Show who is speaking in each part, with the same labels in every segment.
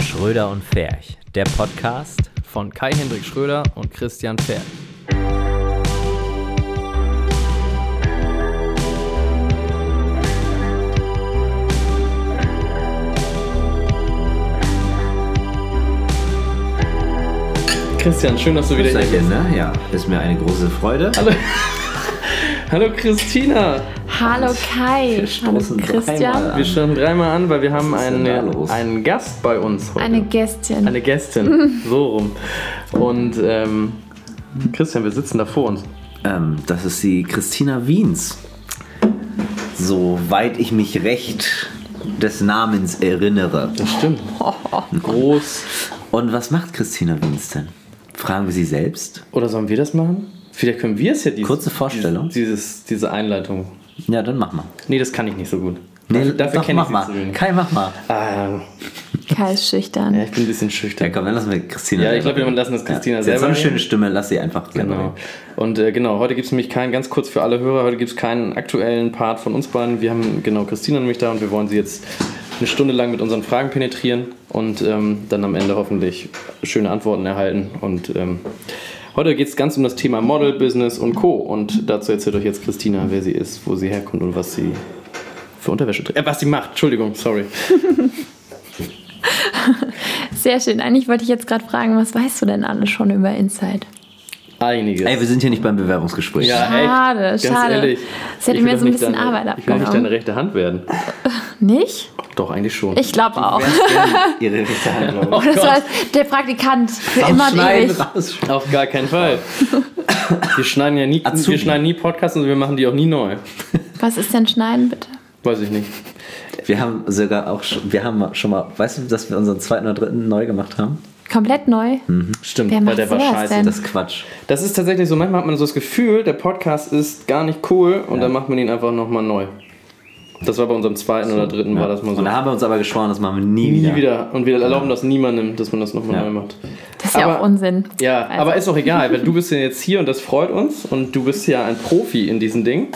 Speaker 1: Schröder und Ferch, der Podcast.
Speaker 2: Von Kai Hendrik Schröder und Christian Pferd. Christian, schön, dass du wieder hier bist.
Speaker 1: ne? Ja, ist mir eine große Freude.
Speaker 2: Hallo. Hallo Christina.
Speaker 3: Hallo Kai.
Speaker 1: Wir
Speaker 3: Hallo
Speaker 1: stoßen dreimal
Speaker 3: Christian.
Speaker 1: an.
Speaker 2: Wir standen dreimal an, weil wir haben
Speaker 1: ist denn da
Speaker 2: einen,
Speaker 1: los?
Speaker 2: einen Gast bei uns heute.
Speaker 3: Eine Gästin.
Speaker 2: Eine Gästin, so rum. Und ähm, Christian, wir sitzen da vor uns.
Speaker 1: Ähm, das ist die Christina Wiens. Soweit ich mich recht des Namens erinnere.
Speaker 2: Das stimmt. Groß.
Speaker 1: Und was macht Christina Wiens denn? Fragen wir sie selbst.
Speaker 2: Oder sollen wir das machen? Vielleicht können wir es ja. Dieses,
Speaker 1: Kurze Vorstellung.
Speaker 2: Dieses, diese Einleitung.
Speaker 1: Ja, dann mach mal.
Speaker 2: Nee, das kann ich nicht so gut.
Speaker 1: Nee,
Speaker 2: dafür dafür
Speaker 1: doch,
Speaker 2: kenne ich
Speaker 1: mach
Speaker 2: sie zu
Speaker 1: mal.
Speaker 2: wenig.
Speaker 1: Kai, mach mal.
Speaker 2: Ah,
Speaker 3: Kai ist
Speaker 2: ja,
Speaker 3: schüchtern.
Speaker 2: ich bin ein bisschen
Speaker 1: Ja,
Speaker 2: schüchtern.
Speaker 1: komm, dann lassen wir Christina.
Speaker 2: Ja, ich
Speaker 1: selber
Speaker 2: glaube, wir
Speaker 1: reden.
Speaker 2: lassen das Christina
Speaker 1: Sie
Speaker 2: selber
Speaker 1: hat So eine
Speaker 2: reden.
Speaker 1: schöne Stimme, lass sie einfach selber
Speaker 2: Genau.
Speaker 1: reden.
Speaker 2: Und äh, genau, heute gibt es nämlich keinen, ganz kurz für alle Hörer, heute gibt es keinen aktuellen Part von uns beiden. Wir haben genau Christina nämlich da und wir wollen sie jetzt eine Stunde lang mit unseren Fragen penetrieren und ähm, dann am Ende hoffentlich schöne Antworten erhalten. Und ähm, heute geht es ganz um das Thema Model, Business und Co. Und dazu erzählt euch jetzt Christina, wer sie ist, wo sie herkommt und was sie für Unterwäsche trägt. Äh, was sie macht, Entschuldigung, sorry.
Speaker 3: Sehr schön. Eigentlich wollte ich jetzt gerade fragen, was weißt du denn alles schon über Insight?
Speaker 2: Einiges.
Speaker 1: Ey, wir sind hier nicht beim Bewerbungsgespräch.
Speaker 3: Schade, schade. Das hätte
Speaker 2: Ich will
Speaker 3: mir
Speaker 2: doch
Speaker 3: so ein
Speaker 2: nicht
Speaker 3: bisschen
Speaker 2: deine,
Speaker 3: Arbeit
Speaker 2: Ich will nicht
Speaker 3: abgenommen.
Speaker 2: deine rechte Hand werden.
Speaker 3: Nicht?
Speaker 2: Doch, eigentlich schon.
Speaker 3: Ich glaube auch.
Speaker 1: Ihre rechte Hand, glaube
Speaker 3: Oh, das war der Praktikant für immer und ewig.
Speaker 2: Auf gar keinen Fall. Wir schneiden ja nie,
Speaker 1: Azubi.
Speaker 2: wir schneiden nie Podcasts und wir machen die auch nie neu.
Speaker 3: Was ist denn Schneiden, bitte?
Speaker 2: Weiß ich nicht.
Speaker 1: Wir haben sogar auch schon, wir haben schon mal, weißt du, dass wir unseren zweiten oder dritten neu gemacht haben?
Speaker 3: Komplett neu?
Speaker 2: Stimmt,
Speaker 3: Wer
Speaker 2: weil
Speaker 3: macht
Speaker 2: der war
Speaker 3: sowas
Speaker 2: scheiße.
Speaker 3: denn?
Speaker 1: Das ist Quatsch.
Speaker 2: Das ist tatsächlich so, manchmal hat man so das Gefühl, der Podcast ist gar nicht cool und dann macht man ihn einfach nochmal neu. Das war bei unserem zweiten oder dritten, war das mal so.
Speaker 1: Und da haben wir uns aber geschworen, das machen wir nie,
Speaker 2: Nie
Speaker 1: wieder.
Speaker 2: wieder. Und wir erlauben das niemandem, dass man das nochmal
Speaker 1: Ja.
Speaker 2: neu macht.
Speaker 3: Das ist ja
Speaker 2: Aber-
Speaker 3: auch Unsinn.
Speaker 2: Ja,
Speaker 3: Also-
Speaker 2: aber ist auch egal, weil du bist ja jetzt hier und das freut uns und du bist ja ein Profi in diesem Ding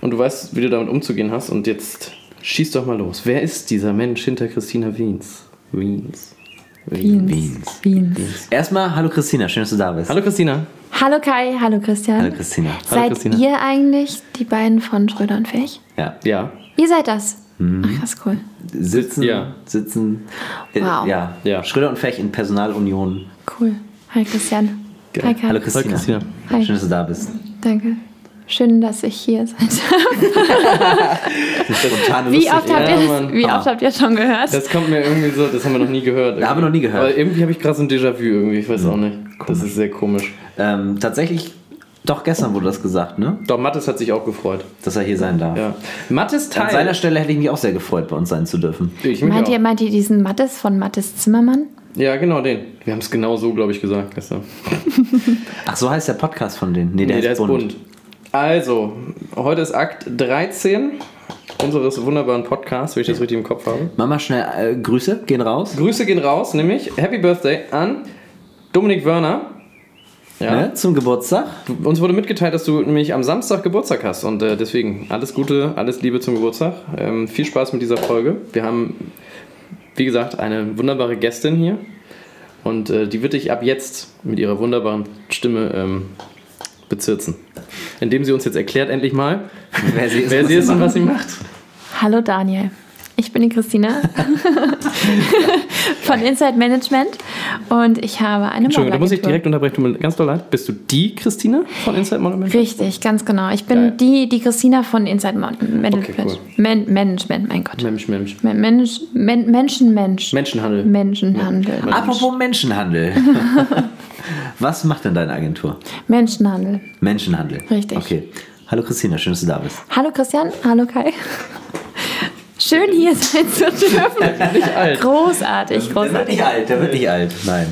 Speaker 2: und du weißt, wie du damit umzugehen hast und jetzt schieß doch mal los. Wer ist dieser Mensch hinter Christina Wiens? Wiens.
Speaker 3: Beans. Beans.
Speaker 1: Erstmal, hallo Christina, schön, dass du da bist.
Speaker 2: Hallo Christina.
Speaker 3: Hallo Kai, hallo Christian.
Speaker 1: Hallo Christina.
Speaker 2: Hallo
Speaker 3: seid
Speaker 2: Christina.
Speaker 3: ihr eigentlich die beiden von Schröder und Fähig?
Speaker 1: Ja.
Speaker 2: Ja,
Speaker 3: Ihr seid das. Ach, das ist cool.
Speaker 1: Sitzen,
Speaker 2: Ja.
Speaker 1: sitzen. Äh,
Speaker 3: Wow.
Speaker 1: Ja.
Speaker 2: Ja.
Speaker 1: Schröder und Fech in Personalunion.
Speaker 3: Cool. Hi Christian. Hi Kai.
Speaker 1: Hallo Christina.
Speaker 2: Christina.
Speaker 3: Hi.
Speaker 1: Schön, dass du da bist.
Speaker 3: Danke. Schön, dass ich hier seid.
Speaker 1: Spontane,
Speaker 3: Wie
Speaker 1: lustig.
Speaker 3: oft habt
Speaker 2: Ja,
Speaker 3: ihr das,
Speaker 2: Mann.
Speaker 3: wie
Speaker 1: Ah.
Speaker 3: oft habt ihr schon gehört?
Speaker 2: das kommt mir irgendwie so, das haben wir noch nie gehört.
Speaker 1: Haben wir noch nie gehört. Hm,
Speaker 2: Aber irgendwie habe ich gerade so ein Déjà-vu irgendwie, ich weiß auch nicht. Das ist sehr komisch.
Speaker 1: ähm, tatsächlich, doch gestern wurde das gesagt, ne?
Speaker 2: Doch, Mattes hat sich auch gefreut.
Speaker 1: Dass er hier sein darf.
Speaker 2: Ja. Mattes
Speaker 1: An seiner
Speaker 2: Teil.
Speaker 1: Stelle hätte ich mich auch sehr gefreut, bei uns sein zu dürfen.
Speaker 2: Ich mich
Speaker 3: meint, ihr,
Speaker 2: auch.
Speaker 3: meint ihr diesen Mattes von Mattes Zimmermann?
Speaker 2: Ja, genau den. Wir haben es genau so, glaube ich, gesagt gestern.
Speaker 1: Ach, so heißt der Podcast von denen. Nee, der,
Speaker 2: Nee, der
Speaker 1: heißt
Speaker 2: ist bunt. Also, heute ist Akt 13 unseres wunderbaren Podcasts, wenn ich das richtig im Kopf habe.
Speaker 1: Mama, schnell äh, Grüße, gehen raus.
Speaker 2: Grüße gehen raus, nämlich Happy Birthday an Dominik Wörner. Ja.
Speaker 1: Ne, zum Geburtstag.
Speaker 2: Uns wurde mitgeteilt, dass du nämlich am Samstag Geburtstag hast und äh, deswegen alles Gute, alles Liebe zum Geburtstag. Ähm, viel Spaß mit dieser Folge. Wir haben, wie gesagt, eine wunderbare Gästin hier und äh, die wird dich ab jetzt mit ihrer wunderbaren Stimme ähm, bezirzen. Indem sie uns jetzt erklärt, endlich mal,
Speaker 1: Wer sie ist,
Speaker 2: Wer
Speaker 1: muss
Speaker 2: sie ist und
Speaker 1: machen.
Speaker 2: was sie macht.
Speaker 3: Hallo Daniel. Ich bin die Christina von Inside Management und ich habe eine
Speaker 2: Entschuldigung, da muss ich
Speaker 3: Modeagentur.
Speaker 2: direkt unterbrechen. Tut mir ganz doll leid. Bist du die Christina von Inside Monument?
Speaker 3: Richtig, ganz genau. Ich bin
Speaker 2: Geil.
Speaker 3: die, die Christina von Inside Man Management.
Speaker 2: Okay, cool.
Speaker 3: Man Management, mein Gott.
Speaker 2: Mensch, Mensch.
Speaker 3: Man Mensch, Men Menschenmensch.
Speaker 2: Menschenhandel.
Speaker 3: Menschenhandel.
Speaker 1: Apropos Menschenhandel. Was macht denn deine Agentur?
Speaker 3: Menschenhandel.
Speaker 1: Menschenhandel.
Speaker 3: Richtig.
Speaker 1: Okay. Hallo Christina, schön, dass du da bist.
Speaker 3: Hallo Christian, hallo Kai. Schön hier sein zu dürfen.
Speaker 2: Nicht alt.
Speaker 3: Großartig, großartig.
Speaker 1: alt, der wird nicht alt. Nein.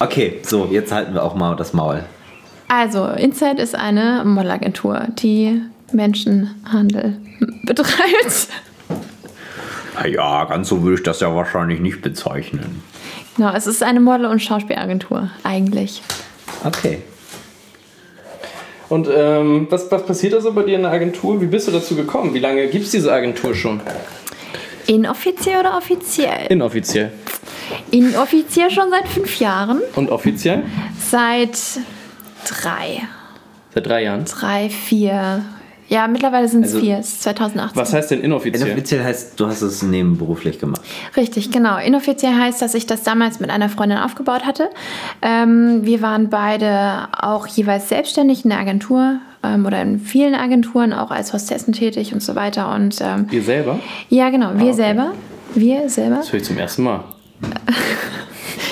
Speaker 1: Okay, so, jetzt halten wir auch mal das Maul.
Speaker 3: Also, Inside ist eine Modelagentur, die Menschenhandel betreibt.
Speaker 1: Ja, ganz so würde ich das ja wahrscheinlich nicht bezeichnen.
Speaker 3: Genau, es ist eine Model- und Schauspielagentur, eigentlich.
Speaker 1: Okay.
Speaker 2: Und ähm, was, was passiert also bei dir in der Agentur? Wie bist du dazu gekommen? Wie lange gibt es diese Agentur schon?
Speaker 3: Inoffiziell oder offiziell?
Speaker 2: Inoffiziell.
Speaker 3: Inoffiziell schon seit fünf Jahren.
Speaker 2: Und offiziell?
Speaker 3: Seit drei.
Speaker 2: Seit drei Jahren.
Speaker 3: Drei, vier. Ja, mittlerweile sind es
Speaker 1: Also-
Speaker 3: vier. Es ist 2018.
Speaker 2: Was heißt denn inoffiziell?
Speaker 1: Inoffiziell Also heißt, du hast es nebenberuflich gemacht.
Speaker 3: Richtig, genau. Inoffiziell heißt, dass ich das damals mit einer Freundin aufgebaut hatte. Ähm, wir waren beide auch jeweils selbstständig in der Agentur ähm, oder in vielen Agenturen, auch als Hostessen tätig und so weiter. Und ähm,
Speaker 2: Ihr selber?
Speaker 3: ja, genau, wir
Speaker 2: Ah, okay.
Speaker 3: selber. Wir selber.
Speaker 2: Das höre ich zum ersten Mal.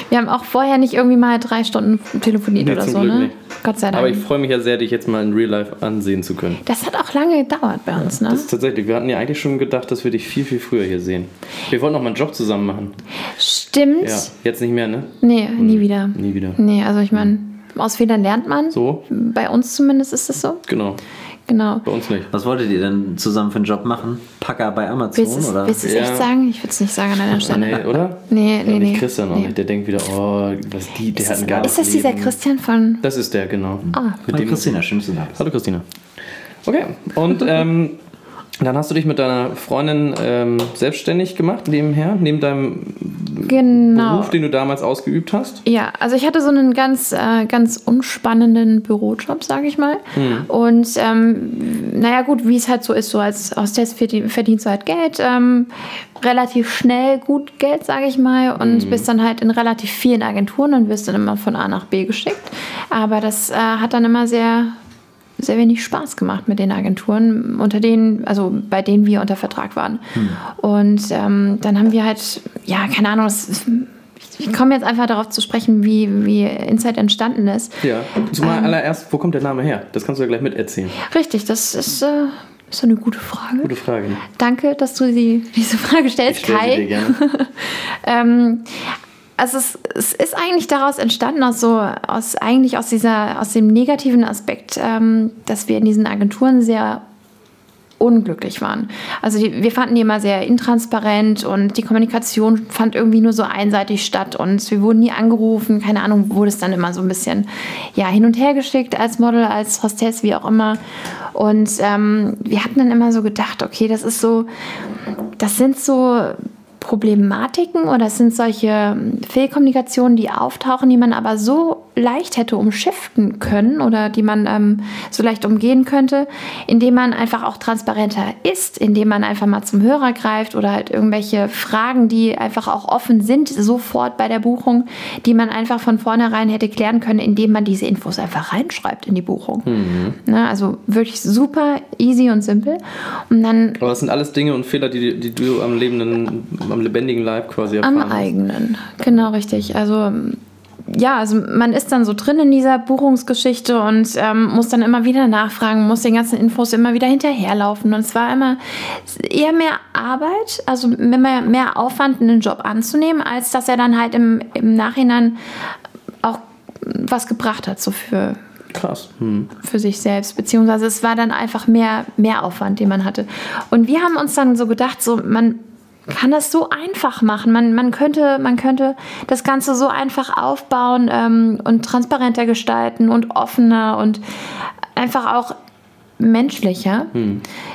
Speaker 3: Wir haben auch vorher nicht irgendwie mal drei Stunden telefoniert
Speaker 2: Nee,
Speaker 3: oder
Speaker 2: zum
Speaker 3: so,
Speaker 2: Glück
Speaker 3: ne?
Speaker 2: nicht.
Speaker 3: Gott sei Dank.
Speaker 2: Aber ich freue mich ja sehr, dich jetzt mal in Real Life ansehen zu können.
Speaker 3: das hat auch lange gedauert bei uns, ne?
Speaker 2: Das ist tatsächlich, wir hatten ja eigentlich schon gedacht, dass wir dich viel, viel früher hier sehen. Wir wollten noch mal einen Job zusammen machen.
Speaker 3: Stimmt.
Speaker 2: Ja, jetzt nicht mehr, ne?
Speaker 3: Nee, nie wieder.
Speaker 2: Nie wieder. Hm.
Speaker 3: Nee, also ich meine, aus Fehlern lernt man.
Speaker 2: So?
Speaker 3: Bei uns zumindest ist es so.
Speaker 2: Genau,
Speaker 3: Genau.
Speaker 2: bei uns nicht.
Speaker 1: Was wolltet ihr denn zusammen für einen Job machen? Packer bei Amazon
Speaker 3: Willst du es
Speaker 1: oder?
Speaker 3: willst du es
Speaker 2: Ja.
Speaker 3: echt sagen? Ich würde es nicht sagen an deiner Stelle.
Speaker 2: Nee, oder?
Speaker 3: Nee, nee,
Speaker 2: Und ich
Speaker 3: nee.
Speaker 2: Christian auch
Speaker 3: Nee.
Speaker 2: nicht. Der denkt wieder, oh, was die, der
Speaker 3: Ist
Speaker 2: hat
Speaker 3: das,
Speaker 2: ein geiles
Speaker 3: ist das dieser
Speaker 2: Leben.
Speaker 3: Christian von.
Speaker 2: Das ist der, genau.
Speaker 3: Ah.
Speaker 2: Mit
Speaker 1: Hallo
Speaker 2: dem
Speaker 1: Christina, schön, dass du da bist.
Speaker 2: Hallo Christina. Okay, und ähm, dann hast du dich mit deiner Freundin ähm, selbstständig gemacht, nebenher, neben deinem
Speaker 3: Genau.
Speaker 2: Beruf, den du damals ausgeübt hast.
Speaker 3: Ja, also ich hatte so einen ganz, äh, ganz unspannenden Bürojob, sage ich mal.
Speaker 2: Hm.
Speaker 3: Und ähm, naja, gut, wie es halt so ist, so als Hostess verdien- verdienst du halt Geld, ähm, relativ schnell gut Geld, sage ich mal,
Speaker 2: Hm.
Speaker 3: und bist dann halt in relativ vielen Agenturen und wirst dann immer von A nach B geschickt. Aber das äh, hat dann immer sehr sehr wenig Spaß gemacht mit den Agenturen, unter denen, also bei denen wir unter Vertrag waren.
Speaker 2: Hm.
Speaker 3: Und ähm, dann haben wir halt, ja, keine Ahnung, es ist, ich komme jetzt einfach darauf zu sprechen, wie, wie Inside entstanden ist.
Speaker 2: Ja. Zumal
Speaker 3: Ähm.
Speaker 2: allererst, wo kommt der Name her? Das kannst du ja gleich miterzählen.
Speaker 3: Richtig, das ist, äh, ist eine gute Frage.
Speaker 2: Gute Frage. ne?
Speaker 3: Danke, dass du sie, diese Frage stellst,
Speaker 2: Ich stell
Speaker 3: Kai.
Speaker 2: sie dir gerne.
Speaker 3: Ähm, also es, es ist eigentlich daraus entstanden, aus so, aus, eigentlich aus, dieser, aus dem negativen Aspekt, ähm, dass wir in diesen Agenturen sehr unglücklich waren. Also die, wir fanden die immer sehr intransparent und die Kommunikation fand irgendwie nur so einseitig statt und wir wurden nie angerufen, keine Ahnung, wurde es dann immer so ein bisschen ja, hin und her geschickt als Model, als Hostess, wie auch immer. Und ähm, wir hatten dann immer so gedacht, okay, das ist so, das sind so Problematiken oder es sind solche ähm, Fehlkommunikationen, die auftauchen, die man aber so leicht hätte umschiften können oder die man ähm, so leicht umgehen könnte, indem man einfach auch transparenter ist, indem man einfach mal zum Hörer greift oder halt irgendwelche Fragen, die einfach auch offen sind, sofort bei der Buchung, die man einfach von vornherein hätte klären können, indem man diese Infos einfach reinschreibt in die Buchung. Ne, also wirklich super easy und simpel. Und dann
Speaker 2: Aber das sind alles Dinge und Fehler, die, die du am lebenden, am lebendigen Leib quasi erfahren
Speaker 3: Am eigenen, genau richtig. Also ähm, ja, also man ist dann so drin in dieser Buchungsgeschichte und ähm, muss dann immer wieder nachfragen, muss den ganzen Infos immer wieder hinterherlaufen. Und es war immer eher mehr Arbeit, also mehr, mehr Aufwand, einen Job anzunehmen, als dass er dann halt im, im Nachhinein auch was gebracht hat, so für,
Speaker 2: hast. Krass. Hm.
Speaker 3: für sich selbst, beziehungsweise es war dann einfach mehr, mehr Aufwand, den man hatte. Und wir haben uns dann so gedacht, so man kann das so einfach machen, man, man, könnte, man könnte das Ganze so einfach aufbauen ähm, und transparenter gestalten und offener und einfach auch menschlicher,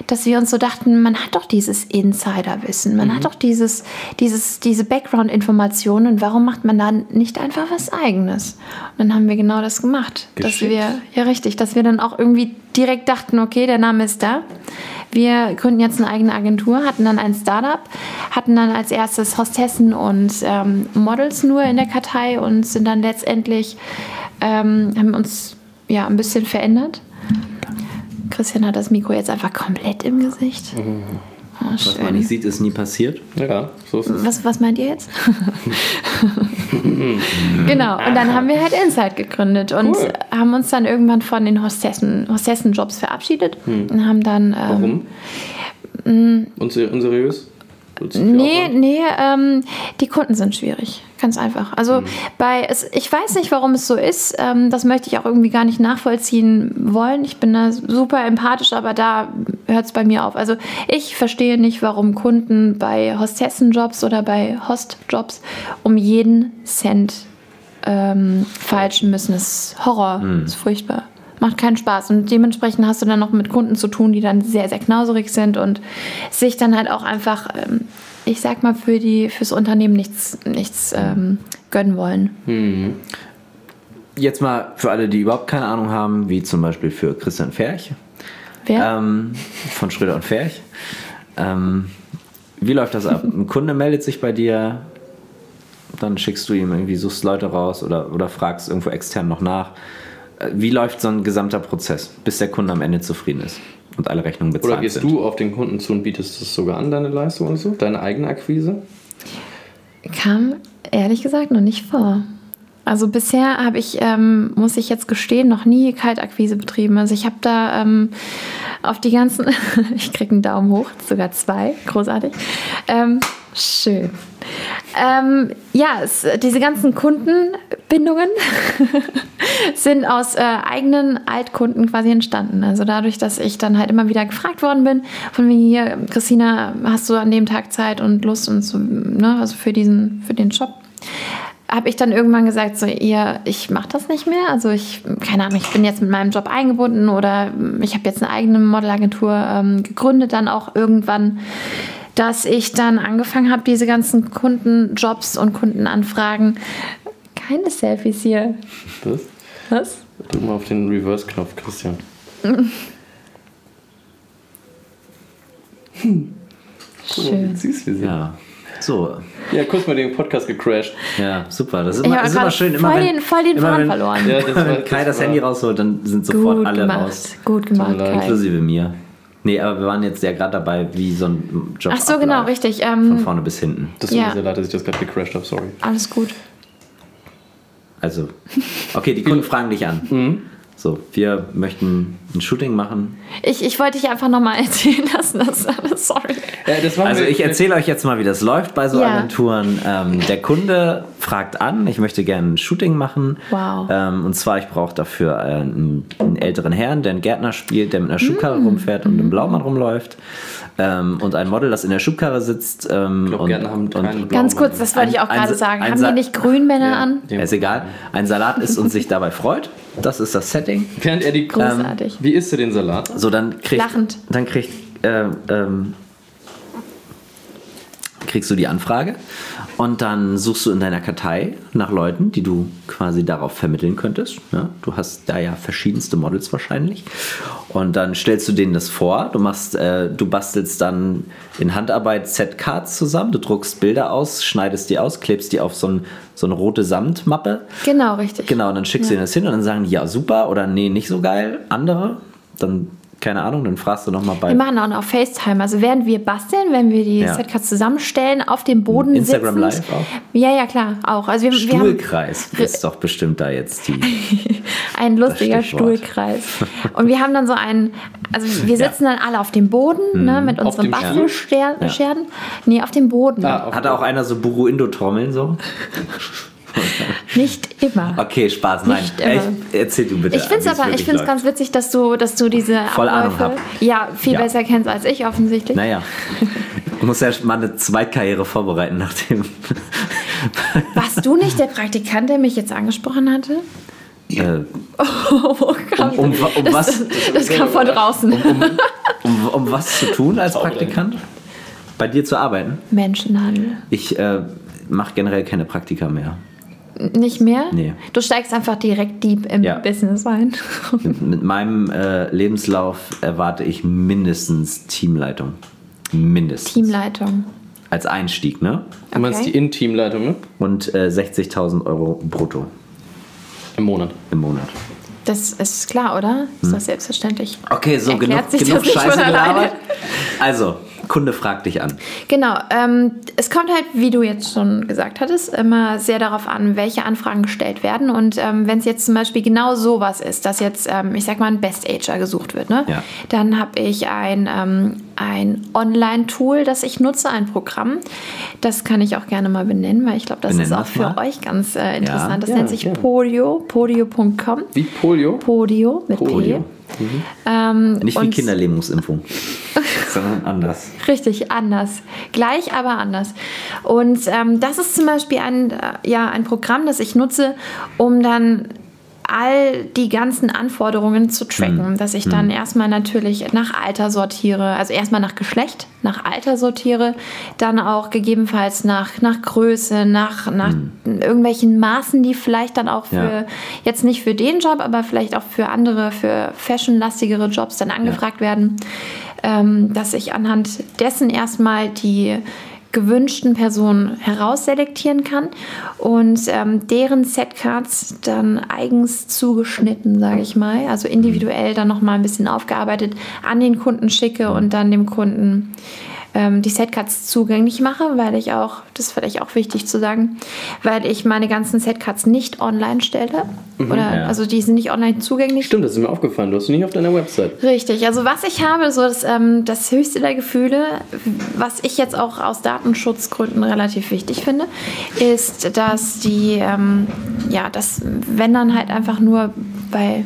Speaker 3: dass wir uns so dachten, man hat doch dieses Insiderwissen, man hat doch dieses, dieses, diese Background-Informationen und warum macht man dann nicht einfach was eigenes? Und dann haben wir genau das gemacht, dass
Speaker 2: Geschickt.
Speaker 3: wir ja, richtig, dass wir dann auch irgendwie direkt dachten, okay, der Name ist da. Wir gründen jetzt eine eigene Agentur, hatten dann ein Startup, hatten dann als erstes Hostessen und ähm, Models nur in der Kartei und sind dann letztendlich, ähm, haben uns ja ein bisschen verändert. Christian hat das Mikro jetzt einfach komplett im Gesicht. Oh,
Speaker 1: Was man nicht
Speaker 3: schön.
Speaker 1: sieht, ist nie passiert.
Speaker 2: Ja, so ist es.
Speaker 3: Was, was meint ihr jetzt? genau, und dann haben wir halt Insight gegründet und
Speaker 2: Ah. Cool.
Speaker 3: haben uns dann irgendwann von den Hostessen, Hostessenjobs verabschiedet und haben dann. Ähm,
Speaker 2: Hm. Warum? Unser, unseriös? So zu viel
Speaker 3: Nee,
Speaker 2: Aufwand?
Speaker 3: nee, ähm, die Kunden sind schwierig. Ganz einfach. Also bei es, ich weiß nicht, warum es so ist. Ähm, das möchte ich auch irgendwie gar nicht nachvollziehen wollen. Ich bin da super empathisch, aber da hört es bei mir auf. Also ich verstehe nicht, warum Kunden bei Hostessenjobs oder bei Hostjobs um jeden Cent ähm, feilschen müssen. Das ist Horror. Das ist furchtbar. Macht keinen Spaß. Und dementsprechend hast du dann noch mit Kunden zu tun, die dann sehr, sehr knauserig sind und sich dann halt auch einfach ähm, ich sag mal, für die, fürs Unternehmen nichts, nichts ähm, gönnen wollen.
Speaker 1: Jetzt mal für alle, die überhaupt keine Ahnung haben, wie zum Beispiel für Christian Ferch
Speaker 3: Wer?
Speaker 1: ähm, von Schröder und Ferch. Ähm, wie läuft das ab? Ein Kunde meldet sich bei dir, dann schickst du ihm irgendwie, suchst Leute raus oder, oder fragst irgendwo extern noch nach. Äh, Wie läuft so ein gesamter Prozess, bis der Kunde am Ende zufrieden ist und alle Rechnungen bezahlt
Speaker 2: Oder gehst
Speaker 1: sind?
Speaker 2: du auf den Kunden zu und bietest es sogar an, deine Leistung oder so? Deine eigene Akquise?
Speaker 3: Kam ehrlich gesagt noch nicht vor. Also bisher habe ich, ähm, muss ich jetzt gestehen, noch nie Kaltakquise betrieben. Also ich habe da ähm, auf die ganzen, ich kriege einen Daumen hoch, sogar zwei, großartig. Ähm, schön. Ähm, ja, es, diese ganzen Kundenbindungen sind aus äh, eigenen Altkunden quasi entstanden. Also dadurch, dass ich dann halt immer wieder gefragt worden bin, von wegen hier, Christina, hast du an dem Tag Zeit und Lust und so, ne, also für diesen, für den Shop. Habe ich dann irgendwann gesagt, so, ihr, ich mache das nicht mehr. Also ich, keine Ahnung, ich bin jetzt mit meinem Job eingebunden oder mm, ich habe jetzt eine eigene Modelagentur ähm, gegründet, dann auch irgendwann dass ich dann angefangen habe, diese ganzen Kundenjobs und Kundenanfragen. Keine Selfies hier.
Speaker 2: Das?
Speaker 3: Was?
Speaker 2: Drück mal auf den Reverse-Knopf, Christian.
Speaker 3: Hm.
Speaker 2: Guck mal, wie
Speaker 3: Schön.
Speaker 2: süß wir sind.
Speaker 1: Ja, so.
Speaker 2: Ja, kurz mal den Podcast gecrashed.
Speaker 1: Ja, super. Das ist
Speaker 3: Ich
Speaker 1: immer,
Speaker 3: hab
Speaker 1: ist immer
Speaker 3: grad
Speaker 1: schön.
Speaker 3: voll
Speaker 1: Immer wenn,
Speaker 3: den- voll den
Speaker 1: immer
Speaker 3: Faden
Speaker 1: wenn,
Speaker 3: verloren.
Speaker 2: Ja, das
Speaker 1: wenn
Speaker 2: war-
Speaker 1: Kai
Speaker 2: das
Speaker 1: das
Speaker 2: war-
Speaker 1: Handy rausholt, dann sind sofort
Speaker 3: Gut
Speaker 1: alle
Speaker 3: gemacht.
Speaker 1: raus.
Speaker 3: Gut
Speaker 2: Tut
Speaker 3: gemacht,
Speaker 2: mir leid.
Speaker 3: Kai.
Speaker 1: Inklusive mir. Nee, aber wir waren jetzt ja gerade dabei, wie so ein Job
Speaker 3: Ach so, genau,
Speaker 1: abläuft.
Speaker 3: richtig.
Speaker 1: Von
Speaker 3: Ähm,
Speaker 1: vorne bis hinten.
Speaker 2: Das tut
Speaker 3: Ja.
Speaker 2: mir sehr leid, dass ich das gerade gecrashed habe, sorry.
Speaker 3: alles gut.
Speaker 1: Also, okay, die Kunden fragen dich an.
Speaker 2: Mhm.
Speaker 1: So, wir möchten ein Shooting machen.
Speaker 3: Ich, ich wollte dich einfach nochmal erzählen lassen, das ist alles, sorry.
Speaker 2: Ja, das machen
Speaker 1: Also
Speaker 2: wir-
Speaker 1: ich erzähle euch jetzt mal, wie das läuft bei so
Speaker 3: Ja.
Speaker 1: Agenturen. Ähm, der Kunde fragt an, ich möchte gerne ein Shooting machen.
Speaker 3: Wow.
Speaker 1: Ähm, und zwar, ich brauche dafür äh, einen, einen älteren Herrn, der einen Gärtner spielt, der mit einer
Speaker 3: Mm.
Speaker 1: Schubkarre rumfährt und
Speaker 3: Mhm.
Speaker 1: einem Blaumann rumläuft. Ähm, und ein Model, das in der Schubkarre sitzt. Ähm,
Speaker 2: Ich glaub,
Speaker 1: und,
Speaker 2: Gärtner haben
Speaker 1: und,
Speaker 2: keinen blauen
Speaker 3: Ganz kurz,
Speaker 2: Mann.
Speaker 3: das wollte ich auch
Speaker 1: Ein- ein
Speaker 3: gerade
Speaker 1: Sa-
Speaker 3: sagen.
Speaker 1: ein
Speaker 3: Haben
Speaker 1: Sa-
Speaker 3: die nicht Grünmänner
Speaker 2: Ja.
Speaker 3: an?
Speaker 1: ist egal. Ein Salat ist und sich dabei freut. Das ist das Setting.
Speaker 2: Während er die...
Speaker 3: Großartig.
Speaker 2: Wie isst du den Salat?
Speaker 1: So, dann kriegt,
Speaker 3: Lachend.
Speaker 1: Dann kriegt, ähm, ähm, kriegst du die Anfrage und dann suchst du in deiner Kartei nach Leuten, die du quasi darauf vermitteln könntest. Ja, du hast da ja verschiedenste Models wahrscheinlich. Und dann stellst du denen das vor. Du, machst, äh, du bastelst dann in Handarbeit Set-Cards zusammen. Du druckst Bilder aus, schneidest die aus, klebst die auf so, ein, so eine rote Samtmappe.
Speaker 3: Genau, richtig.
Speaker 1: Genau, und dann schickst du ihnen das hin und dann sagen die, ja, super oder nee, nicht so geil. Andere, dann, keine Ahnung, dann fragst du nochmal bei
Speaker 3: Wir machen auch noch FaceTime. Also während wir basteln, wenn wir die
Speaker 1: Ja.
Speaker 3: Setcards zusammenstellen, auf dem Boden
Speaker 1: Instagram
Speaker 3: sitzend.
Speaker 1: Live auch?
Speaker 3: Ja, ja, klar, auch. Also wir, wir haben
Speaker 1: Stuhlkreis. Ist doch bestimmt da jetzt die.
Speaker 3: ein lustiger
Speaker 1: Das Stichwort.
Speaker 3: Stuhlkreis. Und wir haben dann so einen, also wir sitzen dann alle auf dem Boden,
Speaker 1: Mhm.
Speaker 3: ne, mit unseren
Speaker 2: dem Stuhl?
Speaker 3: Bastelscherden.
Speaker 1: Ja.
Speaker 3: Nee, auf dem Boden.
Speaker 2: Ah,
Speaker 1: Hat auch einer so Buru-Indo-Trommeln so?
Speaker 3: Nicht immer.
Speaker 1: Okay, Spaß, nein.
Speaker 3: Nicht
Speaker 1: Ey,
Speaker 3: immer.
Speaker 1: Ich, erzähl du bitte.
Speaker 3: Ich finde
Speaker 1: wie es
Speaker 3: es aber, ich
Speaker 1: wirklich
Speaker 3: find's
Speaker 1: läuft.
Speaker 3: ganz witzig, dass du, dass du diese
Speaker 1: Äh, Voll Ahnung hab.
Speaker 3: ja viel
Speaker 1: Ja.
Speaker 3: besser kennst als ich offensichtlich.
Speaker 1: Naja. Du musst ja mal eine Zweitkarriere vorbereiten nach dem.
Speaker 3: Warst du nicht der Praktikant, der mich jetzt angesprochen hatte?
Speaker 1: äh,
Speaker 3: Oh, Gott.
Speaker 1: um, um, was,
Speaker 3: das kam von draußen.
Speaker 1: um, um was zu tun als Praktikant? Bei dir zu arbeiten?
Speaker 3: Menschenhandel.
Speaker 1: Ich äh, mache generell keine Praktika mehr.
Speaker 3: Nicht mehr?
Speaker 1: Nee.
Speaker 3: Du steigst einfach direkt deep im
Speaker 1: Ja.
Speaker 3: Business ein.
Speaker 1: Mit meinem äh, Lebenslauf erwarte ich mindestens Teamleitung. Mindestens.
Speaker 3: Teamleitung.
Speaker 1: Als Einstieg, ne?
Speaker 2: Du meinst
Speaker 3: Okay.
Speaker 2: die Intimleitung, ne?
Speaker 1: Und äh, 60.000 Euro brutto
Speaker 2: Im Monat.
Speaker 1: im Monat.
Speaker 3: Das ist klar, oder?
Speaker 1: Hm.
Speaker 3: Ist das selbstverständlich?
Speaker 1: Okay, so
Speaker 3: Erklärt
Speaker 1: genug,
Speaker 3: sich
Speaker 1: genug
Speaker 3: das nicht
Speaker 1: Scheiße
Speaker 3: von alleine?
Speaker 1: gelabert. Also, Kunde fragt dich an.
Speaker 3: Genau. Ähm, es kommt halt, wie du jetzt schon gesagt hattest, immer sehr darauf an, welche Anfragen gestellt werden. Und ähm, wenn es jetzt zum Beispiel genau sowas ist, dass jetzt, ähm, ich sag mal, ein Best-Ager gesucht wird, ne?
Speaker 1: Ja.
Speaker 3: dann habe ich ein, ähm, ein Online-Tool, das ich nutze, ein Programm. Das kann ich auch gerne mal benennen, weil ich glaube, das
Speaker 1: Benennen
Speaker 3: ist auch
Speaker 1: wir's
Speaker 3: für
Speaker 1: mal.
Speaker 3: euch ganz äh, interessant. das
Speaker 2: Ja,
Speaker 3: nennt sich
Speaker 2: ja.
Speaker 3: Podio, podio.com.
Speaker 2: Wie Polio?
Speaker 3: Podio mit
Speaker 1: Podio.
Speaker 3: P. Ähm,
Speaker 1: Nicht wie
Speaker 3: und-
Speaker 1: Kinderlähmungsimpfung, sondern anders.
Speaker 3: Richtig, anders. Gleich, aber anders. Und ähm, das ist zum Beispiel ein, äh, ja, ein Programm, das ich nutze, um dann all die ganzen Anforderungen zu tracken, dass ich dann erstmal natürlich nach Alter sortiere, also erstmal nach Geschlecht, nach Alter sortiere, dann auch gegebenenfalls nach, nach Größe, nach, nach irgendwelchen Maßen, die vielleicht dann auch für,
Speaker 1: Ja.
Speaker 3: jetzt nicht für den Job, aber vielleicht auch für andere, für fashionlastigere Jobs dann angefragt werden, ähm, dass ich anhand dessen erstmal die gewünschten Personen herausselektieren kann und ähm, deren Setcards dann eigens zugeschnitten, sage ich mal, also individuell dann nochmal ein bisschen aufgearbeitet an den Kunden schicke und dann dem Kunden ähm, die Setcuts zugänglich mache, weil ich auch, das ist vielleicht auch wichtig zu sagen, weil ich meine ganzen Setcuts nicht online stelle. oder,
Speaker 1: ja.
Speaker 3: Also die sind nicht online zugänglich.
Speaker 2: Stimmt, das ist mir aufgefallen. Du hast sie nicht auf deiner Website.
Speaker 3: Richtig, also was ich habe, so das, ähm, das höchste der Gefühle, was ich jetzt auch aus Datenschutzgründen relativ wichtig finde, ist, dass die, ähm, ja, dass wenn dann halt einfach nur bei,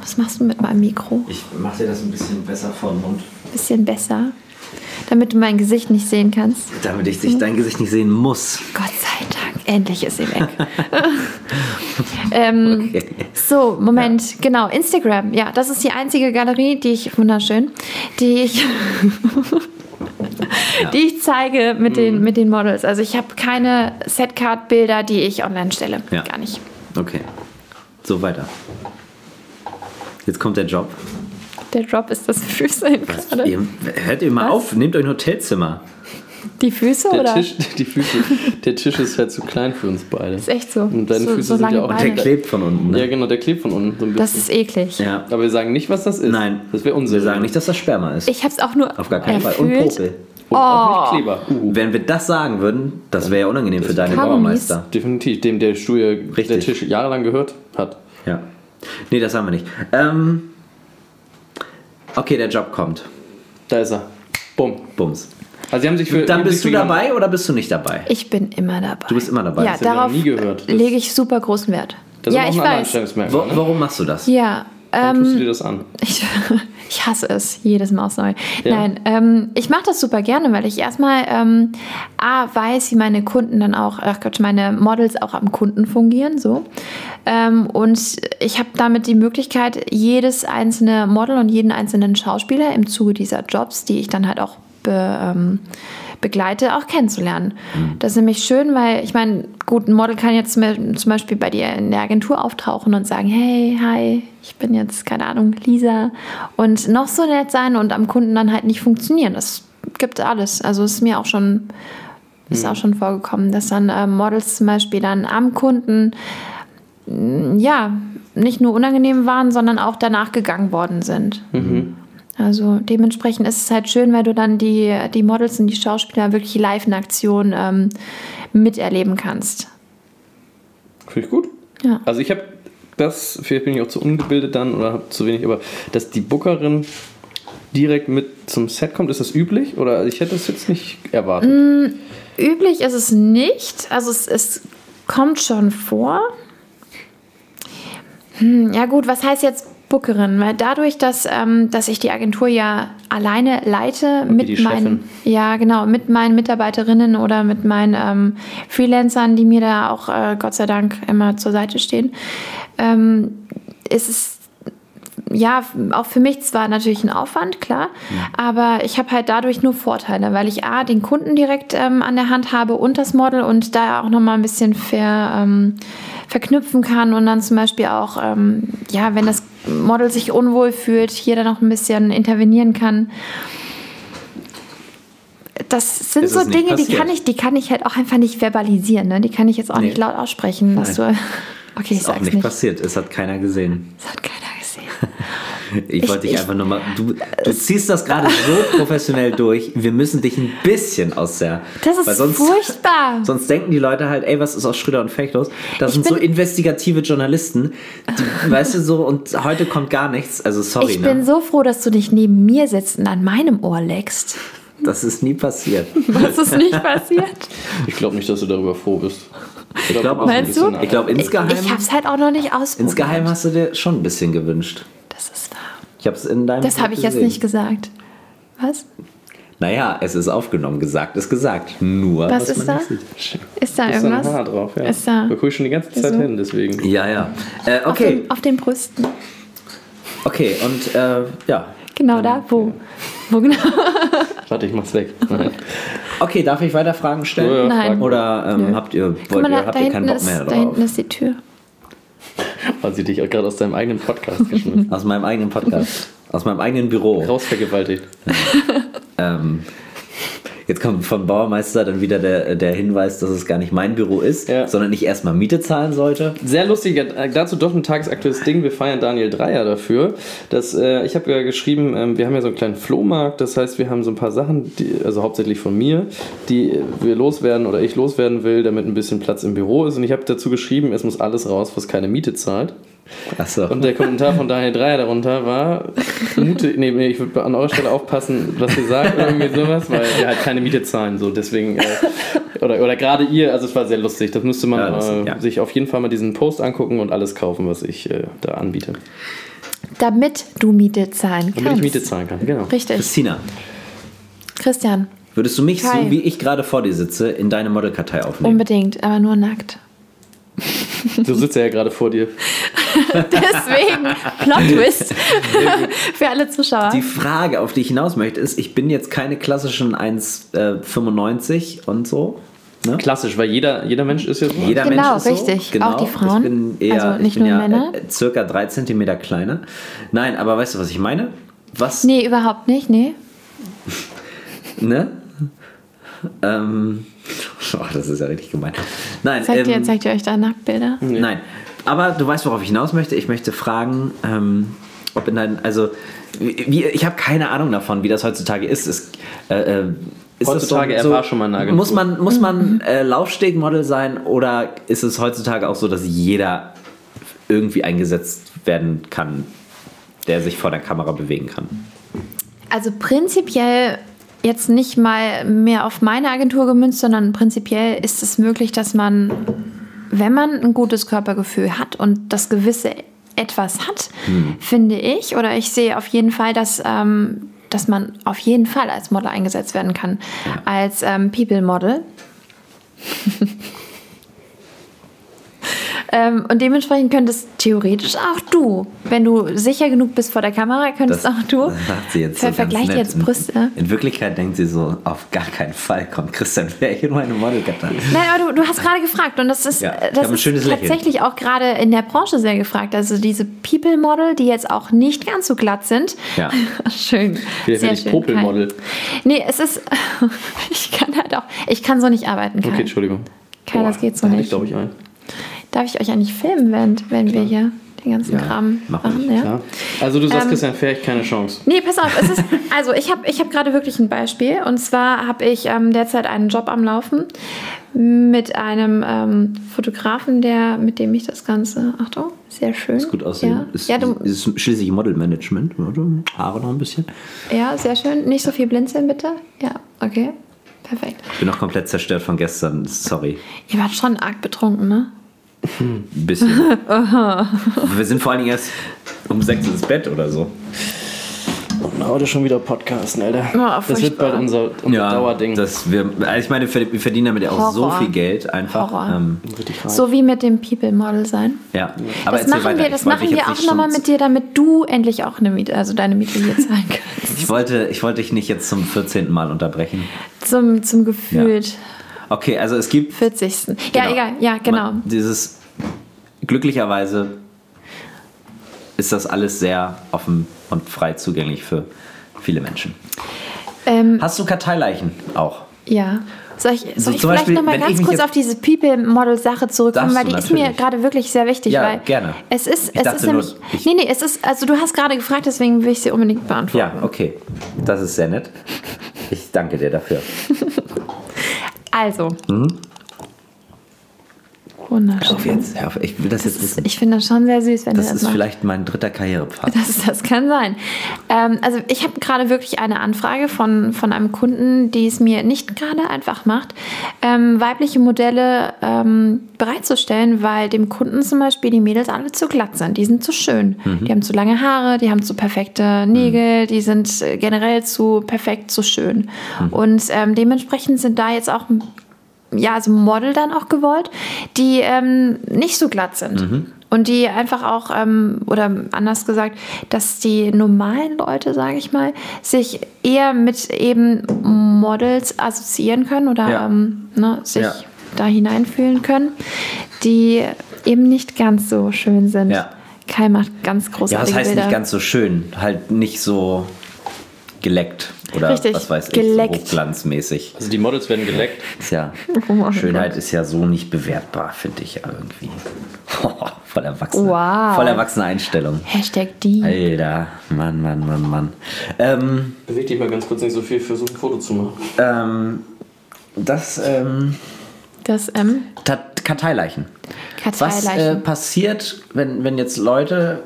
Speaker 3: was machst du mit meinem Mikro?
Speaker 1: Ich mache dir das ein bisschen besser vor den Mund.
Speaker 3: Bisschen besser, damit du mein Gesicht nicht sehen kannst.
Speaker 1: Damit ich dich, dein Gesicht nicht sehen muss.
Speaker 3: Gott sei Dank, endlich ist sie weg. ähm,
Speaker 1: Okay.
Speaker 3: So, Moment, genau, Instagram. Ja, das ist die einzige Galerie, die ich, wunderschön, die ich, die ich zeige mit,
Speaker 1: Mhm.
Speaker 3: den, mit den Models. Also ich habe keine Setcard-Bilder, die ich online stelle.
Speaker 1: Ja.
Speaker 3: Gar nicht.
Speaker 1: Okay. So weiter. Jetzt kommt der Job.
Speaker 3: Der Drop ist das Füße hin gerade.
Speaker 1: Ihr, hört ihr mal
Speaker 3: Was?
Speaker 1: auf, nehmt euch ein Hotelzimmer.
Speaker 3: Die Füße
Speaker 2: Der
Speaker 3: oder?
Speaker 2: Tisch, die Füße, der Tisch ist halt zu klein für uns beide.
Speaker 3: Ist echt so.
Speaker 2: Und deine
Speaker 3: so,
Speaker 2: Füße
Speaker 3: so
Speaker 2: sind
Speaker 3: lange
Speaker 2: ja auch-
Speaker 1: Der
Speaker 3: Beine.
Speaker 1: klebt von unten.
Speaker 2: Ja,
Speaker 1: Ne?
Speaker 2: genau, der klebt von unten so ein bisschen.
Speaker 3: Das ist eklig.
Speaker 1: Ja.
Speaker 2: Aber wir sagen nicht, was das ist.
Speaker 1: Nein.
Speaker 2: Das wäre unseriös.
Speaker 1: Wir sagen nicht, dass das Sperma ist.
Speaker 3: Ich habe es auch nur
Speaker 1: Auf gar keinen
Speaker 3: erfüllt.
Speaker 1: Fall. Und Popel.
Speaker 2: Und auch nicht
Speaker 3: Oh.
Speaker 2: Kleber. Uh,
Speaker 1: Wenn wir das sagen würden, das wäre ja unangenehm für deinen
Speaker 3: Kaugummis.
Speaker 1: Bauermeister.
Speaker 2: definitiv, dem der Stuhl, der
Speaker 1: Richtig.
Speaker 2: Tisch jahrelang gehört hat.
Speaker 1: Ja. Nee, das haben wir nicht. Ähm, okay, der Job kommt.
Speaker 2: Da ist er. Bumm.
Speaker 1: Bums.
Speaker 2: Also sie haben sich für.
Speaker 1: Dann
Speaker 2: haben sich
Speaker 1: bist du
Speaker 2: für jemanden-
Speaker 1: dabei oder bist du nicht dabei?
Speaker 3: Ich bin immer dabei.
Speaker 1: Du bist immer dabei.
Speaker 3: Ja,
Speaker 1: Das
Speaker 2: haben wir noch
Speaker 3: darauf
Speaker 2: nie gehört. Das-
Speaker 3: lege ich super großen Wert.
Speaker 2: Das
Speaker 3: ja,
Speaker 2: ist
Speaker 3: ich
Speaker 2: auch ein
Speaker 3: weiß.
Speaker 1: Wo,
Speaker 2: Alleinstellungsmerkmal. Ne?
Speaker 1: warum machst du das?
Speaker 3: Ja,
Speaker 2: Warum
Speaker 3: ähm,
Speaker 2: tust du dir das an?
Speaker 3: Ich, ich hasse es jedes Mal aufs Neue.
Speaker 2: Ja.
Speaker 3: Nein, ähm, ich mache das super gerne, weil ich erstmal ähm, A, weiß, wie meine Kunden dann auch, ach Gott, meine Models auch am Kunden fungieren, so. Ähm, und ich habe damit die Möglichkeit, jedes einzelne Model und jeden einzelnen Schauspieler im Zuge dieser Jobs, die ich dann halt auch be, ähm, begleite, auch kennenzulernen. Das ist nämlich schön, weil ich meine, gut, ein Model kann jetzt zum zum Beispiel bei dir in der Agentur auftauchen und sagen, hey, hi, ich bin jetzt, keine Ahnung, Lisa und noch so nett sein und am Kunden dann halt nicht funktionieren. Das gibt alles. Also ist mir auch schon, ist auch schon vorgekommen, dass dann äh, Models zum Beispiel dann am Kunden mh, ja nicht nur unangenehm waren, sondern auch danach gegangen worden sind. Also dementsprechend ist es halt schön, weil du dann die, die Models und die Schauspieler wirklich live in Aktion ähm, miterleben kannst.
Speaker 2: Finde ich gut.
Speaker 3: Ja.
Speaker 2: Also ich habe das, vielleicht bin ich auch zu ungebildet dann oder habe zu wenig, aber dass die Bookerin direkt mit zum Set kommt, ist das üblich? Oder ich hätte es jetzt nicht erwartet.
Speaker 3: Mm. Üblich ist es nicht. Also es, es kommt schon vor. Hm, ja gut, was heißt jetzt Bookerin? Weil dadurch, dass, ähm, dass ich die Agentur ja alleine leite mit
Speaker 2: die
Speaker 3: meinen, ja genau, mit meinen Mitarbeiterinnen oder mit meinen ähm, Freelancern, die mir da auch äh, Gott sei Dank immer zur Seite stehen, ähm, ist es ja, auch für mich zwar natürlich ein Aufwand, klar, aber ich habe halt dadurch nur Vorteile, weil ich A, den Kunden direkt ähm, an der Hand habe und das Model und da auch nochmal ein bisschen ver, ähm, verknüpfen kann und dann zum Beispiel auch, ähm, ja, wenn das Model sich unwohl fühlt, hier dann noch ein bisschen intervenieren kann. Das sind
Speaker 1: Ist
Speaker 3: so
Speaker 1: es nicht
Speaker 3: Dinge, die
Speaker 1: passiert?
Speaker 3: kann, ich, die kann ich halt auch einfach nicht verbalisieren, ne? die kann ich jetzt auch
Speaker 1: Nee.
Speaker 3: nicht laut aussprechen, dass
Speaker 1: Nein.
Speaker 3: du. Okay, ich
Speaker 1: Ist auch
Speaker 3: sag's
Speaker 1: nicht,
Speaker 3: nicht.
Speaker 1: passiert. Es hat keiner gesehen.
Speaker 3: Das hat keiner gesehen.
Speaker 1: Ich,
Speaker 3: Ich-
Speaker 1: wollte dich
Speaker 3: ich-
Speaker 1: einfach nur mal. Du, du ziehst das gerade so professionell durch. Wir müssen dich ein bisschen aus der.
Speaker 3: Das ist
Speaker 1: weil sonst,
Speaker 3: furchtbar.
Speaker 1: Sonst denken die Leute halt, ey, was ist aus Schröder und Fecht los? Das
Speaker 3: Ich
Speaker 1: sind so
Speaker 3: bin-
Speaker 1: investigative Journalisten. Die, weißt du so, und heute kommt gar nichts. Also sorry,
Speaker 3: Ich bin
Speaker 1: ne?
Speaker 3: so froh, dass du nicht neben mir sitzt und an meinem Ohr leckst.
Speaker 1: Das ist nie passiert.
Speaker 3: Was ist nicht passiert?
Speaker 2: Ich glaube nicht, dass du darüber froh bist. Ich
Speaker 1: glaub auch
Speaker 3: Meinst nicht. du?
Speaker 1: Ich glaube, insgeheim,
Speaker 3: Ich hab's halt auch noch nicht ausprobiert.
Speaker 1: insgeheim hast du dir schon ein bisschen gewünscht.
Speaker 3: Das ist wahr.
Speaker 1: Ich habe es in deinem.
Speaker 3: Das
Speaker 1: Bild
Speaker 3: habe ich jetzt
Speaker 1: gesehen.
Speaker 3: nicht gesagt. Was?
Speaker 1: Naja, es ist aufgenommen. Gesagt ist gesagt. Nur,
Speaker 3: Was ist da? Ist da
Speaker 2: Ist da ein
Speaker 3: irgendwas?
Speaker 2: Haar drauf, ja.
Speaker 3: Ist da-
Speaker 2: Da guck ich schon die ganze Zeit
Speaker 3: so.
Speaker 2: hin, deswegen.
Speaker 1: Ja, ja. Äh,
Speaker 3: Auf,
Speaker 1: okay,
Speaker 3: den, auf den Brüsten.
Speaker 1: okay. Und äh, ja.
Speaker 3: Genau da, wo? Wo genau?
Speaker 2: Warte, ich mach's weg.
Speaker 1: Okay, darf ich weiter Fragen stellen?
Speaker 2: Ja,
Speaker 3: Nein.
Speaker 2: Fragen.
Speaker 1: Oder ähm,
Speaker 3: Nö.
Speaker 1: habt ihr,
Speaker 3: Guck
Speaker 1: wollt
Speaker 3: mal,
Speaker 1: ihr,
Speaker 3: da,
Speaker 1: habt
Speaker 3: da,
Speaker 1: ihr keinen
Speaker 3: hinten
Speaker 1: Bock
Speaker 3: ist,
Speaker 1: mehr
Speaker 3: da hinten
Speaker 1: drauf?
Speaker 3: ist die Tür.
Speaker 2: Hat sie dich auch gerade aus deinem eigenen Podcast geschmissen.
Speaker 1: Aus meinem eigenen Podcast. aus meinem eigenen Büro.
Speaker 2: Rausvergewaltigt.
Speaker 1: Ähm, jetzt kommt von Bauermeister dann wieder der, der Hinweis, dass es gar nicht mein Büro ist,
Speaker 2: Ja.
Speaker 1: sondern ich erstmal Miete zahlen sollte.
Speaker 2: Sehr lustig, äh, dazu doch ein tagesaktuelles Ding. Wir feiern Daniel Dreier dafür. Dass, äh, ich habe ja geschrieben, ähm, wir haben ja so einen kleinen Flohmarkt. Das heißt, wir haben so ein paar Sachen, die, also hauptsächlich von mir, die äh, wir loswerden oder ich loswerden will, damit ein bisschen Platz im Büro ist. Und ich habe dazu geschrieben, es muss alles raus, was keine Miete zahlt.
Speaker 1: Achso.
Speaker 2: Und der Kommentar von Daniel Dreier darunter war, Mute, nee, nee, ich würde an eurer Stelle aufpassen, was ihr sagt oder irgendwie sowas, weil wir halt keine Miete zahlen, so deswegen, äh, oder, oder gerade ihr, also es war sehr lustig, das müsste man
Speaker 1: Ja, das-
Speaker 2: äh,
Speaker 1: ja.
Speaker 2: sich auf jeden Fall mal diesen Post angucken und alles kaufen, was ich äh, da anbiete,
Speaker 3: Damit du Miete zahlen kannst.
Speaker 2: damit ich Miete zahlen kann, genau.
Speaker 3: Richtig.
Speaker 1: Christina,
Speaker 3: Christian,
Speaker 1: würdest du mich,
Speaker 3: Kai.
Speaker 1: so wie ich gerade vor dir sitze, in deine Modelkartei aufnehmen?
Speaker 3: unbedingt, aber nur nackt.
Speaker 2: So sitzt er ja gerade vor dir.
Speaker 3: Deswegen, Plot Twist für alle Zuschauer.
Speaker 1: Die Frage, auf die ich hinaus möchte, ist, ich bin jetzt keine klassischen 1,95 und so. Ne?
Speaker 2: Klassisch, weil jeder, jeder Mensch ist ja so.
Speaker 1: Jeder
Speaker 3: Genau,
Speaker 1: Mensch ist
Speaker 3: richtig.
Speaker 1: so.
Speaker 3: Auch die Frauen.
Speaker 1: Ich bin eher,
Speaker 3: Also nicht
Speaker 1: ich bin
Speaker 3: nur
Speaker 1: ja,
Speaker 3: Männer.
Speaker 1: äh, Circa drei Zentimeter kleiner. Nein, aber weißt du, was ich meine? Was?
Speaker 3: Nee, überhaupt nicht, nee.
Speaker 1: Ne? Ähm, oh, das ist ja richtig gemein. Nein,
Speaker 3: Zeigt,
Speaker 1: ähm, hm.
Speaker 3: ihr, zeigt ihr euch da Nacktbilder?
Speaker 1: nein. Aber du weißt, worauf ich hinaus möchte. Ich möchte fragen, ähm, ob in deinen, also wie, wie- ich habe keine Ahnung davon, wie das heutzutage ist. Es, äh, äh, ist das
Speaker 2: Heutzutage, er war schon mal in einer Agentur.
Speaker 1: Muss man, muss man äh, Laufstegmodel sein oder ist es heutzutage auch so, dass jeder irgendwie eingesetzt werden kann, der sich vor der Kamera bewegen kann?
Speaker 3: Also prinzipiell jetzt nicht mal mehr auf meine Agentur gemünzt, sondern prinzipiell ist es möglich, dass man, wenn man ein gutes Körpergefühl hat und das gewisse etwas hat,
Speaker 1: Mhm.
Speaker 3: finde ich, oder ich sehe auf jeden Fall, dass, ähm, dass man auf jeden Fall als Model eingesetzt werden kann, als ähm, People-Model. Ähm, und dementsprechend könntest theoretisch auch du, wenn du sicher genug bist vor der Kamera, könntest auch du.
Speaker 1: sagt sie jetzt
Speaker 3: Ver
Speaker 1: so ganz
Speaker 3: vergleicht
Speaker 1: nett.
Speaker 3: jetzt Brüste.
Speaker 1: In, in Wirklichkeit denkt sie so, auf gar keinen Fall kommt Christian Fährchen in meine Modelkartei.
Speaker 3: Nein, aber du, du hast gerade gefragt und das ist, äh,
Speaker 1: Ja, ich
Speaker 3: das
Speaker 1: habe ein
Speaker 3: ist
Speaker 1: schönes Lächeln.
Speaker 3: tatsächlich auch gerade in der Branche sehr gefragt. Also diese People-Model, die jetzt auch nicht ganz so glatt sind.
Speaker 1: Ja.
Speaker 3: schön.
Speaker 2: Wieder
Speaker 3: sehr
Speaker 2: bin ich
Speaker 3: schön.
Speaker 2: Popel-Model.
Speaker 3: Kai. Nee, es ist, ich kann halt auch, ich kann so nicht arbeiten. Kai.
Speaker 2: Okay, Entschuldigung.
Speaker 3: Kai, das geht so
Speaker 2: da hab Ich
Speaker 3: nicht.
Speaker 2: glaube ich ein.
Speaker 3: Darf ich euch eigentlich filmen, während, wenn wir hier den ganzen
Speaker 1: Ja,
Speaker 3: Kram
Speaker 1: mach
Speaker 3: machen?
Speaker 1: ich,
Speaker 3: ja?
Speaker 2: Ja. Also du sagst,
Speaker 3: Ähm,
Speaker 2: Christian Fähig, keine Chance.
Speaker 3: Nee, pass auf. Es ist, also ich habe ich hab gerade wirklich ein Beispiel. Und zwar habe ich ähm, derzeit einen Job am Laufen mit einem ähm, Fotografen, der, mit dem ich das Ganze, Achtung, sehr schön.
Speaker 1: Ist gut aussehen.
Speaker 3: Ja,
Speaker 1: Ist,
Speaker 3: ja, du,
Speaker 1: ist schließlich Modelmanagement, oder? Haare noch ein bisschen.
Speaker 3: ja, sehr schön. Nicht so viel blinzeln, bitte. Ja, okay. Perfekt.
Speaker 1: Bin noch komplett zerstört von gestern, sorry.
Speaker 3: Ihr wart schon arg betrunken, ne?
Speaker 1: Ein bisschen. Wir sind vor allen Dingen erst um sechs ins Bett oder so.
Speaker 2: Und heute schon wieder podcasten, Alter.
Speaker 3: Ja,
Speaker 2: das wird
Speaker 3: furchtbar.
Speaker 2: bald unser, unser Dauerding.
Speaker 1: Das wir, also ich meine, wir verdienen damit ja auch so
Speaker 3: Horror.
Speaker 1: viel Geld einfach.
Speaker 3: Horror.
Speaker 1: Ähm,
Speaker 2: Richtig rein.
Speaker 3: So wie mit dem People-Model sein.
Speaker 1: ja. Aber
Speaker 3: das
Speaker 1: erzähl
Speaker 3: machen
Speaker 1: weiter.
Speaker 3: wir,
Speaker 1: Ich
Speaker 3: das
Speaker 1: wollte
Speaker 3: machen
Speaker 1: dich
Speaker 3: wir
Speaker 1: jetzt
Speaker 3: auch
Speaker 1: nicht
Speaker 3: nochmal
Speaker 1: schon-
Speaker 3: mit dir, damit du endlich auch eine Miete, also deine Miete hier zahlen kannst.
Speaker 1: Ich wollte, ich wollte dich nicht jetzt zum 14. Mal unterbrechen.
Speaker 3: Zum, zum gefühlt
Speaker 1: Okay, also es gibt
Speaker 3: 40. Ja,
Speaker 1: Genau.
Speaker 3: egal, ja, genau.
Speaker 1: Man, dieses glücklicherweise ist das alles sehr offen und frei zugänglich für viele Menschen.
Speaker 3: Ähm,
Speaker 1: Hast du Karteileichen auch?
Speaker 3: ja. Soll ich, soll
Speaker 1: So
Speaker 3: ich
Speaker 1: zum
Speaker 3: vielleicht
Speaker 1: Beispiel,
Speaker 3: nochmal
Speaker 1: wenn ich
Speaker 3: ganz
Speaker 1: mich
Speaker 3: kurz
Speaker 1: jetzt-
Speaker 3: auf diese People-Model-Sache zurückkommen,
Speaker 1: Darfst
Speaker 3: weil
Speaker 1: du
Speaker 3: die ist mir
Speaker 1: natürlich.
Speaker 3: gerade wirklich sehr wichtig.
Speaker 1: Ja,
Speaker 3: weil
Speaker 1: gerne.
Speaker 3: Es ist,
Speaker 1: Ich
Speaker 3: es
Speaker 1: dachte
Speaker 3: ist
Speaker 1: nur,
Speaker 3: nämlich.
Speaker 1: ich-
Speaker 3: nee, nee, es ist, also du hast gerade gefragt, deswegen will ich sie unbedingt beantworten.
Speaker 1: Ja, okay. Das ist sehr nett. Ich danke dir dafür.
Speaker 3: Also.
Speaker 1: Hör Mhm. auf
Speaker 3: wunderschön.
Speaker 1: jetzt, hör auf. Ich will das,
Speaker 3: Das
Speaker 1: jetzt
Speaker 3: ist,
Speaker 1: wissen.
Speaker 3: ich finde das schon sehr süß, wenn
Speaker 1: Das
Speaker 3: ihr das
Speaker 1: ist
Speaker 3: macht.
Speaker 1: vielleicht mein dritter Karrierepfad.
Speaker 3: Das, das kann sein. Ähm, also ich habe gerade wirklich eine Anfrage von, von einem Kunden, die es mir nicht gerade einfach macht, ähm, weibliche Modelle ähm, bereitzustellen, weil dem Kunden zum Beispiel die Mädels alle zu glatt sind. Die sind zu schön. Die haben zu lange Haare, die haben zu perfekte Nägel, die sind äh, generell zu perfekt, zu schön. Und ähm, dementsprechend sind da jetzt auch ja, also Model dann auch gewollt, die ähm, nicht so glatt sind.
Speaker 1: Mhm.
Speaker 3: Und die einfach auch, ähm, oder anders gesagt, dass die normalen Leute, sage ich mal, sich eher mit eben Models assoziieren können oder
Speaker 1: Ja.
Speaker 3: ähm, ne, sich
Speaker 1: Ja.
Speaker 3: da hineinfühlen können, die eben nicht ganz so schön sind.
Speaker 1: Ja.
Speaker 3: Kai macht ganz
Speaker 1: Ja,
Speaker 3: großartige
Speaker 1: das heißt
Speaker 3: Bilder.
Speaker 1: nicht ganz so schön. Halt nicht so geleckt. Oder
Speaker 3: Richtig,
Speaker 1: was weiß ich,
Speaker 3: geleckt.
Speaker 1: so hochglanzmäßig.
Speaker 2: Also die Models werden geleckt.
Speaker 1: Ist ja,
Speaker 3: Oh mein
Speaker 1: Schönheit ist ja so nicht bewertbar, finde ich ja irgendwie. voll erwachsene,
Speaker 3: Wow.
Speaker 1: voll erwachsene Einstellung.
Speaker 3: Hashtag die.
Speaker 1: Alter, Mann, Mann, Mann, Mann. Ähm,
Speaker 2: Beweg dich mal ganz kurz nicht so viel, versuch ein Foto zu machen.
Speaker 1: ähm, das, ähm,
Speaker 3: Das ähm,
Speaker 1: Ta- Karteileichen. Was äh,
Speaker 3: Karteileichen.
Speaker 1: passiert, wenn, wenn jetzt Leute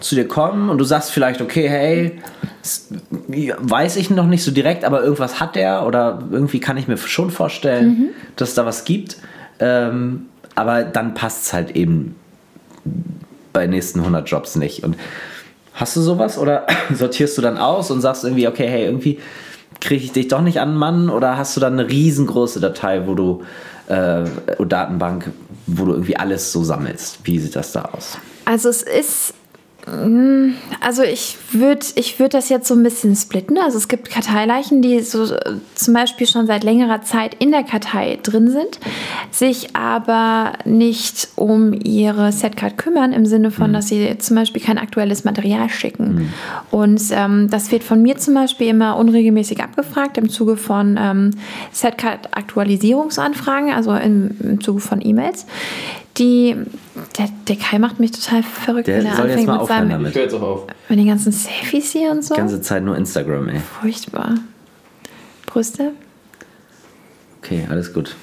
Speaker 1: zu dir kommen und du sagst vielleicht, okay, hey, s- ja, weiß ich noch nicht so direkt, aber irgendwas hat der oder irgendwie kann ich mir schon vorstellen, dass da was gibt. Ähm, aber dann passt es halt eben bei nächsten 100 Jobs nicht. Und hast du sowas oder sortierst du dann aus und sagst irgendwie, okay, hey, irgendwie kriege ich dich doch nicht an, Mann? Oder hast du dann eine riesengroße Datei, wo du äh, oder Datenbank, wo du irgendwie alles so sammelst? Wie sieht das da aus?
Speaker 3: Also es ist. mm, Also ich würde ich würd das jetzt so ein bisschen splitten. Also es gibt Karteileichen, die so äh, zum Beispiel schon seit längerer Zeit in der Kartei drin sind, sich aber nicht um ihre Setcard kümmern, im Sinne
Speaker 1: Mhm.
Speaker 3: von, dass sie zum Beispiel kein aktuelles Material schicken. Und ähm, das wird von mir zum Beispiel immer unregelmäßig abgefragt im Zuge von ähm, Setcard-Aktualisierungsanfragen, also im, im Zuge von E-Mails. Die, der, der Kai macht mich total verrückt,
Speaker 1: Der
Speaker 3: wenn er
Speaker 1: soll jetzt
Speaker 3: anfängt
Speaker 1: mal
Speaker 3: mit,
Speaker 1: aufhören
Speaker 3: seinem,
Speaker 1: damit.
Speaker 2: Ich höre jetzt auch auf.
Speaker 3: mit den ganzen Selfies hier und so.
Speaker 1: Die ganze Zeit nur Instagram, ey.
Speaker 3: Furchtbar. Brüste.
Speaker 1: Okay, alles gut.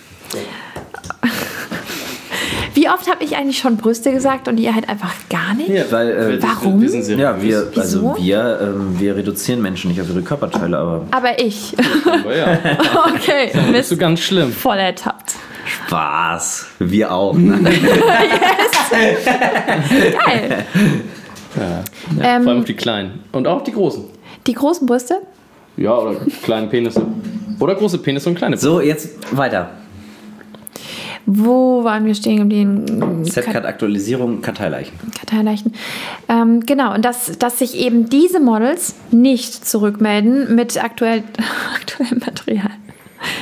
Speaker 3: Wie oft habe ich eigentlich schon Brüste gesagt und ihr halt einfach gar nicht?
Speaker 1: weil, äh,
Speaker 2: wir-
Speaker 3: Warum?
Speaker 2: Wir sind seriös.
Speaker 1: Ja, wir, also
Speaker 3: Wieso?
Speaker 1: wir, ähm, wir reduzieren Menschen nicht auf ihre Körperteile, aber
Speaker 3: Aber ich.
Speaker 2: Aber Oh ja,
Speaker 3: okay,
Speaker 2: bist du
Speaker 3: Mist.
Speaker 2: ganz schlimm.
Speaker 3: Voll ertappt.
Speaker 1: Spaß. Wir auch. ne?
Speaker 3: Geil.
Speaker 2: Vor allem
Speaker 3: Ähm,
Speaker 2: auf die kleinen. Und auch auf die großen.
Speaker 3: die großen Brüste?
Speaker 2: Ja, oder kleine Penisse. Oder große Penisse und kleine Penisse.
Speaker 1: So, jetzt weiter.
Speaker 3: Wo waren wir stehen geblieben?
Speaker 1: Setcard-Aktualisierung, Karteileichen.
Speaker 3: Karteileichen. Ähm, genau, und dass, dass sich eben diese Models nicht zurückmelden mit aktuell, aktuellem Material.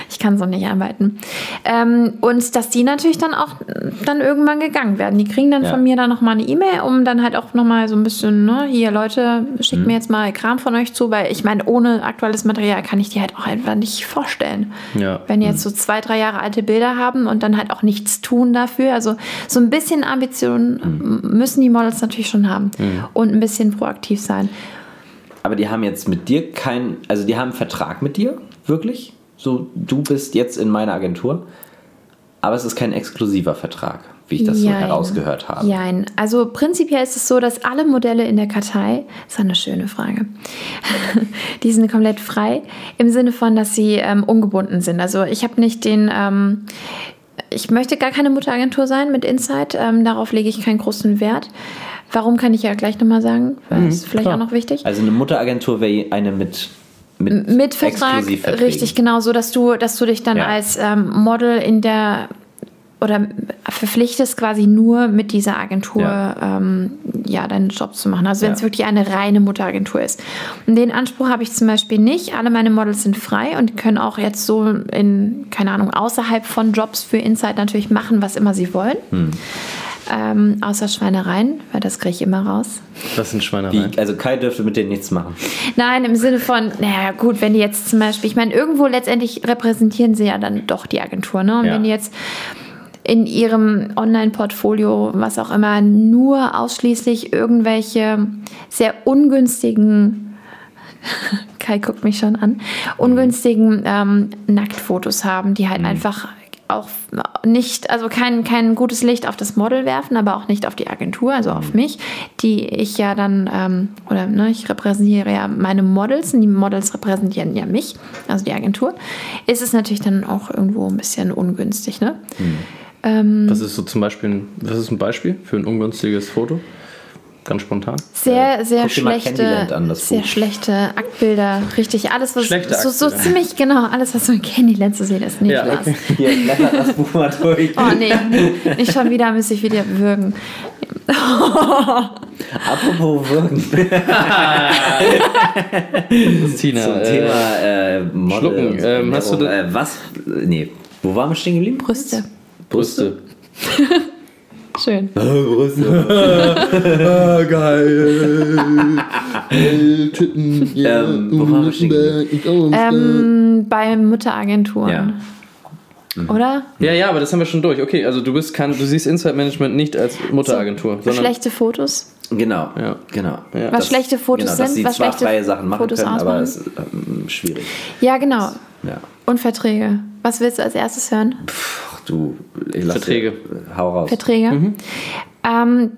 Speaker 3: Ich kann so nicht arbeiten. Ähm, und dass die natürlich dann auch äh, dann irgendwann gegangen werden. Die kriegen dann
Speaker 1: Ja.
Speaker 3: von mir dann nochmal eine E-Mail, um dann halt auch nochmal so ein bisschen, ne, hier Leute, schickt mir jetzt mal Kram von euch zu, weil ich meine, ohne aktuelles Material kann ich die halt auch einfach nicht vorstellen.
Speaker 2: Ja.
Speaker 3: Wenn die jetzt so zwei, drei Jahre alte Bilder haben und dann halt auch nichts tun dafür. Also so ein bisschen Ambition m- müssen die Models natürlich schon haben und ein bisschen proaktiv sein.
Speaker 1: Aber die haben jetzt mit dir keinen, also die haben einen Vertrag mit dir, wirklich? So, du bist jetzt in meiner Agentur, aber es ist kein exklusiver Vertrag, wie ich das so
Speaker 3: Jein.
Speaker 1: herausgehört habe.
Speaker 3: Jein. Also prinzipiell ist es so, dass alle Modelle in der Kartei, das ist eine schöne Frage, die sind komplett frei im Sinne von, dass sie ähm, ungebunden sind. Also ich habe nicht den, ähm, ich möchte gar keine Mutteragentur sein mit Insight, ähm, darauf lege ich keinen großen Wert. Warum kann ich ja gleich nochmal sagen, weil
Speaker 1: Mhm,
Speaker 3: das ist vielleicht
Speaker 2: klar.
Speaker 3: auch noch wichtig.
Speaker 1: Also eine Mutteragentur wäre eine mit, mit,
Speaker 3: mit Vertrag,
Speaker 1: Exklusivverträgen.
Speaker 3: richtig, genau, so dass du, dass du dich dann
Speaker 1: Ja.
Speaker 3: als ähm, Model in der oder verpflichtest quasi nur mit dieser Agentur
Speaker 1: Ja.
Speaker 3: ja, ähm, ja deinen Job zu machen. Also wenn es
Speaker 1: Ja.
Speaker 3: wirklich eine reine Mutteragentur ist. Und den Anspruch habe ich zum Beispiel nicht. Alle meine Models sind frei und können auch jetzt so in, keine Ahnung, außerhalb von Jobs für Insight natürlich machen, was immer sie wollen.
Speaker 1: Hm.
Speaker 3: Ähm, außer Schweinereien, weil das kriege ich immer raus.
Speaker 2: Das sind Schweinereien.
Speaker 1: Wie, also Kai dürfte mit denen nichts machen.
Speaker 3: Nein, im Sinne von, naja, gut, wenn die jetzt zum Beispiel, ich meine, irgendwo letztendlich repräsentieren sie ja dann doch die Agentur, ne? Und
Speaker 2: Ja.
Speaker 3: wenn die jetzt in ihrem Online-Portfolio, was auch immer, nur ausschließlich irgendwelche sehr ungünstigen,
Speaker 1: Mhm.
Speaker 3: Kai guckt mich schon an, ungünstigen ähm, Nacktfotos haben, die halt einfach auch nicht, also kein, kein gutes Licht auf das Model werfen, aber auch nicht auf die Agentur, also auf
Speaker 1: Mhm.
Speaker 3: mich, die ich ja dann, ähm, oder ne, ich repräsentiere ja meine Models und die Models repräsentieren ja mich, also die Agentur, ist es natürlich dann auch irgendwo ein bisschen ungünstig, ne? Ähm,
Speaker 2: Das ist so zum Beispiel, ein, was ist ein Beispiel für ein ungünstiges Foto? Ganz spontan.
Speaker 3: sehr, sehr
Speaker 1: guck dir mal Candyland
Speaker 3: schlechte,
Speaker 1: an, das
Speaker 3: sehr
Speaker 1: Buch.
Speaker 3: schlechte Aktbilder, richtig, alles, was,
Speaker 2: Schlechte
Speaker 3: so, so
Speaker 2: Aktbilder.
Speaker 3: ziemlich, genau, alles, was so in Candyland zu sehen ist, nicht
Speaker 2: Ja,
Speaker 3: Lars.
Speaker 2: okay.
Speaker 1: Hier, blätter das Buch mal durch.
Speaker 3: Oh nee, nicht schon wieder, müsste ich wieder würgen.
Speaker 1: Apropos Wirken.
Speaker 2: Christina,
Speaker 1: Zum
Speaker 2: äh,
Speaker 1: Thema äh, Model.
Speaker 2: Schlucken,
Speaker 1: und
Speaker 2: ähm, hast du
Speaker 1: Ernährung. äh, was? Nee, wo waren wir stehen geblieben?
Speaker 3: Brüste.
Speaker 2: Brüste.
Speaker 3: Schön.
Speaker 2: Äh,
Speaker 1: Brüste.
Speaker 2: Ah, geil. Titten.
Speaker 1: Ähm, wo waren wir stehen geblieben?
Speaker 3: Ähm, bei Mutteragenturen.
Speaker 1: Ja. Mhm.
Speaker 3: Oder?
Speaker 2: Ja, ja, aber das haben wir schon durch. Okay, also du bist kann, du siehst Inside Management nicht als Mutteragentur, sondern
Speaker 3: schlechte Fotos.
Speaker 1: Genau,
Speaker 2: Ja.
Speaker 1: genau.
Speaker 2: Ja.
Speaker 3: Was schlechte Fotos
Speaker 1: genau, dass
Speaker 3: sind,
Speaker 1: sie
Speaker 3: was
Speaker 1: zwar
Speaker 3: schlechte
Speaker 1: freie Sachen machen
Speaker 3: Fotos
Speaker 1: können, aber
Speaker 3: ausmachen.
Speaker 1: es ist ähm, schwierig.
Speaker 3: Ja, genau.
Speaker 1: Ja.
Speaker 3: Und Verträge. Was willst du als erstes hören?
Speaker 1: Ach, du, ich lass
Speaker 2: Verträge.
Speaker 1: Dir, hau raus.
Speaker 3: Verträge. Ähm,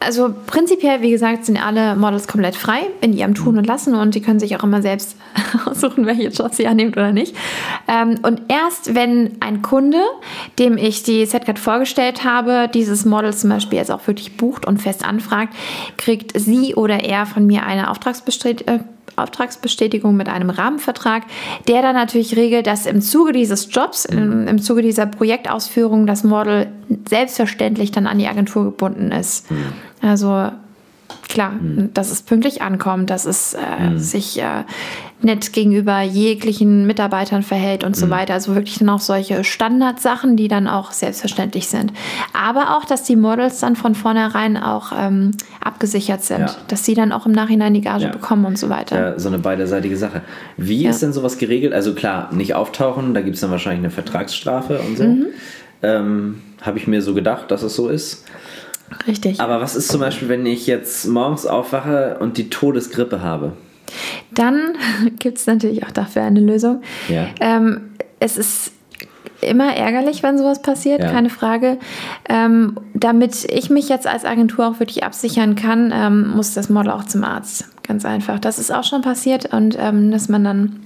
Speaker 3: also prinzipiell, wie gesagt, sind alle Models komplett frei in ihrem Tun und Lassen und die können sich auch immer selbst aussuchen, welche Jobs sie annimmt oder nicht. Ähm, und erst wenn ein Kunde, dem ich die Setcard vorgestellt habe, dieses Model zum Beispiel jetzt auch wirklich bucht und fest anfragt, kriegt sie oder er von mir eine Auftragsbestätigung. Äh, Auftragsbestätigung mit einem Rahmenvertrag, der dann natürlich regelt, dass im Zuge dieses Jobs, im, im Zuge dieser Projektausführung das Model selbstverständlich dann an die Agentur gebunden ist.
Speaker 1: Mhm.
Speaker 3: Also klar, dass es pünktlich ankommt, dass es äh,
Speaker 1: Mhm.
Speaker 3: sich äh, nett gegenüber jeglichen Mitarbeitern verhält und
Speaker 1: Mhm.
Speaker 3: so weiter. Also wirklich noch solche Standardsachen, die dann auch selbstverständlich sind. Aber auch, dass die Models dann von vornherein auch ähm, abgesichert sind,
Speaker 1: Ja.
Speaker 3: dass sie dann auch im Nachhinein die Gage
Speaker 1: Ja.
Speaker 3: bekommen und so weiter.
Speaker 1: Ja, so eine beiderseitige Sache. Wie
Speaker 3: Ja.
Speaker 1: ist denn sowas geregelt? Also klar, nicht auftauchen, da gibt es dann wahrscheinlich eine Vertragsstrafe und so.
Speaker 3: Mhm.
Speaker 1: Ähm, Habe ich mir so gedacht, dass es so ist.
Speaker 3: Richtig.
Speaker 1: Aber was ist zum Beispiel, wenn ich jetzt morgens aufwache und die Todesgrippe habe?
Speaker 3: Dann gibt es natürlich auch dafür eine Lösung.
Speaker 1: Ja.
Speaker 3: Ähm, es ist immer ärgerlich, wenn sowas passiert,
Speaker 1: Ja.
Speaker 3: keine Frage. Ähm, damit ich mich jetzt als Agentur auch wirklich absichern kann, ähm, muss das Model auch zum Arzt. Ganz einfach. Das ist auch schon passiert und ähm, dass man dann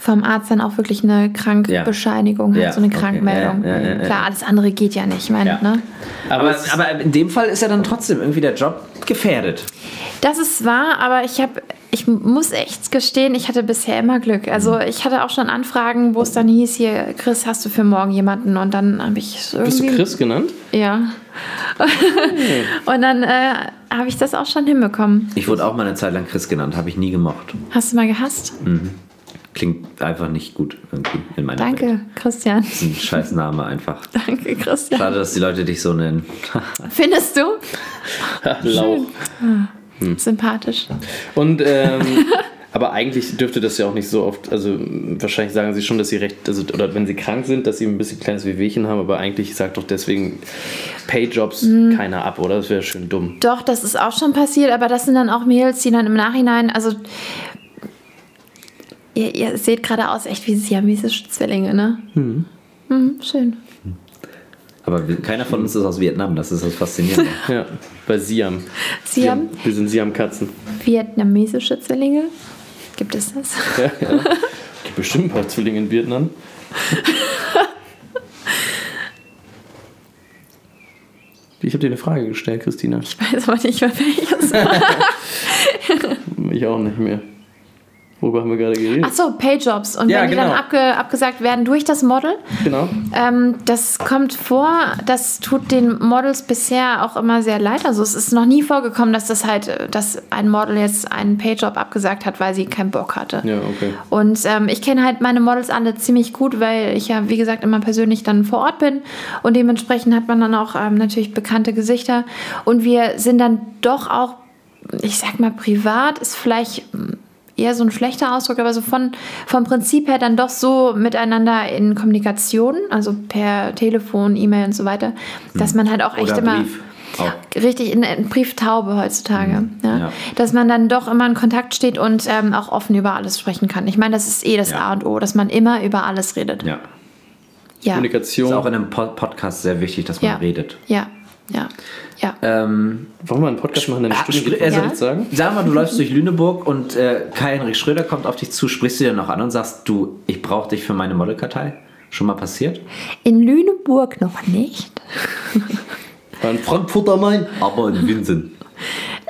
Speaker 3: vom Arzt dann auch wirklich eine Krankbescheinigung
Speaker 1: Ja.
Speaker 3: hat, so eine
Speaker 1: Okay.
Speaker 3: Krankmeldung.
Speaker 1: Ja, ja, ja, ja.
Speaker 3: Klar, alles andere geht ja nicht. Ich meine,
Speaker 1: Ja.
Speaker 3: ne?
Speaker 1: Aber, aber in dem Fall ist ja dann trotzdem irgendwie der Job gefährdet.
Speaker 3: Das ist wahr, aber ich habe, ich muss echt gestehen, ich hatte bisher immer Glück.
Speaker 2: Mhm.
Speaker 3: Also ich hatte auch schon Anfragen, wo es dann hieß, hier, Chris, hast du für morgen jemanden? Und dann habe ich so
Speaker 2: Bist du
Speaker 3: irgendwie.
Speaker 2: Chris Oh. genannt?
Speaker 3: Ja. Und dann äh, habe ich das auch schon hinbekommen.
Speaker 1: Ich wurde auch mal eine Zeit lang Chris genannt, habe ich nie gemocht.
Speaker 3: Hast du mal gehasst?
Speaker 1: Klingt einfach nicht gut irgendwie in meiner Welt.
Speaker 3: Danke, Christian.
Speaker 1: Das ist ein scheiß Name einfach.
Speaker 3: Danke, Christian.
Speaker 1: Schade, dass die Leute dich so nennen.
Speaker 3: Findest du?
Speaker 2: Lauch. Hm.
Speaker 3: Sympathisch.
Speaker 2: Und ähm, aber eigentlich dürfte das ja auch nicht so oft, also mh, wahrscheinlich sagen sie schon, dass sie recht, also, oder wenn sie krank sind, dass sie ein bisschen kleines Wehwehchen haben, aber eigentlich sagt doch deswegen Payjobs
Speaker 1: Mhm.
Speaker 2: keiner ab, oder? Das wäre schön dumm.
Speaker 3: Doch, das ist auch schon passiert, aber das sind dann auch Mädels, die dann im Nachhinein, also ihr, ihr seht gerade aus echt wie siamesische Zwillinge, ne?
Speaker 2: Hm.
Speaker 3: Mhm, schön.
Speaker 1: Aber wir- keiner von uns ist aus Vietnam, das ist das Faszinierende.
Speaker 2: Ja, bei Siam.
Speaker 3: Siam,
Speaker 2: Wir sind Siam-Katzen.
Speaker 3: vietnamesische Zwillinge. Gibt es das?
Speaker 2: Ja, ja. Gibt bestimmt ein paar Zwillinge in Vietnam. Ich habe dir eine Frage gestellt, Christina.
Speaker 3: Ich weiß aber nicht, mehr welches.
Speaker 2: Ich auch nicht mehr. Worüber haben wir gerade geredet?
Speaker 3: Achso, Payjobs. Und
Speaker 2: Ja,
Speaker 3: wenn die dann
Speaker 2: genau.
Speaker 3: abge, abgesagt werden durch das Model,
Speaker 2: Genau.
Speaker 3: ähm, das kommt vor, das tut den Models bisher auch immer sehr leid. Also es ist noch nie vorgekommen, dass das halt, äh, dass ein Model jetzt einen Payjob abgesagt hat, weil sie keinen Bock hatte.
Speaker 2: Ja, okay.
Speaker 3: Und ähm, ich kenne halt meine Models alle ziemlich gut, weil ich ja, wie gesagt, immer persönlich dann vor Ort bin. Und dementsprechend hat man dann auch ähm, natürlich bekannte Gesichter. Und wir sind dann doch auch, ich sag mal, privat ist vielleicht mm, eher so ein schlechter Ausdruck, aber so von, vom Prinzip her dann doch so miteinander in Kommunikation, also per Telefon, E-Mail und so weiter, dass man halt auch echt
Speaker 1: Mhm. Oder
Speaker 3: immer.
Speaker 1: Brief. Auch.
Speaker 3: Richtig, in, in Brieftaube heutzutage. Ja?
Speaker 1: ja.
Speaker 3: Dass man dann doch immer in Kontakt steht und ähm, auch offen über alles sprechen kann. Ich meine, das ist eh das
Speaker 1: Ja.
Speaker 3: A und O, dass man immer über alles redet.
Speaker 1: Ja.
Speaker 3: Ja.
Speaker 1: Ist auch
Speaker 2: Kommunikation.
Speaker 1: in einem Po- Podcast sehr wichtig, dass man
Speaker 3: Ja.
Speaker 1: redet.
Speaker 3: Ja, ja, ja.
Speaker 1: Ähm,
Speaker 2: Wollen wir einen Podcast machen, der eine
Speaker 1: Ah,
Speaker 2: Stunde geht?
Speaker 1: spr- also,
Speaker 3: Ja.
Speaker 2: sagen?
Speaker 1: Sag mal, du läufst durch Lüneburg und äh, Kai-Henrik Schröder kommt auf dich zu, sprichst du dir noch an und sagst, du, ich brauche dich für meine Modelkartei. Schon mal passiert?
Speaker 3: In Lüneburg noch nicht.
Speaker 2: Ein Frankfurter Main.
Speaker 1: Aber in Winsen.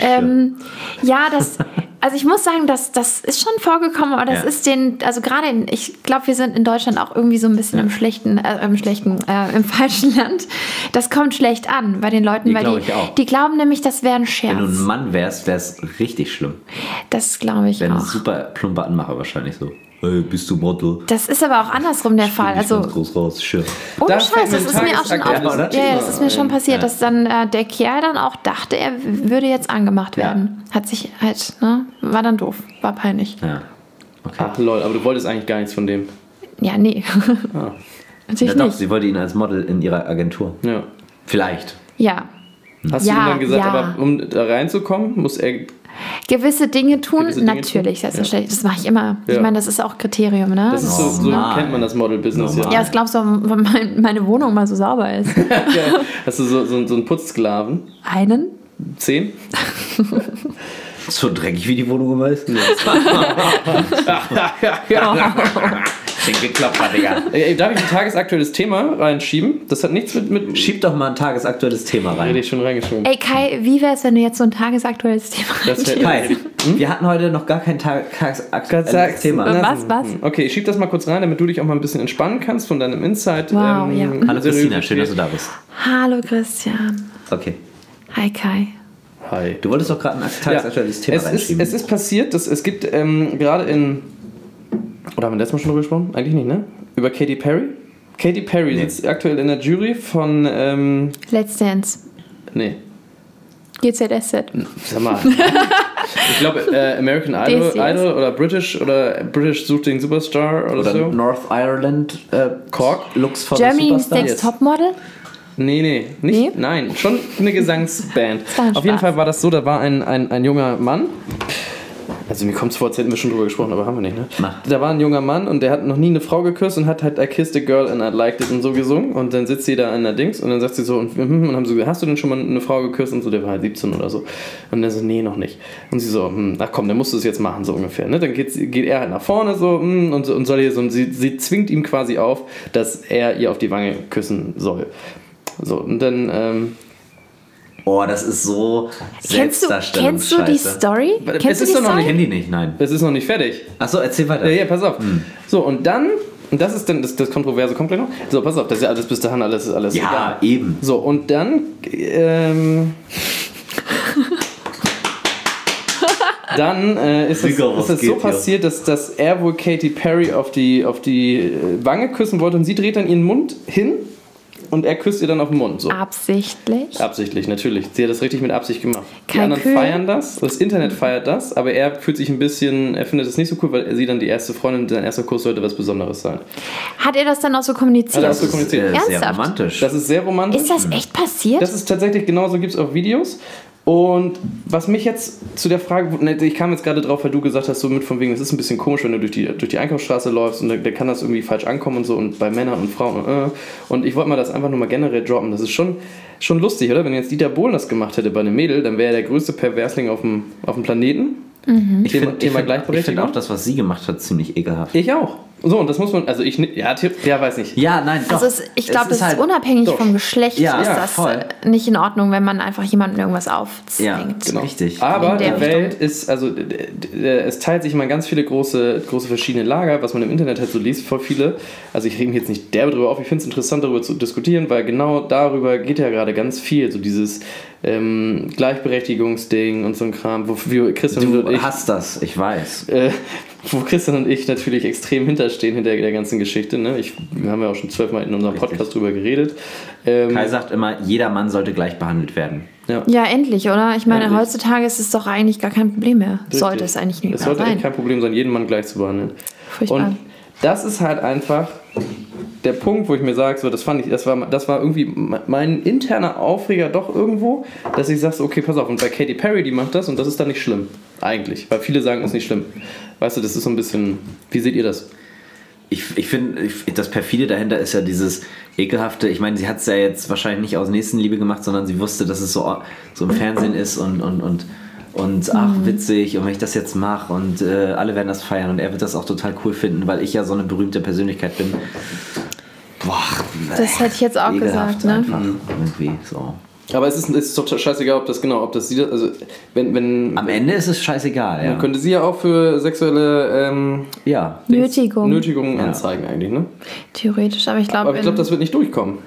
Speaker 3: Ähm, ja, das, also ich muss sagen, das, das ist schon vorgekommen, aber das
Speaker 1: Ja.
Speaker 3: ist den, also gerade in, ich glaube, wir sind in Deutschland auch irgendwie so ein bisschen im schlechten, äh, im schlechten, äh, im falschen Land. Das kommt schlecht an bei den Leuten,
Speaker 1: Die
Speaker 3: weil
Speaker 1: glaub
Speaker 3: die,
Speaker 1: ich auch.
Speaker 3: die glauben nämlich, das wäre ein
Speaker 1: Wenn du ein
Speaker 3: Scherz.
Speaker 1: Mann wärst, wär's richtig schlimm.
Speaker 3: Das glaube ich
Speaker 1: Wäre ein
Speaker 3: auch.
Speaker 1: super plumper Anmacher wahrscheinlich so. Hey, bist du Model?
Speaker 3: Das ist aber auch andersrum der Fall.
Speaker 1: Bin ich ganz
Speaker 3: Also
Speaker 1: groß raus. Sure.
Speaker 3: Ohne
Speaker 2: Da fällt
Speaker 3: Scheiß,
Speaker 2: mir
Speaker 3: das
Speaker 2: ein
Speaker 3: ist mir auch schon
Speaker 2: tagesaktuelles
Speaker 3: aufgefallen. Ja,
Speaker 2: Thema
Speaker 3: ja, das ist mir schon
Speaker 2: ein.
Speaker 3: passiert, dass dann äh, der Kerl dann auch dachte, er w- würde jetzt angemacht
Speaker 1: Ja.
Speaker 3: werden. Hat sich halt, ne, war dann doof, war peinlich.
Speaker 1: Ja. Okay.
Speaker 2: Ach lol, aber du wolltest eigentlich gar nichts von dem.
Speaker 3: Ja, nee.
Speaker 2: Ah,
Speaker 1: Na
Speaker 3: Natürlich
Speaker 1: doch,
Speaker 3: nicht.
Speaker 1: sie wollte ihn als Model in ihrer Agentur.
Speaker 2: ja.
Speaker 1: Vielleicht.
Speaker 3: Ja.
Speaker 2: Hast du
Speaker 3: Ja,
Speaker 2: ihm dann gesagt,
Speaker 3: ja.
Speaker 2: aber um da reinzukommen, muss er.
Speaker 3: Gewisse Dinge tun,
Speaker 2: Gewisse Dinge
Speaker 3: natürlich,
Speaker 2: tun?
Speaker 3: selbstverständlich. Das mache ich immer. Ich
Speaker 2: Ja.
Speaker 3: meine, das ist auch Kriterium, ne?
Speaker 2: Das ist so, so
Speaker 1: Normal.
Speaker 2: kennt man das Model-Business ja.
Speaker 1: Normal.
Speaker 3: ja, das glaubst du, wenn mein, meine Wohnung mal so sauber ist.
Speaker 2: ja. Hast du so, so, so einen Putzsklaven?
Speaker 3: Einen?
Speaker 2: Zehn?
Speaker 1: So dreckig wie die Wohnung immer ist. Nee.
Speaker 3: Oh.
Speaker 1: Den Geklapper, Digga.
Speaker 2: Ey, darf ich ein tagesaktuelles Thema reinschieben? Das hat nichts mit. mit
Speaker 1: Schieb doch mal ein tagesaktuelles Thema rein.
Speaker 2: Hätte ich schon reingeschoben.
Speaker 3: Ey, Kai, wie wäre es, wenn du jetzt so ein tagesaktuelles Thema
Speaker 2: Das wär-
Speaker 3: anschiebst?
Speaker 1: Kai, wir hatten heute noch gar kein Tag- tagesaktuelles Thema.
Speaker 3: Na- Was, was?
Speaker 2: Äh, Okay, ich schieb das mal kurz rein, damit du dich auch mal ein bisschen entspannen kannst von deinem Insight. ähm,
Speaker 3: Wow, ja.
Speaker 1: Hallo Christina, schön, dass du da bist.
Speaker 3: Hallo Christian.
Speaker 1: Okay.
Speaker 3: Hi Kai.
Speaker 2: da Hi.
Speaker 1: Du wolltest doch gerade ein tagesaktuelles Thema
Speaker 2: es ist,
Speaker 1: reinschieben.
Speaker 2: es ist passiert, dass es gibt ähm, gerade in. Oder haben wir letztes Mal schon drüber gesprochen? Eigentlich nicht, ne? Über Katy Perry? Katy Perry
Speaker 1: Nee.
Speaker 2: sitzt aktuell in der Jury von. Ähm,
Speaker 3: Let's Dance.
Speaker 2: nee,
Speaker 3: GZSZ.
Speaker 2: sag mal. ich glaube, äh, American Idol,
Speaker 3: DSDS.
Speaker 2: Idol oder British oder British sucht den Superstar oder,
Speaker 1: Oder
Speaker 2: so.
Speaker 1: North Ireland äh,
Speaker 2: Cork?
Speaker 1: Looks for
Speaker 3: Germany's
Speaker 1: the Superstar.
Speaker 3: Next
Speaker 2: Yes.
Speaker 3: Topmodel?
Speaker 2: Nee, nee,
Speaker 3: Nee?
Speaker 2: nicht. Nein, schon eine Gesangsband.
Speaker 3: war ein
Speaker 2: Auf jeden
Speaker 3: Spaß.
Speaker 2: Fall war das so, da war ein, ein, ein junger Mann. Also mir kommt es vor, als hätten wir schon drüber gesprochen, aber haben wir nicht, ne?
Speaker 1: Na.
Speaker 2: Da war ein junger Mann und der hat noch nie eine Frau geküsst und hat halt I kissed a girl and I liked it und so gesungen. Und dann sitzt sie da in der Dings und dann sagt sie so, und, mhm, und haben sie gesagt, hast du denn schon mal eine Frau geküsst? Und so, der war halt 17 oder so. Und er so, nee, noch nicht. Und sie so, hm, ach komm, dann musst du es jetzt machen, so ungefähr. Ne? Dann geht, geht er halt nach vorne so hm, und, so- und soll ihr so, und sie, sie zwingt ihm quasi auf, dass er ihr auf die Wange küssen soll. So, und dann, ähm,
Speaker 1: Oh, das ist so
Speaker 3: Kennst du,
Speaker 1: Selbstdarstellung.
Speaker 3: kennst du die
Speaker 1: Scheiße.
Speaker 3: Story?
Speaker 2: Es
Speaker 3: Kennst du
Speaker 2: ist
Speaker 3: die
Speaker 2: doch noch
Speaker 1: Ich
Speaker 3: Story?
Speaker 1: kenne die nicht, nein.
Speaker 2: es ist noch nicht fertig.
Speaker 1: Achso, erzähl weiter.
Speaker 2: Ja, ja, pass auf.
Speaker 1: Hm.
Speaker 2: So, und dann, und das ist dann das, das Kontroverse, kommt gleich noch. So, pass auf, das ist ja alles bis dahin, alles, alles egal.
Speaker 1: Ja, eben.
Speaker 2: So, und dann, ähm, dann äh, ist es
Speaker 1: Digga, was
Speaker 2: ist es so
Speaker 1: geht hier?
Speaker 2: passiert, dass, dass er wohl Katy Perry auf die, auf die äh, Wange küssen wollte und sie dreht dann ihren Mund hin und er küsst ihr dann auf den Mund. So.
Speaker 3: Absichtlich.
Speaker 2: Absichtlich, natürlich. Sie hat das richtig mit Absicht gemacht. Die
Speaker 3: Kalkül.
Speaker 2: anderen feiern das, das Internet feiert das, aber er fühlt sich ein bisschen, er findet das nicht so cool, weil sie dann die erste Freundin, sein erster Kurs sollte was Besonderes sein.
Speaker 3: Hat er das dann auch so kommuniziert?
Speaker 2: Hat er auch so
Speaker 1: Das ist äh,
Speaker 2: kommuniziert.
Speaker 1: sehr
Speaker 3: Ernsthaft?
Speaker 1: romantisch.
Speaker 2: Das ist sehr romantisch.
Speaker 3: ist das echt passiert?
Speaker 2: Das ist tatsächlich genauso, gibt es auch Videos. Und was mich jetzt zu der Frage, ne, ich kam jetzt gerade drauf, weil du gesagt hast, so mit von wegen, es ist ein bisschen komisch, wenn du durch die, durch die Einkaufsstraße läufst und da, da kann das irgendwie falsch ankommen und so und bei Männern und Frauen und, äh. und ich wollte mal das einfach nur mal generell droppen. Das ist schon, schon lustig, oder? Wenn jetzt Dieter Bohlen das gemacht hätte bei einem Mädel, dann wäre er der größte Perversling auf dem, auf dem Planeten.
Speaker 1: ich
Speaker 2: Thema-
Speaker 1: find- ich
Speaker 2: Thema
Speaker 1: find- Ich
Speaker 2: Gleichberechtigung?
Speaker 1: finde auch das, was sie gemacht hat, ziemlich ekelhaft.
Speaker 2: Ich auch. So, und das muss man, also ich, ni- ja, Tipp, ja, weiß nicht.
Speaker 1: Ja, nein, doch.
Speaker 3: also es, ich glaube,
Speaker 1: Es
Speaker 3: das ist
Speaker 1: halt-
Speaker 3: unabhängig
Speaker 2: doch.
Speaker 3: vom Geschlecht
Speaker 1: Ja,
Speaker 3: ist
Speaker 1: ja,
Speaker 3: das
Speaker 1: voll.
Speaker 3: äh, nicht in Ordnung, wenn man einfach jemandem irgendwas aufzwingt.
Speaker 1: Ja, genau. Richtig.
Speaker 2: Aber
Speaker 3: In
Speaker 2: die
Speaker 3: der Richtung.
Speaker 2: Welt ist, also d- d- es teilt sich mal in ganz viele große, große verschiedene Lager, was man im Internet halt so liest, voll viele. Also ich reg mich jetzt nicht derbe drüber auf, ich finde es interessant darüber zu diskutieren, weil genau darüber geht ja gerade ganz viel, so dieses ähm, Gleichberechtigungsding und so ein Kram, wofür Christian und
Speaker 1: Du
Speaker 2: ich
Speaker 1: hast das, ich weiß.
Speaker 2: äh, wo Christian und ich natürlich extrem hinterstehen hinter der ganzen Geschichte. Ne? Ich, wir haben ja auch schon zwölfmal in unserem
Speaker 1: Richtig.
Speaker 2: Podcast drüber geredet. Ähm,
Speaker 1: Kai sagt immer, jeder Mann sollte gleich behandelt werden.
Speaker 3: Ja, endlich, oder? Ich meine,
Speaker 2: Endlich.
Speaker 3: heutzutage ist es doch eigentlich gar kein Problem mehr. Sollte es eigentlich nicht
Speaker 2: Es
Speaker 3: mehr
Speaker 2: sollte echt
Speaker 3: sein.
Speaker 2: kein Problem sein, jeden Mann gleich zu behandeln.
Speaker 3: Furchtbar.
Speaker 2: Und das ist halt einfach der Punkt, wo ich mir sage, so, das fand ich, das war, das war irgendwie mein interner Aufreger doch irgendwo, dass ich sage, so, okay, pass auf, und bei Katy Perry, die macht das und das ist dann nicht schlimm. Eigentlich. Weil viele sagen, das ist nicht schlimm. Weißt du, das ist so ein bisschen, wie seht ihr das?
Speaker 1: ich, ich finde, ich- das perfide dahinter ist ja dieses ekelhafte. Ich meine, sie hat es ja jetzt wahrscheinlich nicht aus Nächstenliebe gemacht, sondern sie wusste, dass es so, so im Fernsehen ist und, und, und, und ach,
Speaker 3: Mhm.
Speaker 1: witzig. Und wenn ich das jetzt mache und äh, alle werden das feiern und er wird das auch total cool finden, weil ich ja so eine berühmte Persönlichkeit bin. Boah,
Speaker 3: Das hätte ich jetzt auch
Speaker 1: ekelhaft
Speaker 3: gesagt, ne?
Speaker 1: Einfach
Speaker 2: Mhm.
Speaker 1: irgendwie so.
Speaker 2: Aber es ist, es ist doch scheißegal, ob das genau, ob das sie, das- also wenn, wenn
Speaker 1: Am Ende ist es scheißegal, ja.
Speaker 2: könnte sie ja auch für sexuelle ähm,
Speaker 1: ja.
Speaker 3: Nötigung.
Speaker 2: Nötigungen
Speaker 1: Ja.
Speaker 2: anzeigen eigentlich, ne?
Speaker 3: Theoretisch, aber ich ähm, glaube.
Speaker 2: Aber ich glaube, das wird nicht durchkommen.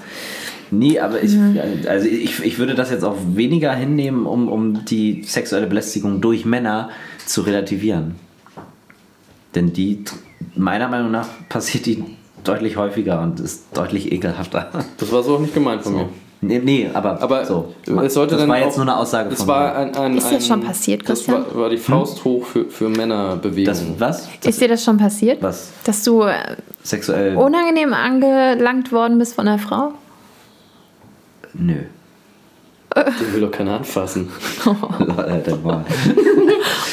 Speaker 1: Nee, aber ich,
Speaker 3: Mhm.
Speaker 1: also ich, ich würde das jetzt auch weniger hinnehmen, um, um die sexuelle Belästigung durch Männer zu relativieren. Denn die, tr- meiner Meinung nach, passiert die deutlich häufiger und ist deutlich ekelhafter.
Speaker 2: Das war so auch nicht gemeint von mir.
Speaker 1: Nee, nee aber,
Speaker 2: Aber
Speaker 1: so.
Speaker 2: es sollte
Speaker 1: das
Speaker 2: dann
Speaker 1: war
Speaker 2: auch,
Speaker 1: jetzt nur eine Aussage
Speaker 2: das
Speaker 1: von
Speaker 2: war
Speaker 1: mir.
Speaker 2: ein, ein,
Speaker 3: Ist
Speaker 2: ein,
Speaker 3: das schon passiert, Christian? Hm?
Speaker 2: Das war, war die Faust hoch für, für
Speaker 1: Das,
Speaker 2: Männerbewegung.
Speaker 1: was?
Speaker 3: ist dir das schon passiert?
Speaker 1: Was?
Speaker 3: Dass du äh,
Speaker 1: Sexuell?
Speaker 3: unangenehm angelangt worden bist von einer Frau?
Speaker 1: Nö.
Speaker 2: Den will doch keiner anfassen.
Speaker 1: Alter, boah.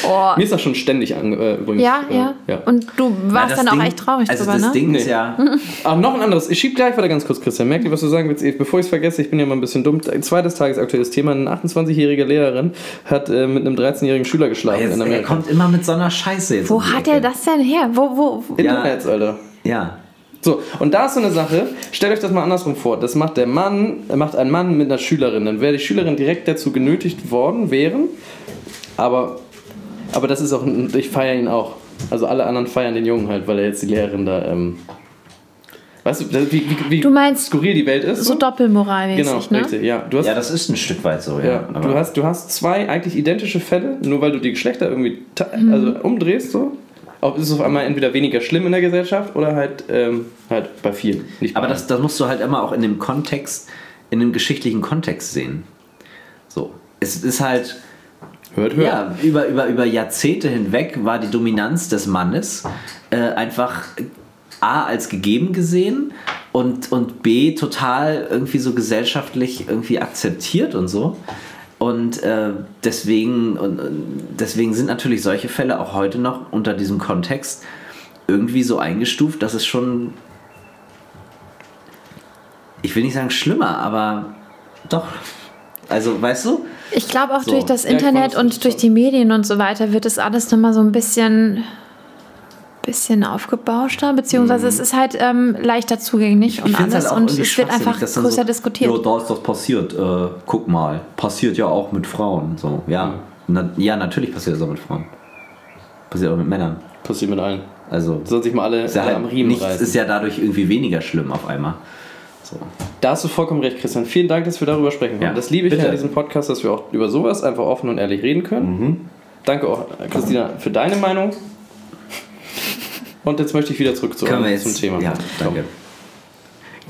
Speaker 3: Oh.
Speaker 2: Mir ist das schon ständig an, äh, übrigens.
Speaker 3: Ja,
Speaker 2: äh,
Speaker 3: ja,
Speaker 2: ja.
Speaker 3: Und du warst
Speaker 1: das
Speaker 3: dann auch
Speaker 1: Ding-
Speaker 3: echt traurig
Speaker 1: Also
Speaker 3: drüber,
Speaker 1: das
Speaker 3: ne?
Speaker 1: Ding ist
Speaker 2: Nee.
Speaker 1: ja,
Speaker 2: Ach, Ah, noch ein anderes. Ich schieb gleich weiter ganz kurz, Christian. Merk dir, was du sagen willst. Bevor ich es vergesse, ich bin ja mal ein bisschen dumm. Zweites tagesaktuelles Thema. Eine 28-jährige Lehrerin hat äh, mit einem 13-jährigen Schüler geschlafen
Speaker 1: jetzt,
Speaker 2: in
Speaker 1: er
Speaker 2: Amerika.
Speaker 1: kommt immer mit so einer Scheiße jetzt.
Speaker 3: Wo
Speaker 1: um die
Speaker 3: hat er
Speaker 1: Ecke.
Speaker 3: das denn her? Wo, wo, wo?
Speaker 1: Ja.
Speaker 2: Internets, Alter.
Speaker 1: Ja.
Speaker 2: So, und da ist so eine Sache, stellt euch das mal andersrum vor. Das macht der Mann, macht ein Mann mit einer Schülerin. Dann wäre die Schülerin direkt dazu genötigt worden, wären. Aber, aber das ist auch, ein- ich feiere ihn auch. Also alle anderen feiern den Jungen halt, weil er jetzt die Lehrerin da, ähm, weißt du, das- wie, wie, wie
Speaker 3: Du meinst-
Speaker 2: skurril die Welt ist?
Speaker 3: So doppelmoralmäßig,
Speaker 2: Genau,
Speaker 3: ne?
Speaker 2: richtig, ja. Du hast,
Speaker 1: ja,
Speaker 2: ja,
Speaker 1: das ist ein Stück weit so, ja. aber-
Speaker 2: du, hast, du hast zwei eigentlich identische Fälle, nur weil du die Geschlechter irgendwie ta- also umdrehst, so. Auch ist es auf einmal entweder weniger schlimm in der Gesellschaft oder halt, ähm, halt bei vielen. Nicht bei
Speaker 1: Aber
Speaker 2: allen.
Speaker 1: das, das musst du halt immer auch in dem Kontext, in dem geschichtlichen Kontext sehen. So. Es ist halt,
Speaker 2: Hört, hört.
Speaker 1: ja, über, über, über Jahrzehnte hinweg war die Dominanz des Mannes äh, einfach A als gegeben gesehen und, und B total irgendwie so gesellschaftlich irgendwie akzeptiert und so. Und äh, deswegen, und, und deswegen sind natürlich solche Fälle auch heute noch unter diesem Kontext irgendwie so eingestuft, dass es schon ich will nicht sagen schlimmer, aber doch. Also, weißt du?
Speaker 3: Ich glaube auch
Speaker 1: So.
Speaker 3: durch das
Speaker 2: Ja, ich fand
Speaker 3: Internet
Speaker 2: das
Speaker 3: und durch die Medien und so weiter wird es alles nochmal so ein bisschen, bisschen aufgebauschter, beziehungsweise es ist halt ähm, leichter zugänglich und
Speaker 1: Mhm. find's halt
Speaker 3: alles und
Speaker 1: irgendwie
Speaker 3: es wird
Speaker 1: schwachsinnig,
Speaker 3: einfach
Speaker 1: dass dann
Speaker 3: größer
Speaker 1: so,
Speaker 3: diskutiert.
Speaker 1: Ja, da ist das passiert. Äh, guck mal. Passiert ja auch mit Frauen. So, ja. Na, ja, natürlich passiert das auch mit Frauen. Passiert auch mit Männern.
Speaker 2: Passiert mit allen.
Speaker 1: Also,
Speaker 2: Sollen sich mal alle,
Speaker 1: ist ja
Speaker 2: alle
Speaker 1: halt,
Speaker 2: am Riemen
Speaker 1: nichts
Speaker 2: reißen.
Speaker 1: ist ja dadurch irgendwie weniger schlimm auf einmal. So.
Speaker 2: Da hast du vollkommen recht, Christian. Vielen Dank, dass wir darüber sprechen konnten.
Speaker 1: Ja,
Speaker 2: das liebe ich
Speaker 1: bitte.
Speaker 2: an diesem Podcast, dass wir auch über sowas einfach offen und ehrlich reden können.
Speaker 1: Mhm.
Speaker 2: Danke auch, Christina, für deine Meinung. Und jetzt möchte ich wieder zurück zu
Speaker 1: Können wir
Speaker 2: uns
Speaker 1: jetzt
Speaker 2: zum Thema.
Speaker 1: Ja, danke.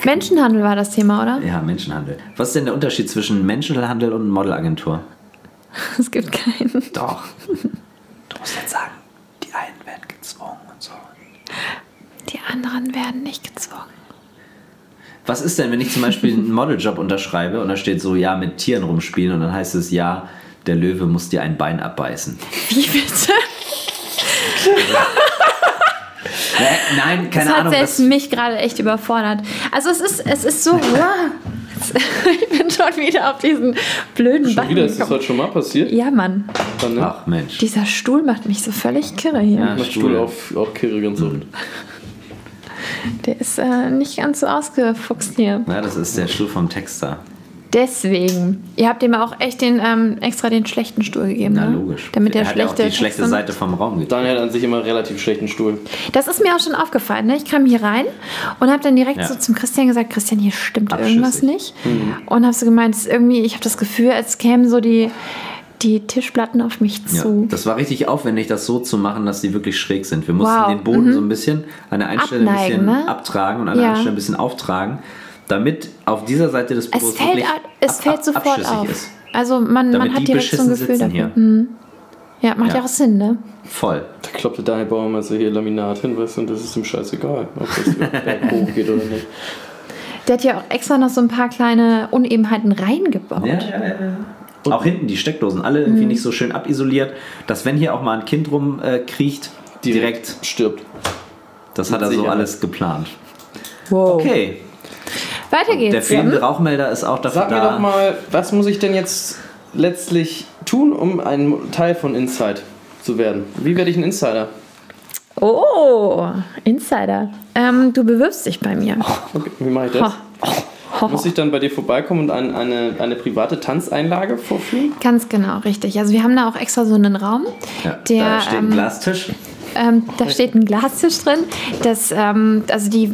Speaker 3: Menschenhandel war das Thema, oder?
Speaker 1: Ja, Menschenhandel. Was ist denn der Unterschied zwischen Menschenhandel und Modelagentur?
Speaker 3: Es gibt keinen.
Speaker 1: Doch. Du musst jetzt sagen, die einen werden gezwungen und so.
Speaker 3: Die anderen werden nicht gezwungen.
Speaker 1: Was ist denn, wenn ich zum Beispiel einen Modeljob unterschreibe und da steht so, ja, mit Tieren rumspielen und dann heißt es, ja, der Löwe muss dir ein Bein abbeißen.
Speaker 3: Wie bitte?
Speaker 1: Hä? nein, keine
Speaker 3: Das hat
Speaker 1: Ahnung.
Speaker 3: selbst
Speaker 1: Das,
Speaker 3: mich gerade echt überfordert. Also es ist, es ist so. Wow. Ich bin schon wieder auf diesen blöden
Speaker 2: Schon
Speaker 3: Button
Speaker 2: wieder ist das
Speaker 3: gekommen.
Speaker 2: heute schon mal passiert.
Speaker 3: Ja, Mann.
Speaker 2: Dann, ne?
Speaker 1: ach Mensch.
Speaker 3: Dieser Stuhl macht mich so völlig kirre hier.
Speaker 1: Ja.
Speaker 2: Mach Stuhl auf, auf Kirre ganz oft.
Speaker 3: Der ist äh, nicht ganz so ausgefuchst hier.
Speaker 1: Ja, das ist der Stuhl vom Texter.
Speaker 3: Deswegen. Ihr habt ihm auch echt den, ähm, extra den schlechten Stuhl gegeben.
Speaker 1: Na
Speaker 3: ne?
Speaker 1: logisch.
Speaker 3: Damit der,
Speaker 1: er hat ja auch
Speaker 3: schlechte.
Speaker 1: die schlechte
Speaker 3: Text-
Speaker 1: Seite vom Raum gekriegt.
Speaker 2: Daniel hat an sich immer einen relativ schlechten Stuhl.
Speaker 3: Das ist mir auch schon aufgefallen. Ne? Ich kam hier rein und habe dann direkt
Speaker 1: Ja.
Speaker 3: so zum Christian gesagt: Christian, hier stimmt
Speaker 1: Abschüssig. Mhm.
Speaker 3: irgendwas nicht. Und habe so gemeint, es ist irgendwie, ich habe das Gefühl, als kämen so die, die Tischplatten auf mich
Speaker 1: Ja,
Speaker 3: zu.
Speaker 1: das war richtig aufwendig, das so zu machen, dass die wirklich schräg sind. Wir mussten
Speaker 3: Wow, Mhm.
Speaker 1: den Boden so ein bisschen an der einen Stelle ein
Speaker 3: Abneigen,
Speaker 1: bisschen
Speaker 3: ne?
Speaker 1: abtragen und an der
Speaker 3: Ja.
Speaker 1: anderen Stelle ein bisschen auftragen, damit auf dieser Seite des
Speaker 3: es
Speaker 1: Boden
Speaker 3: fällt,
Speaker 1: wirklich
Speaker 3: ab- es
Speaker 1: ab-
Speaker 3: fällt
Speaker 1: ab-
Speaker 3: sofort
Speaker 1: abschüssig
Speaker 3: auf.
Speaker 1: ist.
Speaker 3: Also man, man
Speaker 1: Damit
Speaker 3: hat
Speaker 1: die
Speaker 3: direkt so ein
Speaker 1: beschissen
Speaker 3: Gefühl
Speaker 1: sitzen
Speaker 3: dafür.
Speaker 1: hier.
Speaker 3: Mhm. Ja, macht ja
Speaker 1: Ja.
Speaker 3: auch Sinn, ne?
Speaker 1: Voll.
Speaker 2: Da kloppte Daniel Baumeister hier Laminat hin, weißt du, und das ist ihm scheißegal, ob das Berg hoch geht oder nicht.
Speaker 3: Der hat ja auch extra noch so ein paar kleine Unebenheiten reingebaut.
Speaker 1: Ja, ja, ja, ja. auch hinten die Steckdosen, alle irgendwie
Speaker 3: Mhm.
Speaker 1: nicht so schön abisoliert, dass wenn hier auch mal ein Kind rumkriecht, äh, kriecht, direkt,
Speaker 2: stirbt.
Speaker 1: Das hat er so
Speaker 2: Sicherheit.
Speaker 1: alles geplant.
Speaker 3: Wow.
Speaker 1: Okay.
Speaker 3: Weiter geht's.
Speaker 1: Der fehlende
Speaker 3: Jan.
Speaker 1: Rauchmelder ist auch dafür
Speaker 2: Sag mir
Speaker 1: da.
Speaker 2: doch mal, was muss ich denn jetzt letztlich tun, um ein Teil von Inside zu werden? Wie werde ich ein Insider?
Speaker 3: Oh, Insider. Ähm, du bewirbst dich bei mir.
Speaker 2: Okay, wie mache ich
Speaker 3: Ha.
Speaker 2: das?
Speaker 3: Ho, ho.
Speaker 2: Muss ich dann bei dir vorbeikommen und ein, eine, eine private Tanzeinlage vorführen?
Speaker 3: Ganz genau, richtig. Also wir haben da auch extra so einen Raum,
Speaker 1: Ja,
Speaker 3: der
Speaker 1: da steht ein
Speaker 3: ähm,
Speaker 1: Glastisch.
Speaker 3: Ähm, da steht ein Glastisch drin. Das, ähm, also die,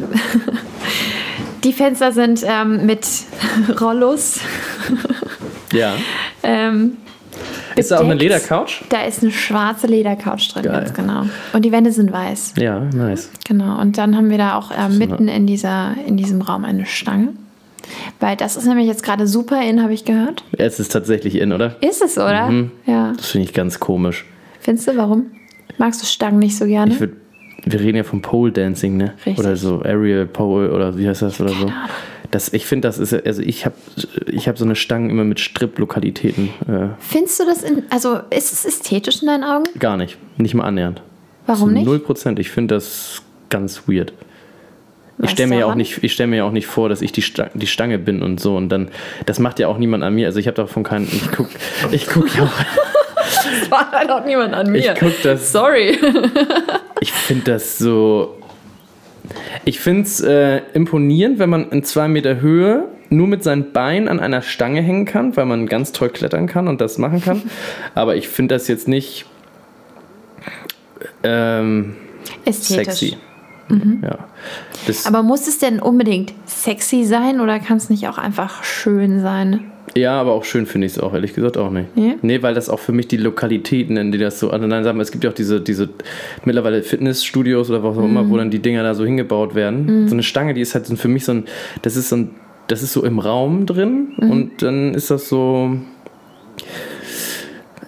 Speaker 3: die Fenster sind ähm, mit Rollos.
Speaker 2: Ja.
Speaker 3: Ähm,
Speaker 2: Ist da auch eine
Speaker 3: bedeckt.
Speaker 2: Ledercouch?
Speaker 3: Da ist eine schwarze Ledercouch drin,
Speaker 2: Geil.
Speaker 3: ganz genau. Und die Wände sind weiß.
Speaker 2: Ja, nice.
Speaker 3: Genau. Und dann haben wir da auch ähm, mitten in, dieser, in diesem Raum eine Stange. Weil das ist nämlich jetzt gerade super in, habe ich gehört.
Speaker 2: Es ist tatsächlich in, oder?
Speaker 3: Ist es, oder?
Speaker 2: Mhm.
Speaker 3: Ja.
Speaker 2: Das finde ich ganz komisch.
Speaker 3: Findest du, warum? Magst du Stangen nicht so gerne?
Speaker 2: Ich würde. Wir reden ja vom Pole Dancing, ne?
Speaker 3: Richtig.
Speaker 2: Oder so Aerial Pole oder wie heißt das oder so. Das, ich finde, das ist ja- also ich habe ich hab so eine Stange immer mit Strip-Lokalitäten. Äh,
Speaker 3: Findest du das in, also ist es ästhetisch in deinen Augen?
Speaker 2: gar nicht, nicht mal annähernd.
Speaker 3: Warum nicht?
Speaker 2: Null Prozent. Ich finde das ganz weird.
Speaker 3: Was
Speaker 2: Ich stelle mir, ja auch
Speaker 3: daran?
Speaker 2: nicht- ich stell mir ja auch nicht vor, dass ich die, Sta die Stange bin und so. Und dann, das macht ja auch niemand an mir. Also ich habe davon keinen. Ich guck, ich guck ja auch.
Speaker 3: war halt auch niemand an
Speaker 2: Ich
Speaker 3: mir.
Speaker 2: guck das.
Speaker 3: Sorry.
Speaker 2: Ich finde das so. Ich finde es äh, imponierend, wenn man in zwei Meter Höhe nur mit seinen Beinen an einer Stange hängen kann, weil man ganz toll klettern kann und das machen kann. Aber ich finde das jetzt nicht ähm,
Speaker 3: Ästhetisch.
Speaker 2: sexy. Ja. Das,
Speaker 3: Aber muss es denn unbedingt sexy sein oder kann es nicht auch einfach schön sein?
Speaker 2: Ja, aber auch schön finde ich es auch, ehrlich gesagt auch nicht.
Speaker 3: Nee?
Speaker 2: Nee, weil das auch für mich die Lokalitäten, in die das so aneinander haben. Es gibt ja auch diese, diese mittlerweile Fitnessstudios oder was auch immer,
Speaker 3: Mhm.
Speaker 2: wo dann die Dinger da so hingebaut werden. So eine Stange, die ist halt so für mich so ein, das ist so ein, das ist so im Raum drin
Speaker 3: Mhm.
Speaker 2: und dann ist das so,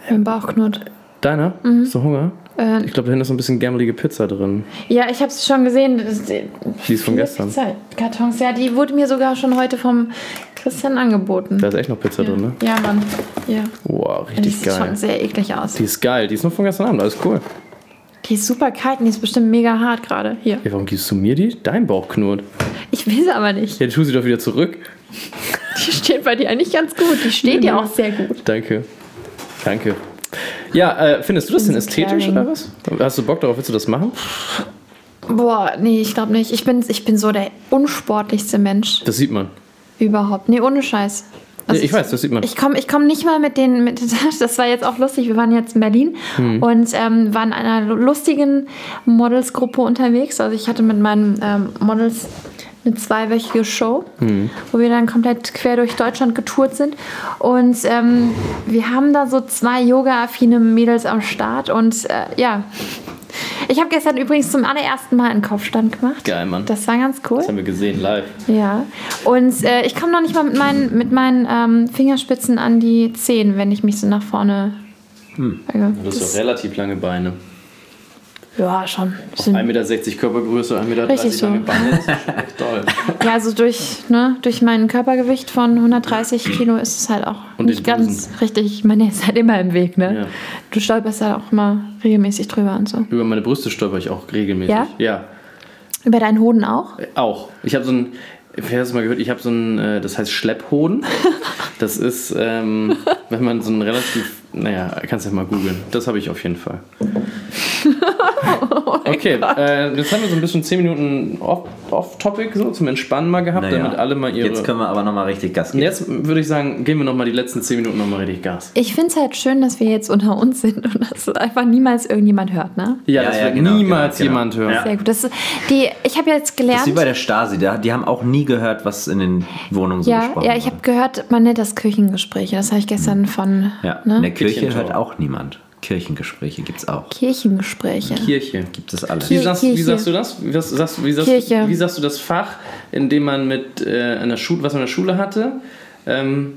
Speaker 3: Im Bauchknot.
Speaker 2: deiner,
Speaker 3: Mhm.
Speaker 2: hast du Hunger?
Speaker 3: Äh,
Speaker 2: Ich glaube, da hinten ist so ein bisschen gammelige Pizza drin.
Speaker 3: ja, ich habe es schon gesehen. Das, die
Speaker 2: Die ist von gestern.
Speaker 3: Pizza Kartons, ja, die wurde mir sogar schon heute vom Christian angeboten.
Speaker 2: Da ist echt noch Pizza drin, ne?
Speaker 3: Ja, Mann. Ja.
Speaker 2: Wow,
Speaker 3: Die
Speaker 2: richtig
Speaker 3: sieht schon
Speaker 2: geil.
Speaker 3: sehr eklig aus.
Speaker 2: Die ist geil, die ist noch von gestern Abend, alles cool.
Speaker 3: Die ist super kalt und die ist bestimmt mega hart gerade. Hier.
Speaker 2: Ja, warum gibst du mir die? Dein Bauch knurrt.
Speaker 3: Ich will sie aber nicht.
Speaker 2: Ja, tu sie doch wieder zurück.
Speaker 3: Die steht bei dir eigentlich ganz gut. Die steht dir auch sehr gut.
Speaker 2: Danke. Danke. Ja, äh, findest du das denn ästhetisch
Speaker 3: caring.
Speaker 2: oder was? Hast du Bock darauf? Willst du das machen?
Speaker 3: Boah, nee, ich glaube nicht. Ich bin, ich bin so der unsportlichste Mensch
Speaker 2: Das sieht man.
Speaker 3: überhaupt. Nee, ohne Scheiß. Also
Speaker 2: Ja, ich weiß, das sieht man.
Speaker 3: Ich komme ich komm nicht mal mit den. Mit, das war jetzt auch lustig. Wir waren jetzt in Berlin
Speaker 2: Hm.
Speaker 3: und ähm, waren in einer lustigen Modelsgruppe unterwegs. Also, ich hatte mit meinen ähm, Models eine zweiwöchige Show,
Speaker 2: Hm.
Speaker 3: wo wir dann komplett quer durch Deutschland getourt sind. Und ähm, wir haben da so zwei yoga-affine Mädels am Start. Und äh, ja, ich habe gestern übrigens zum allerersten Mal einen Kopfstand gemacht.
Speaker 2: Geil, Mann.
Speaker 3: Das war ganz cool.
Speaker 2: wir gesehen live.
Speaker 3: Ja, und äh, ich komme noch nicht mal mit meinen, mit meinen ähm, Fingerspitzen an die Zehen, wenn ich mich so nach vorne. beuge. Das-
Speaker 2: relativ lange Beine.
Speaker 3: ja, schon. Sind,
Speaker 2: Meter Körpergröße, 1,30 Meter
Speaker 3: Richtig so. lange
Speaker 2: Beine. Das ist schon echt toll.
Speaker 3: ja, so durch, ne, durch mein Körpergewicht von 130 Kilo ist es halt auch
Speaker 2: Und
Speaker 3: nicht
Speaker 2: den
Speaker 3: ganz richtig. Ich meine, ist halt immer im Weg, ne?
Speaker 2: Ja.
Speaker 3: Du stolperst halt auch immer regelmäßig drüber und so.
Speaker 2: Über meine Brüste stolper ich auch regelmäßig.
Speaker 3: Ja?
Speaker 2: Ja,
Speaker 3: Über deinen Hoden auch?
Speaker 2: äh, auch. Ich habe so ein, ich habe mal gehört, ich habe so ein, äh, das heißt Schlepphoden. Das ist, ähm, wenn man so ein relativ, naja, kannst ja mal googeln. Das habe ich auf jeden Fall. Okay, äh, jetzt haben wir so ein bisschen 10 Minuten off- off-topic so zum Entspannen mal gehabt,
Speaker 1: Naja,
Speaker 2: damit alle mal ihre.
Speaker 1: Jetzt können wir aber nochmal richtig Gas
Speaker 2: Und
Speaker 1: geben.
Speaker 2: jetzt würde ich sagen, geben wir nochmal die letzten 10 Minuten nochmal richtig Gas.
Speaker 3: Ich finde es halt schön, dass wir jetzt unter uns sind und dass einfach niemals irgendjemand hört, ne?
Speaker 2: Ja,
Speaker 1: Ja,
Speaker 2: das
Speaker 1: ja,
Speaker 2: wird
Speaker 1: genau,
Speaker 2: niemals
Speaker 1: genau, genau.
Speaker 2: jemand hören.
Speaker 1: Ja.
Speaker 3: Sehr gut. Das ist, die, ich habe jetzt gelernt.
Speaker 1: Das ist wie bei der Stasi. Da, die haben auch nie gehört, was in den Wohnungen so
Speaker 3: Ja,
Speaker 1: gesprochen
Speaker 3: ja ich habe
Speaker 1: wurde.
Speaker 3: gehört, man nennt das Kirchengespräche. Das habe ich gestern von
Speaker 1: Ja, in der
Speaker 3: ne?
Speaker 1: Kirche
Speaker 2: Kirchentor.
Speaker 1: hört auch niemand. Kirchengespräche gibt es auch.
Speaker 3: Kirchengespräche.
Speaker 2: Kirche.
Speaker 1: Gibt es alles.
Speaker 2: Wie
Speaker 3: Kirche.
Speaker 2: sagst, wie sagst du das? Wie sagst, sagst, wie, sagst,
Speaker 3: Kirche.
Speaker 2: wie sagst du das Fach, in dem man mit äh, einer Schule, was man in der Schule hatte, ähm,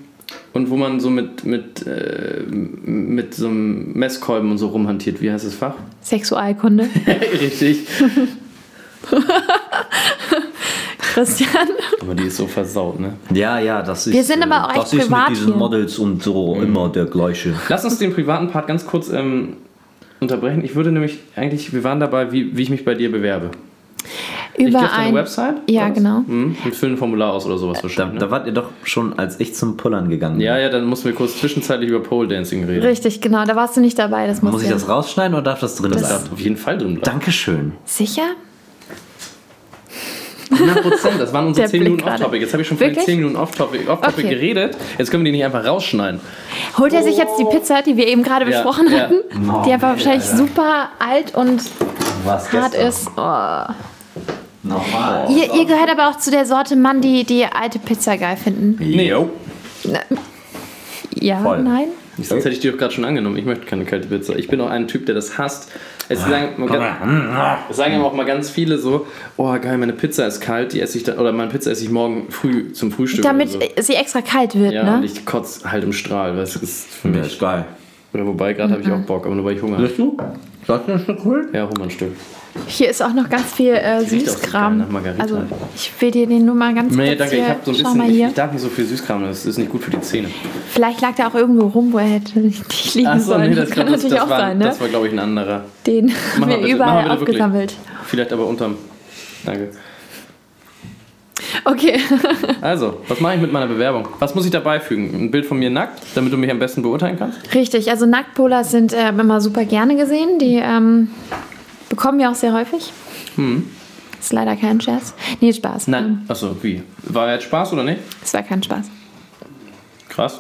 Speaker 2: und wo man so mit, mit, äh, mit so einem Messkolben und so rumhantiert? Wie heißt das Fach?
Speaker 3: Sexualkunde.
Speaker 2: Richtig.
Speaker 3: Christian.
Speaker 2: Aber die ist so versaut, ne?
Speaker 1: Ja, ja, das ist.
Speaker 3: Wir sind
Speaker 1: äh,
Speaker 3: aber auch
Speaker 1: Das
Speaker 3: echt
Speaker 1: ist
Speaker 3: privat
Speaker 1: mit diesen
Speaker 3: hier. Mhm.
Speaker 1: Models und so immer der gleiche.
Speaker 2: Lass uns den privaten Part ganz kurz ähm, unterbrechen. Ich würde nämlich eigentlich, wir waren dabei, wie, wie ich mich bei dir bewerbe. ich gehe
Speaker 3: über
Speaker 2: auf deine
Speaker 3: ein.
Speaker 2: Website?
Speaker 3: Ja,
Speaker 2: Was?
Speaker 3: genau.
Speaker 2: Mhm. Und füllen ein Formular aus oder sowas
Speaker 1: Da,
Speaker 2: wahrscheinlich.
Speaker 1: da
Speaker 2: ne?
Speaker 1: wart ihr doch schon, als ich zum Pullern gegangen bin.
Speaker 2: Ja, ja, dann mussten wir kurz zwischenzeitlich über Pole Dancing reden.
Speaker 3: Richtig, genau. Da warst du nicht dabei. Das muss
Speaker 1: Muss ich
Speaker 3: ja.
Speaker 1: das rausschneiden oder darf das drin
Speaker 3: Das-
Speaker 1: bleiben?
Speaker 2: Auf jeden Fall drin bleiben.
Speaker 1: Dankeschön.
Speaker 3: Sicher?
Speaker 2: 100 Prozent. Das waren unsere
Speaker 3: Der
Speaker 2: 10
Speaker 3: Blick
Speaker 2: Minuten
Speaker 3: gerade.
Speaker 2: Off-Topic. Jetzt habe ich schon von den
Speaker 3: Wirklich?
Speaker 2: 10 Minuten Off-Topic off -topic
Speaker 3: Okay.
Speaker 2: geredet. Jetzt können wir die nicht einfach rausschneiden.
Speaker 3: Holt er sich jetzt die Pizza, die wir eben gerade
Speaker 2: Ja,
Speaker 3: besprochen
Speaker 2: ja.
Speaker 3: hatten,
Speaker 1: Oh,
Speaker 3: die aber
Speaker 1: Mann,
Speaker 3: wahrscheinlich
Speaker 1: Alter.
Speaker 3: super alt und
Speaker 1: Was
Speaker 3: hart
Speaker 1: gestern?
Speaker 3: ist. Oh.
Speaker 1: Nochmal.
Speaker 3: Ihr, ihr gehört aber auch zu der Sorte Mann, die die alte Pizza geil finden.
Speaker 2: oh,
Speaker 1: Jo.
Speaker 3: Ja,
Speaker 1: Voll.
Speaker 3: nein?
Speaker 2: Sonst hätte ich die doch gerade schon angenommen. Ich möchte keine kalte Pizza. Ich bin auch ein Typ, der das hasst. Es sagen, man kann, es sagen aber auch mal ganz viele so, oh geil, meine Pizza ist kalt, die esse ich dann, oder meine Pizza esse ich morgen früh zum Frühstück.
Speaker 3: Damit
Speaker 2: oder so.
Speaker 3: sie extra kalt wird,
Speaker 2: Ja, und
Speaker 3: ne?
Speaker 2: ich kotze halt im Strahl, weil es ist für
Speaker 1: Ja,
Speaker 2: mich.
Speaker 1: ist geil.
Speaker 2: Ja, wobei, gerade habe ich
Speaker 3: Mhm.
Speaker 2: auch Bock, aber nur weil ich Hunger habe.
Speaker 1: Willst du? Sollst du ein Stück holen?
Speaker 2: Ja, hol mal ein Stück.
Speaker 3: Hier ist auch noch ganz viel äh,
Speaker 2: riecht auch so geil nach
Speaker 3: Süßkram.
Speaker 2: Margarita.
Speaker 3: also ich will dir den nur mal ganz
Speaker 2: Nee,
Speaker 3: kurz
Speaker 2: danke,
Speaker 3: hier,
Speaker 2: ich habe so ein
Speaker 3: schau mal
Speaker 2: bisschen, ich,
Speaker 3: hier.
Speaker 2: ich darf nicht so viel Süßkram, das ist nicht gut für die Zähne.
Speaker 3: Vielleicht lag der auch irgendwo rum, wo er hätte nicht liegen
Speaker 2: Achso,
Speaker 3: sollen.
Speaker 2: nee, das,
Speaker 3: kann
Speaker 2: glaub, das,
Speaker 3: natürlich
Speaker 2: das,
Speaker 3: auch
Speaker 2: war,
Speaker 3: sein, ne?
Speaker 2: das war, glaube ich, ein anderer.
Speaker 3: Den
Speaker 2: Mach
Speaker 3: haben
Speaker 2: mal
Speaker 3: wir
Speaker 2: bitte, mach
Speaker 3: überall
Speaker 2: mal bitte wirklich.
Speaker 3: aufgesammelt.
Speaker 2: Vielleicht aber unterm. Danke.
Speaker 3: Okay.
Speaker 2: Also, was mache ich mit meiner Bewerbung? Was muss ich dabei fügen? Ein Bild von mir nackt, damit du mich am besten beurteilen kannst?
Speaker 3: Richtig, also Nacktpolas sind ähm, immer super gerne gesehen. Die ähm, bekommen wir auch sehr häufig. Ist leider kein Scherz. Nee, Spaß.
Speaker 2: Hm.
Speaker 3: Ähm,
Speaker 2: Nein. Achso, wie? War jetzt Spaß oder nicht?
Speaker 3: Es war kein Spaß.
Speaker 2: Krass.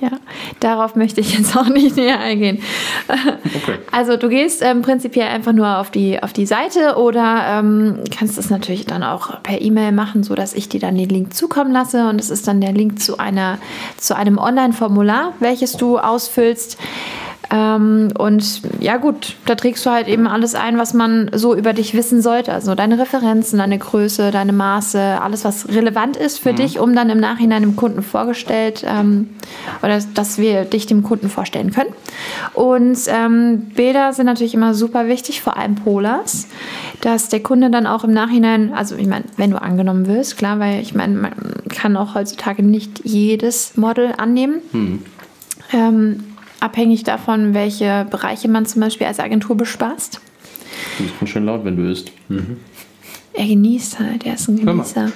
Speaker 3: Ja, darauf möchte ich jetzt auch nicht näher eingehen.
Speaker 2: Okay.
Speaker 3: Also du gehst ähm, prinzipiell einfach nur auf die, auf die Seite oder ähm, kannst es natürlich dann auch per E-Mail machen, sodass ich dir dann den Link zukommen lasse. Und es ist dann der Link zu, einer, zu einem Online-Formular, welches du ausfüllst. Ähm, und ja gut, da trägst du halt eben alles ein, was man so über dich wissen sollte. Also deine Referenzen, deine Größe, deine Maße, alles, was relevant ist für dich, um dann im Nachhinein dem Kunden vorgestellt ähm, oder dass wir dich dem Kunden vorstellen können. Und ähm, Bilder sind natürlich immer super wichtig, vor allem Polars, dass der Kunde dann auch im Nachhinein, also ich meine, wenn du angenommen wirst, klar, weil ich meine, man kann auch heutzutage nicht jedes Model annehmen. Ähm, abhängig davon, welche Bereiche man zum Beispiel als Agentur bespaßt.
Speaker 2: Du bist ganz schön laut, wenn du isst.
Speaker 3: Er genießt halt, er ist ein
Speaker 2: Hör mal.
Speaker 3: Genießer.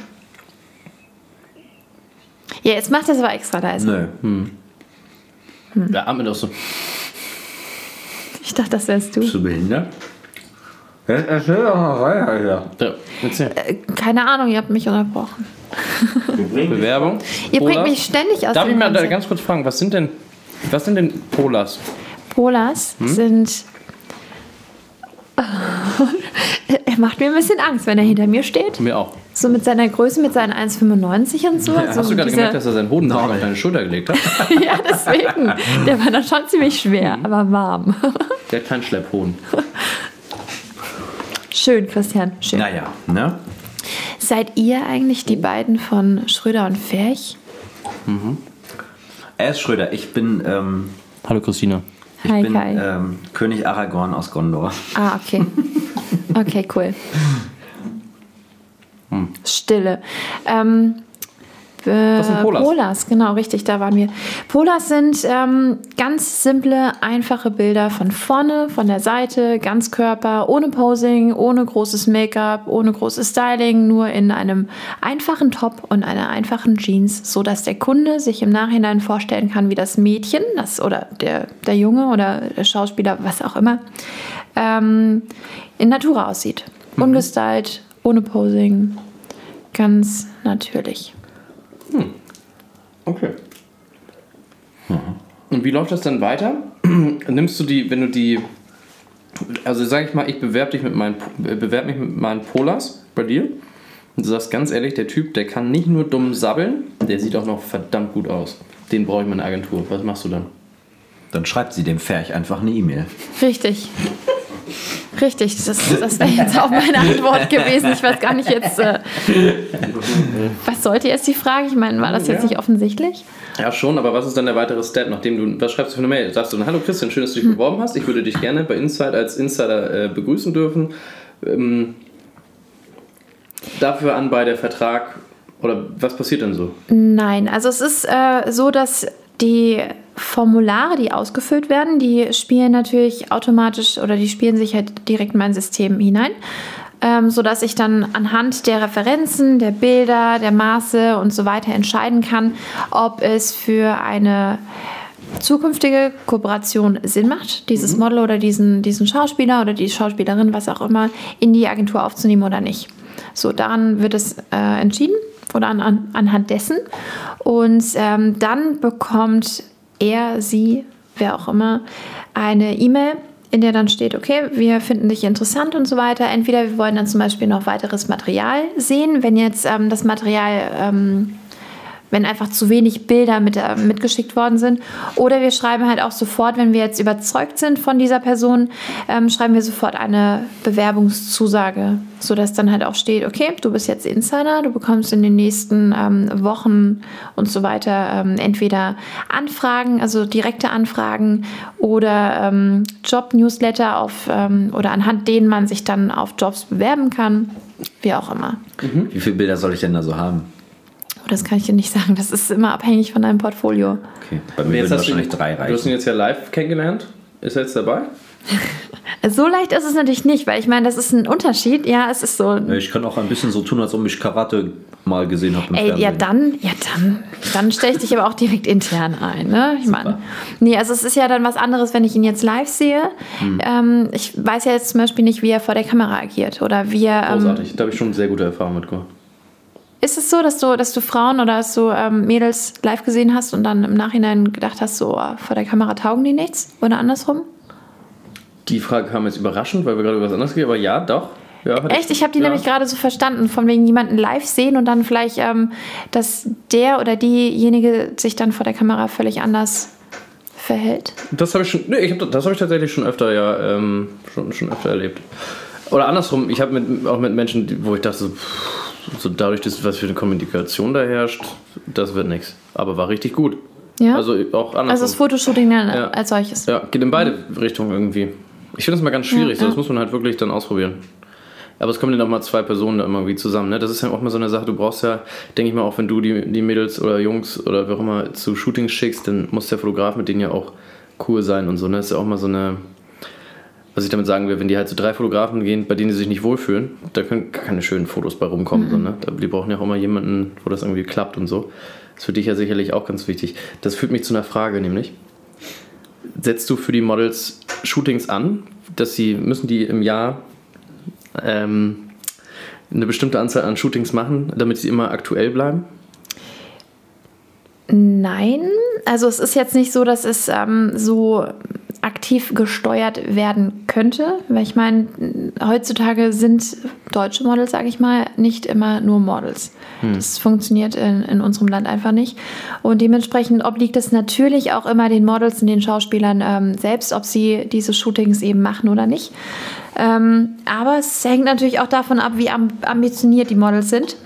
Speaker 3: Ja, jetzt macht er es aber extra
Speaker 2: Ne.
Speaker 3: leise.
Speaker 1: Nö.
Speaker 2: Hm.
Speaker 3: Mhm.
Speaker 2: Da atmet auch so.
Speaker 3: Ich dachte, das wärst du.
Speaker 1: Bist du behindert? Jetzt erzähl doch mal weiter hier.
Speaker 2: Ja, erzähl.
Speaker 3: Äh, Keine Ahnung, ihr habt mich unterbrochen.
Speaker 2: Bewerbung.
Speaker 3: Ihr bringt
Speaker 2: Polas.
Speaker 3: mich ständig aus
Speaker 2: Darf
Speaker 3: dem
Speaker 2: ich mal da
Speaker 3: Konzept.
Speaker 2: ganz kurz fragen, was sind denn, was sind denn Polars?
Speaker 3: Polas
Speaker 2: Hm?
Speaker 3: sind. er macht mir ein bisschen Angst, wenn er hinter mir steht.
Speaker 2: Mir auch.
Speaker 3: So mit seiner Größe, mit seinen 1,95 und so. so
Speaker 2: Hast du gerade
Speaker 3: diese-
Speaker 2: gemerkt, dass er seinen Hoden auf deine Schulter gelegt hat?
Speaker 3: Ja, deswegen. Der war dann schon ziemlich schwer,
Speaker 2: Mhm.
Speaker 3: aber warm.
Speaker 2: Der hat keinen Schlepphoden.
Speaker 3: Schön, Christian. Schön.
Speaker 1: Naja, ne?
Speaker 3: Seid ihr eigentlich
Speaker 1: Hm?
Speaker 3: die beiden von Schröder und Ferch?
Speaker 1: Er ist Schröder. Ich bin, ähm,
Speaker 2: Hallo Christina.
Speaker 1: ich
Speaker 3: Hi,
Speaker 1: bin
Speaker 3: Kai.
Speaker 1: ähm, König Aragorn aus Gondor.
Speaker 3: Ah, okay. Okay, cool. Stille. Ähm, Was
Speaker 2: sind Polars?
Speaker 3: Polars, genau, richtig, da waren wir. Polars sind ähm, ganz simple, einfache Bilder von vorne, von der Seite, ganz Körper, ohne Posing, ohne großes Make-up, ohne großes Styling, nur in einem einfachen Top und einer einfachen Jeans, sodass der Kunde sich im Nachhinein vorstellen kann, wie das Mädchen, das oder der, der Junge oder der Schauspieler, was auch immer, ähm, in Natura aussieht. Ungestylt, ohne Posing, ganz natürlich.
Speaker 2: Okay. Mhm. Und wie läuft das dann weiter? Nimmst du die, wenn du die, also sag ich mal, ich bewerbe dich mit meinen, äh, bewerb mich mit meinen Polars bei dir. Und du sagst ganz ehrlich, der Typ, der kann nicht nur dumm sabbeln, der sieht auch noch verdammt gut aus. Den brauche ich meine Agentur. Was machst du dann?
Speaker 1: Dann schreibt sie dem Ferch einfach eine E-Mail.
Speaker 3: Richtig. Richtig, das, das wäre jetzt auch meine Antwort gewesen. Ich weiß gar nicht jetzt. Äh, was sollte jetzt die Frage? Ich meine, war das jetzt
Speaker 2: Ja.
Speaker 3: nicht offensichtlich?
Speaker 2: Ja, schon, aber was ist dann der weitere Step, nachdem du, was schreibst du für eine Mail? Sagst du dann, hallo Christian, schön, dass du dich
Speaker 3: Hm.
Speaker 2: beworben hast. Ich würde dich gerne bei Insight als Insider äh, begrüßen dürfen. Ähm, dafür an bei der Vertrag, oder was passiert denn so?
Speaker 3: Nein, also es ist äh, so, dass die Formulare, die ausgefüllt werden, die spielen natürlich automatisch oder die spielen sich halt direkt in mein System hinein. ähm, sodass ich dann anhand der Referenzen, der Bilder, der Maße und so weiter entscheiden kann, ob es für eine zukünftige Kooperation Sinn macht, dieses Model oder diesen, diesen Schauspieler oder die Schauspielerin, was auch immer, in die Agentur aufzunehmen oder nicht. So, daran wird es äh, entschieden oder an, an, anhand dessen. Und ähm, dann bekommt er, sie, wer auch immer, eine E-Mail, in der dann steht, okay, wir finden dich interessant und so weiter. Entweder wir wollen dann zum Beispiel noch weiteres Material sehen, wenn jetzt ähm, das Material... Ähm, wenn einfach zu wenig Bilder mit, äh, mitgeschickt worden sind. Oder wir schreiben halt auch sofort, wenn wir jetzt überzeugt sind von dieser Person, ähm, schreiben wir sofort eine Bewerbungszusage, sodass dann halt auch steht, okay, du bist jetzt Insider, du bekommst in den nächsten ähm, Wochen und so weiter ähm, entweder Anfragen, also direkte Anfragen oder ähm, Job-Newsletter auf ähm, oder anhand denen man sich dann auf Jobs bewerben kann, wie auch immer.
Speaker 2: Hm?
Speaker 1: Wie viele Bilder soll ich denn da so haben?
Speaker 3: Oh, das kann ich dir nicht sagen. Das ist immer abhängig von deinem Portfolio.
Speaker 1: Okay. Bei mir würden wahrscheinlich drei
Speaker 2: Du hast ihn
Speaker 1: reichen.
Speaker 2: jetzt ja live kennengelernt. Ist er jetzt dabei?
Speaker 3: So leicht ist es natürlich nicht, weil ich meine, das ist ein Unterschied. Ja, es ist so.
Speaker 1: Äh, Ich kann auch ein bisschen so tun, als ob ich Karate mal gesehen habe im
Speaker 3: Ey, ja dann, ja dann, dann stelle ich dich aber auch direkt intern ein, ne? Ich meine, nee, also es ist ja dann was anderes, wenn ich ihn jetzt live sehe. Ähm, ich weiß ja jetzt zum Beispiel nicht, wie er vor der Kamera agiert oder wie er. Ähm,
Speaker 2: Großartig. Da habe ich schon sehr gute Erfahrungen mitgemacht.
Speaker 3: ist es so, dass du, dass du Frauen oder dass du ähm, Mädels live gesehen hast und dann im Nachhinein gedacht hast, so oh, vor der Kamera taugen die nichts oder andersrum?
Speaker 2: Die Frage kam jetzt überraschend, weil wir gerade über was anderes gehen, aber ja, doch. Ja, hatte
Speaker 3: Echt? Ich habe die
Speaker 2: ja.
Speaker 3: nämlich gerade so verstanden, von wegen jemanden live sehen und dann vielleicht, ähm, dass der oder diejenige sich dann vor der Kamera völlig anders verhält.
Speaker 2: Das habe ich schon. Nee, ich hab, das habe ich tatsächlich schon öfter ja ähm, schon, schon öfter erlebt. Oder andersrum, ich habe mit, auch mit Menschen, die- wo ich dachte, so, pff, so dadurch, dass, was für eine Kommunikation da herrscht, das wird nichts. Aber war richtig gut.
Speaker 3: Ja?
Speaker 2: Also auch andersrum.
Speaker 3: Also das Fotoshooting dann
Speaker 2: Ja.
Speaker 3: als solches. Mhm.
Speaker 2: Ja, geht in beide Richtungen irgendwie. Ich finde das mal ganz schwierig,
Speaker 3: Ja,
Speaker 2: so, das
Speaker 3: ja.
Speaker 2: muss man halt wirklich dann ausprobieren. Aber es kommen dann auch mal zwei Personen da immer irgendwie zusammen. Ne? Das ist ja auch mal so eine Sache, du brauchst ja, denke ich mal, auch wenn du die, die Mädels oder Jungs oder wer auch immer zu Shootings schickst, dann muss der Fotograf mit denen ja auch cool sein und so. Ne? Das ist ja auch mal so eine, was ich damit sagen will, wenn die halt zu drei Fotografen gehen, bei denen die sich nicht wohlfühlen, da können gar keine schönen Fotos bei rumkommen.
Speaker 3: Mhm.
Speaker 2: So, ne? Da- Die brauchen ja auch immer jemanden, wo das irgendwie klappt und so. Das ist für dich ja sicherlich auch ganz wichtig. Das führt mich zu einer Frage nämlich setzt du für die Models Shootings an, dass sie müssen die im Jahr ähm, eine bestimmte Anzahl an Shootings machen, damit sie immer aktuell bleiben?
Speaker 3: Nein, also es ist jetzt nicht so, dass es ähm, so aktiv gesteuert werden könnte, weil ich meine, heutzutage sind deutsche Models, sage ich mal, nicht immer nur Models. Das funktioniert in, in unserem Land einfach nicht. Und dementsprechend obliegt es natürlich auch immer den Models und den Schauspielern ähm, selbst, ob sie diese Shootings eben machen oder nicht. Ähm, aber es hängt natürlich auch davon ab, wie am- ambitioniert die Models sind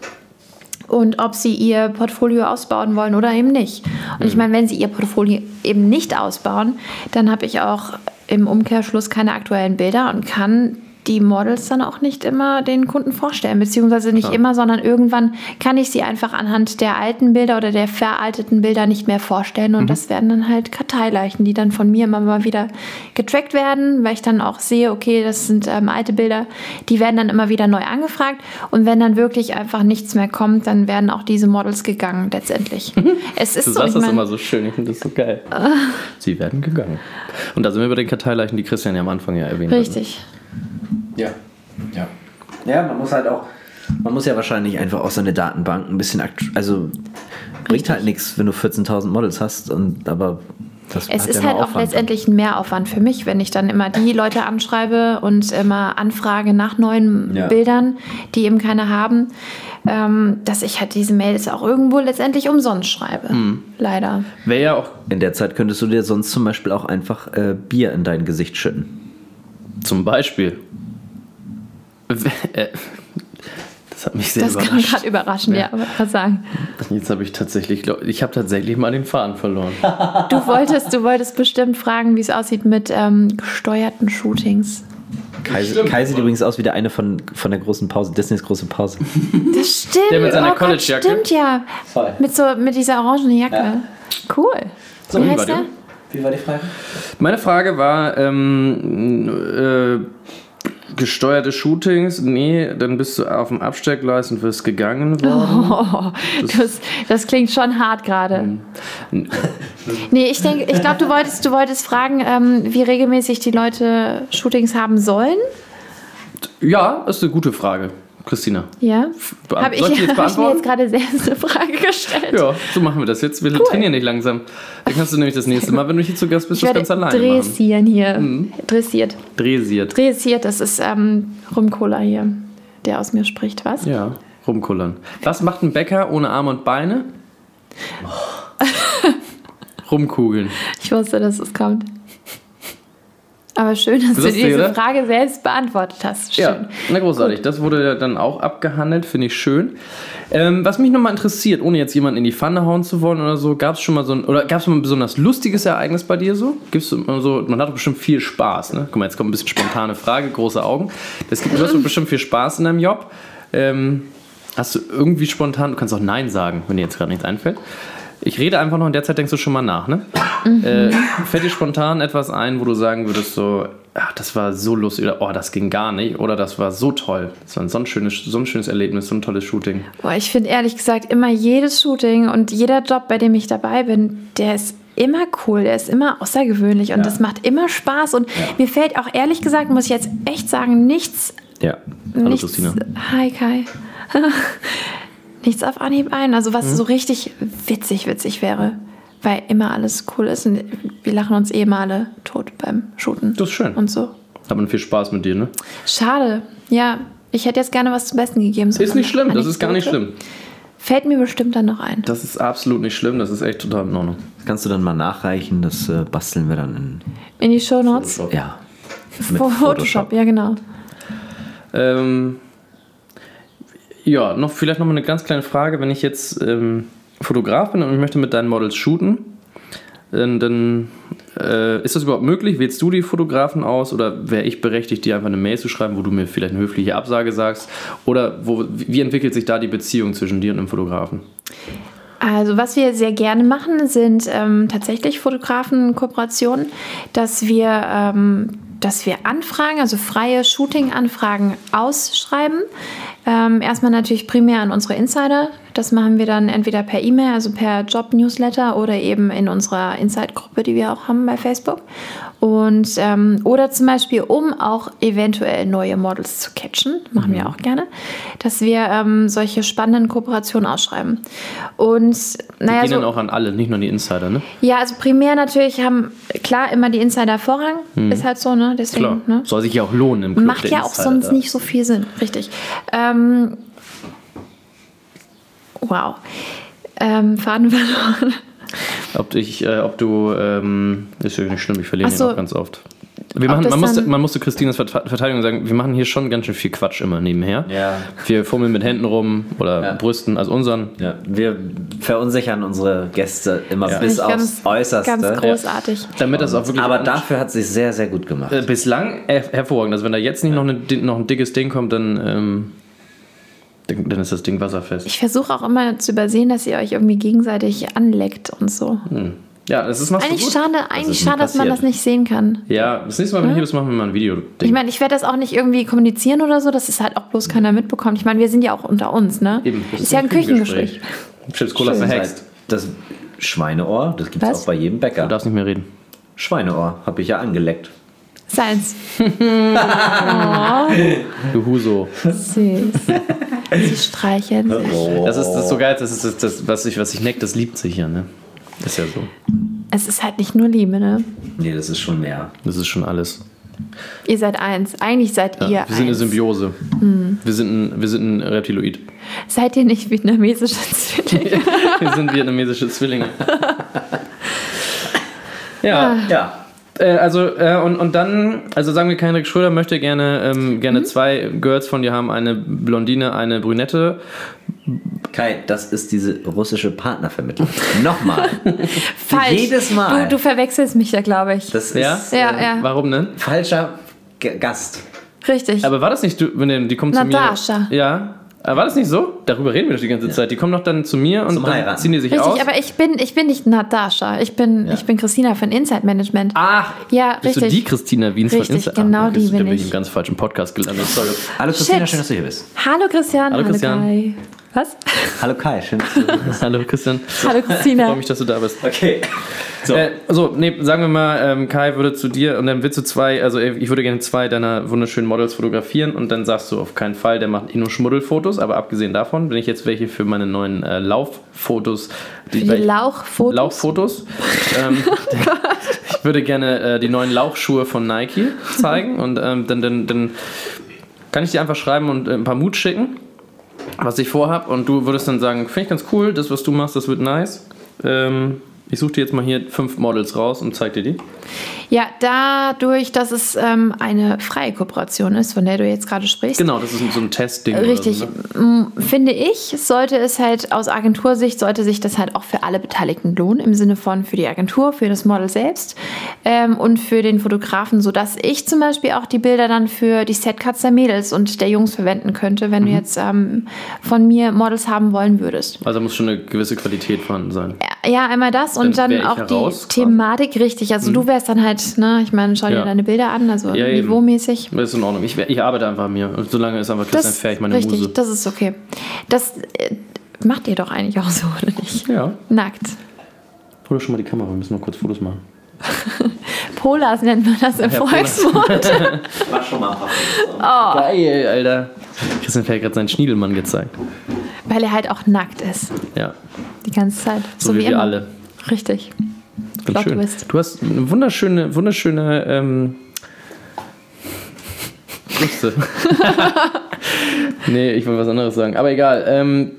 Speaker 3: und ob sie ihr Portfolio ausbauen wollen oder eben nicht. Und ich meine, wenn sie ihr Portfolio eben nicht ausbauen, dann habe ich auch im Umkehrschluss keine aktuellen Bilder und kann die Models dann auch nicht immer den Kunden vorstellen, beziehungsweise nicht immer, sondern irgendwann kann ich sie einfach anhand der alten Bilder oder der veralteten Bilder nicht mehr vorstellen
Speaker 2: Mhm.
Speaker 3: und das werden dann halt Karteileichen, die dann von mir immer mal wieder getrackt werden, weil ich dann auch sehe, okay, das sind ähm, alte Bilder, die werden dann immer wieder neu angefragt und wenn dann wirklich einfach nichts mehr kommt, dann werden auch diese Models gegangen letztendlich. es ist
Speaker 2: Mhm. Du
Speaker 3: so, ich
Speaker 2: sagst das
Speaker 3: mein- Ah.
Speaker 2: immer so schön, ich finde das so geil. Sie werden gegangen. Und da sind wir bei den Karteileichen, die Christian ja am Anfang ja erwähnt hat.
Speaker 3: richtig.
Speaker 2: Ja.
Speaker 1: Ja. Ja, man muss halt auch, man muss ja wahrscheinlich einfach auch seine Datenbank ein bisschen, akt- also bringt halt nichts, wenn du 14.000 Models hast, und, aber das
Speaker 3: Es
Speaker 1: hat
Speaker 3: ist
Speaker 1: ja
Speaker 3: halt
Speaker 1: nur
Speaker 3: auch
Speaker 1: Aufwand.
Speaker 3: letztendlich ein Mehraufwand für mich, wenn ich dann immer die Leute anschreibe und immer anfrage nach neuen
Speaker 1: Ja.
Speaker 3: Bildern, die eben keine haben, ähm, dass ich halt diese Mails auch irgendwo letztendlich umsonst schreibe. Leider.
Speaker 2: Wäre ja auch
Speaker 1: In der Zeit könntest du dir sonst zum Beispiel auch einfach äh, Bier in dein Gesicht schütten.
Speaker 2: zum Beispiel. Äh, Das hat mich sehr
Speaker 3: Das kam
Speaker 2: überrascht.
Speaker 3: gerade überraschend, ja, aber ich kann sagen.
Speaker 2: Jetzt habe ich tatsächlich, glaub- ich habe tatsächlich mal den Faden verloren.
Speaker 3: Du wolltest, du wolltest bestimmt fragen, wie es aussieht mit ähm, gesteuerten Shootings.
Speaker 1: Kai, Kai sieht übrigens aus wie der eine von, von der großen Pause, Disneys große Pause.
Speaker 3: Das stimmt.
Speaker 2: Der mit seiner
Speaker 3: oh Gott,
Speaker 2: Collegejacke.
Speaker 3: stimmt ja.
Speaker 1: Voll.
Speaker 3: Mit, so, mit dieser orangenen Jacke. Cool.
Speaker 2: wie
Speaker 3: wie
Speaker 2: war
Speaker 3: heißt
Speaker 2: der?
Speaker 3: der?
Speaker 1: Wie war die Frage?
Speaker 2: Meine Frage war, ähm, äh, Gesteuerte Shootings? Nee, dann bist du auf dem Abstellgleis und wirst gegangen worden.
Speaker 3: Oh, das, das klingt schon hart gerade.
Speaker 2: Hm.
Speaker 3: Nee, ich denke, ich glaube, du wolltest, du wolltest fragen, ähm, wie regelmäßig die Leute Shootings haben sollen. Oh.
Speaker 2: Ja, ist eine gute Frage, Christina.
Speaker 3: Ja.
Speaker 2: Beant-
Speaker 3: Habe ich,
Speaker 2: Soll ich die jetzt
Speaker 3: hab ich mir
Speaker 2: beantworten?
Speaker 3: jetzt gerade selbst eine Frage gestellt.
Speaker 2: Ja, so machen wir das jetzt. Wir trainieren dich langsam. Dann kannst du nämlich das nächste Mal, wenn du hier zu Gast bist,
Speaker 3: Ich
Speaker 2: das
Speaker 3: werde
Speaker 2: ganz alleine machen. Hm.
Speaker 3: dressieren hier. Dressiert.
Speaker 2: Dresiert.
Speaker 3: Dressiert, das ist ähm, Rumcola hier, der aus mir spricht, was?
Speaker 2: Ja, rumkullern. Was macht ein Bäcker ohne Arme und Beine?
Speaker 3: Oh.
Speaker 2: Rumkugeln.
Speaker 3: Ich wusste, dass es kommt. Aber schön, dass
Speaker 2: Lustig,
Speaker 3: du diese
Speaker 2: oder?
Speaker 3: Frage selbst beantwortet hast. Schön.
Speaker 2: Ja, na großartig. Das wurde ja dann auch abgehandelt, finde ich schön. Ähm, was mich nochmal interessiert, ohne jetzt jemanden in die Pfanne hauen zu wollen oder so, gab es schon mal so ein, oder gab es mal ein besonders lustiges Ereignis bei dir so? Gibt's immer so, man hat doch bestimmt viel Spaß, ne? Guck mal, jetzt kommt ein bisschen spontane Frage, große Augen. Das gibt, du hast doch bestimmt viel Spaß in deinem Job. Ähm, hast du irgendwie spontan, du kannst auch Nein sagen, wenn dir jetzt gerade nichts einfällt. Ich rede einfach noch, in der Zeit denkst du schon mal nach, ne? Äh, fällt dir spontan etwas ein, wo du sagen würdest, so, ach, das war so lustig oder oh, das ging gar nicht oder das war so toll. Das war ein so ein schönes, so ein schönes Erlebnis, so ein tolles Shooting.
Speaker 3: Boah, ich finde ehrlich gesagt immer jedes Shooting und jeder Job, bei dem ich dabei bin, der ist immer cool, der ist immer außergewöhnlich und das macht immer Spaß und mir fällt auch ehrlich gesagt, muss ich jetzt echt sagen, nichts,
Speaker 1: Ja.
Speaker 2: Hallo
Speaker 3: nichts
Speaker 2: Christina.
Speaker 3: Hi Kai. nichts auf Anhieb ein, also
Speaker 2: Mhm.
Speaker 3: was so richtig witzig witzig wäre, weil immer alles cool ist und wir lachen uns eh mal alle tot beim Shooten.
Speaker 2: Das ist schön.
Speaker 3: Und so.
Speaker 2: Hat man viel Spaß mit dir, ne?
Speaker 3: Schade. Ja, ich hätte jetzt gerne was zum Besten gegeben. So
Speaker 2: Ist
Speaker 3: eine
Speaker 2: nicht schlimm, das ist gar nicht
Speaker 3: Anekdote.
Speaker 2: schlimm.
Speaker 3: Fällt mir bestimmt dann noch ein.
Speaker 2: Das ist absolut nicht schlimm, das ist echt total in Ordnung.
Speaker 1: Das kannst du dann mal nachreichen, das äh, basteln wir dann
Speaker 3: In die Show Notes.
Speaker 1: in. Ja. Mit
Speaker 3: Photoshop.
Speaker 1: Photoshop.
Speaker 3: ja genau.
Speaker 2: Ähm, ja, noch, vielleicht noch mal eine ganz kleine Frage. Wenn ich jetzt ähm, Fotograf bin und ich möchte mit deinen Models shooten, dann, dann äh, ist das überhaupt möglich? Wählst du die Fotografen aus oder wäre ich berechtigt, dir einfach eine Mail zu schreiben, wo du mir vielleicht eine höfliche Absage sagst? Oder wo, wie entwickelt sich da die Beziehung zwischen dir und dem Fotografen?
Speaker 3: Also was wir sehr gerne machen, sind ähm, tatsächlich Fotografen-Kooperationen, dass wir, ähm, dass wir Anfragen, also freie Shooting-Anfragen ausschreiben. Ähm, erstmal natürlich primär an unsere Insider. Das machen wir dann entweder per E-Mail, also per Job-Newsletter oder eben in unserer Inside-Gruppe, die wir auch haben bei Facebook. Und, ähm, oder zum Beispiel, um auch eventuell neue Models zu catchen, machen
Speaker 2: Mhm.
Speaker 3: wir auch gerne, dass wir ähm, solche spannenden Kooperationen ausschreiben. Und
Speaker 2: Die
Speaker 3: naja,
Speaker 2: gehen
Speaker 3: so,
Speaker 2: dann auch an alle, nicht nur an die Insider, ne?
Speaker 3: ja, also primär natürlich haben klar immer die Insider Vorrang, ist halt so, ne? Deswegen,
Speaker 2: Mhm. Klar.
Speaker 3: ne?
Speaker 2: Soll sich ja auch lohnen im Club
Speaker 3: Macht
Speaker 2: der
Speaker 3: ja auch
Speaker 2: Insider
Speaker 3: sonst
Speaker 2: da.
Speaker 3: nicht so viel Sinn, richtig. Ähm, wow. Ähm, Faden verloren.
Speaker 2: Ob, ich, äh, ob du, ähm, ist ja nicht schlimm, ich verliere
Speaker 3: Ach so.
Speaker 2: ihn auch ganz oft. Wir machen,
Speaker 3: das
Speaker 2: man, musste,
Speaker 3: dann-
Speaker 2: man musste Christines Vert- Verteidigung sagen, wir machen hier schon ganz schön viel Quatsch immer nebenher.
Speaker 1: Ja.
Speaker 2: Wir fummeln mit Händen rum oder
Speaker 1: Ja.
Speaker 2: Brüsten, also unseren.
Speaker 1: Ja, wir verunsichern unsere Gäste immer
Speaker 2: Ja.
Speaker 1: bis
Speaker 3: Finde ich ganz-
Speaker 1: aufs Äußerste.
Speaker 3: Ganz großartig.
Speaker 2: Damit das auch wirklich.
Speaker 1: Aber dafür hat sich sehr, sehr gut gemacht.
Speaker 2: Äh, bislang her hervorragend. Also wenn da jetzt nicht noch, eine, noch ein dickes Ding kommt, dann, ähm, dann, dann ist das Ding wasserfest.
Speaker 3: Ich versuche auch immer zu übersehen, dass ihr euch irgendwie gegenseitig anleckt und so.
Speaker 2: ja, das ist machst du
Speaker 3: Eigentlich
Speaker 2: gut.
Speaker 3: schade,
Speaker 1: ist
Speaker 3: eigentlich
Speaker 1: nie
Speaker 3: schade, dass man
Speaker 1: passiert.
Speaker 3: das nicht sehen kann.
Speaker 2: Ja, das nächste Mal, wenn ich hier bist, machen wir mal ein Video.
Speaker 3: Ich meine, ich werde das auch nicht irgendwie kommunizieren oder so, dass es halt auch bloß keiner mitbekommt. Ich meine, wir sind ja auch unter uns, ne? ist ja ein Küchengespräch.
Speaker 2: Chips Cola
Speaker 1: Schön
Speaker 2: verhext.
Speaker 1: seid. Das Schweineohr, das gibt es
Speaker 3: Was?
Speaker 1: auch bei jedem Bäcker.
Speaker 2: Du darfst nicht mehr reden.
Speaker 1: Schweineohr habe ich ja angeleckt.
Speaker 3: Seins.
Speaker 2: Du Huso.
Speaker 3: Oh, Süß. Sie streicheln sich.
Speaker 2: Das ist das ist so
Speaker 1: Oh.
Speaker 2: geil, das ist das, das was ich was ich neckt, das liebt sich ja, ne? Ist ja so.
Speaker 3: Es ist halt nicht nur Liebe, ne?
Speaker 1: Nee, das ist schon mehr.
Speaker 2: Das ist schon alles.
Speaker 3: Ihr seid eins. Eigentlich seid ihr
Speaker 2: wir sind eine
Speaker 3: eins.
Speaker 2: Symbiose.
Speaker 3: Mhm.
Speaker 2: Wir sind ein, wir sind ein Reptiloid.
Speaker 3: Seid ihr nicht vietnamesische Zwillinge?
Speaker 2: Wir sind vietnamesische Zwillinge. ja.
Speaker 3: Ah.
Speaker 1: Ja.
Speaker 2: Äh, also äh, und, und dann, also sagen wir, Heinrich Schröder möchte gerne ähm,
Speaker 3: Mhm.
Speaker 2: gerne zwei Girls von dir haben, eine Blondine, eine Brünette.
Speaker 1: Kai, das ist diese russische Partnervermittlung. Nochmal.
Speaker 3: Falsch.
Speaker 1: Jedes Mal.
Speaker 3: Du, du verwechselst mich ja, glaube ich.
Speaker 1: Das
Speaker 2: Ja?
Speaker 1: ist
Speaker 3: Ja,
Speaker 1: äh,
Speaker 3: ja.
Speaker 2: Warum denn?
Speaker 1: falscher G Gast.
Speaker 3: Richtig.
Speaker 2: Aber war das nicht du, wenn der- die kommt zu mir?
Speaker 3: Natascha.
Speaker 2: Ja. Äh, War das nicht so? Darüber reden wir doch die ganze Zeit. Die kommen doch dann zu mir und
Speaker 1: Zum
Speaker 2: dann
Speaker 1: Heiraten.
Speaker 2: ziehen die sich aus.
Speaker 3: Richtig, aber ich bin, ich bin nicht Natascha. Ich bin, ich bin Christina von Inside Management.
Speaker 2: Ach,
Speaker 3: Ja,
Speaker 2: bist du
Speaker 3: richtig.
Speaker 2: die Christina Wiens von
Speaker 3: Richtig,
Speaker 2: Insta?
Speaker 3: genau
Speaker 2: Ach, bist
Speaker 3: die
Speaker 2: du-
Speaker 3: bin
Speaker 2: Da bin ich
Speaker 3: ich.
Speaker 2: im ganz falschen Podcast gelandet. Sorry.
Speaker 1: Hallo Christina,
Speaker 3: Shit.
Speaker 1: schön, dass du hier bist.
Speaker 3: Hallo Christian.
Speaker 2: Hallo Christian.
Speaker 3: Kai. Was?
Speaker 1: Hallo Kai, schön, dass du hier bist.
Speaker 2: Hallo Christian.
Speaker 3: Hallo
Speaker 2: Ich freue
Speaker 3: Christina.
Speaker 2: mich, dass du da bist.
Speaker 1: Okay. So.
Speaker 2: Äh, so, nee, sagen wir mal, ähm, Kai würde zu dir und dann willst du zwei, also äh, ich würde gerne zwei deiner wunderschönen Models fotografieren und dann sagst du auf keinen Fall, der macht eh nur Schmuddelfotos, aber abgesehen davon bin ich jetzt welche für meine neuen äh, Lauffotos.
Speaker 3: Für die
Speaker 2: weil ich-
Speaker 3: Lauchfotos?
Speaker 2: Lauchfotos. ähm, ich würde gerne äh, die neuen Lauchschuhe von Nike zeigen und ähm, dann, dann, dann kann ich dir einfach schreiben und äh, ein paar Mut schicken, was ich vorhab und du würdest dann sagen, finde ich ganz cool, das was du machst, das wird nice. Ähm, ich suche dir jetzt mal hier fünf Models raus und zeig dir die.
Speaker 3: Ja, dadurch, dass es ähm, eine freie Kooperation ist, von der du jetzt gerade sprichst,
Speaker 2: Genau, das ist so ein Testding. oder
Speaker 3: Richtig,
Speaker 2: So, ne?
Speaker 3: m, finde ich, sollte es halt aus Agentursicht, sollte sich das halt auch für alle Beteiligten lohnen, im Sinne von für die Agentur, für das Model selbst ähm, und für den Fotografen, sodass ich zum Beispiel auch die Bilder dann für die Setcuts der Mädels und der Jungs verwenden könnte,
Speaker 2: Mhm.
Speaker 3: wenn du jetzt ähm, von mir Models haben wollen würdest.
Speaker 2: Also muss schon eine gewisse Qualität vorhanden sein.
Speaker 3: Ja, einmal das und
Speaker 2: Dann
Speaker 3: dann,
Speaker 2: wär ich
Speaker 3: auch
Speaker 2: heraus,
Speaker 3: die Thematik richtig. Also du wärst dann halt, ne, ich meine, schau dir
Speaker 2: Ja.
Speaker 3: deine Bilder an, also
Speaker 2: Ja, eben.
Speaker 3: niveaumäßig.
Speaker 2: Das ist in Ordnung. Ich, ich arbeite einfach an mir. Solange ist einfach Christian
Speaker 3: Das
Speaker 2: Ferch meine
Speaker 3: richtig,
Speaker 2: Muse.
Speaker 3: das ist okay. Das äh, macht ihr doch eigentlich auch so, oder nicht?
Speaker 2: Ja.
Speaker 3: Nackt.
Speaker 2: Hol doch schon mal die Kamera, wir müssen noch kurz Fotos machen.
Speaker 3: Polars nennt man das im
Speaker 2: Ja, Polars.
Speaker 3: Volksmund.
Speaker 1: War schon mal ein paar Fotos.
Speaker 2: Geil, Alter. Christian Ferch hat seinen Schniedelmann gezeigt.
Speaker 3: Weil er halt auch nackt ist.
Speaker 2: Ja,
Speaker 3: Die ganze Zeit.
Speaker 2: so, wie, wir
Speaker 3: immer.
Speaker 2: alle.
Speaker 3: Richtig.
Speaker 2: Ganz
Speaker 3: Plot
Speaker 2: schön.
Speaker 3: Twist.
Speaker 2: Du hast eine wunderschöne, wunderschöne ähm, Brüste. nee, ich wollte was anderes sagen. Aber egal. Ähm,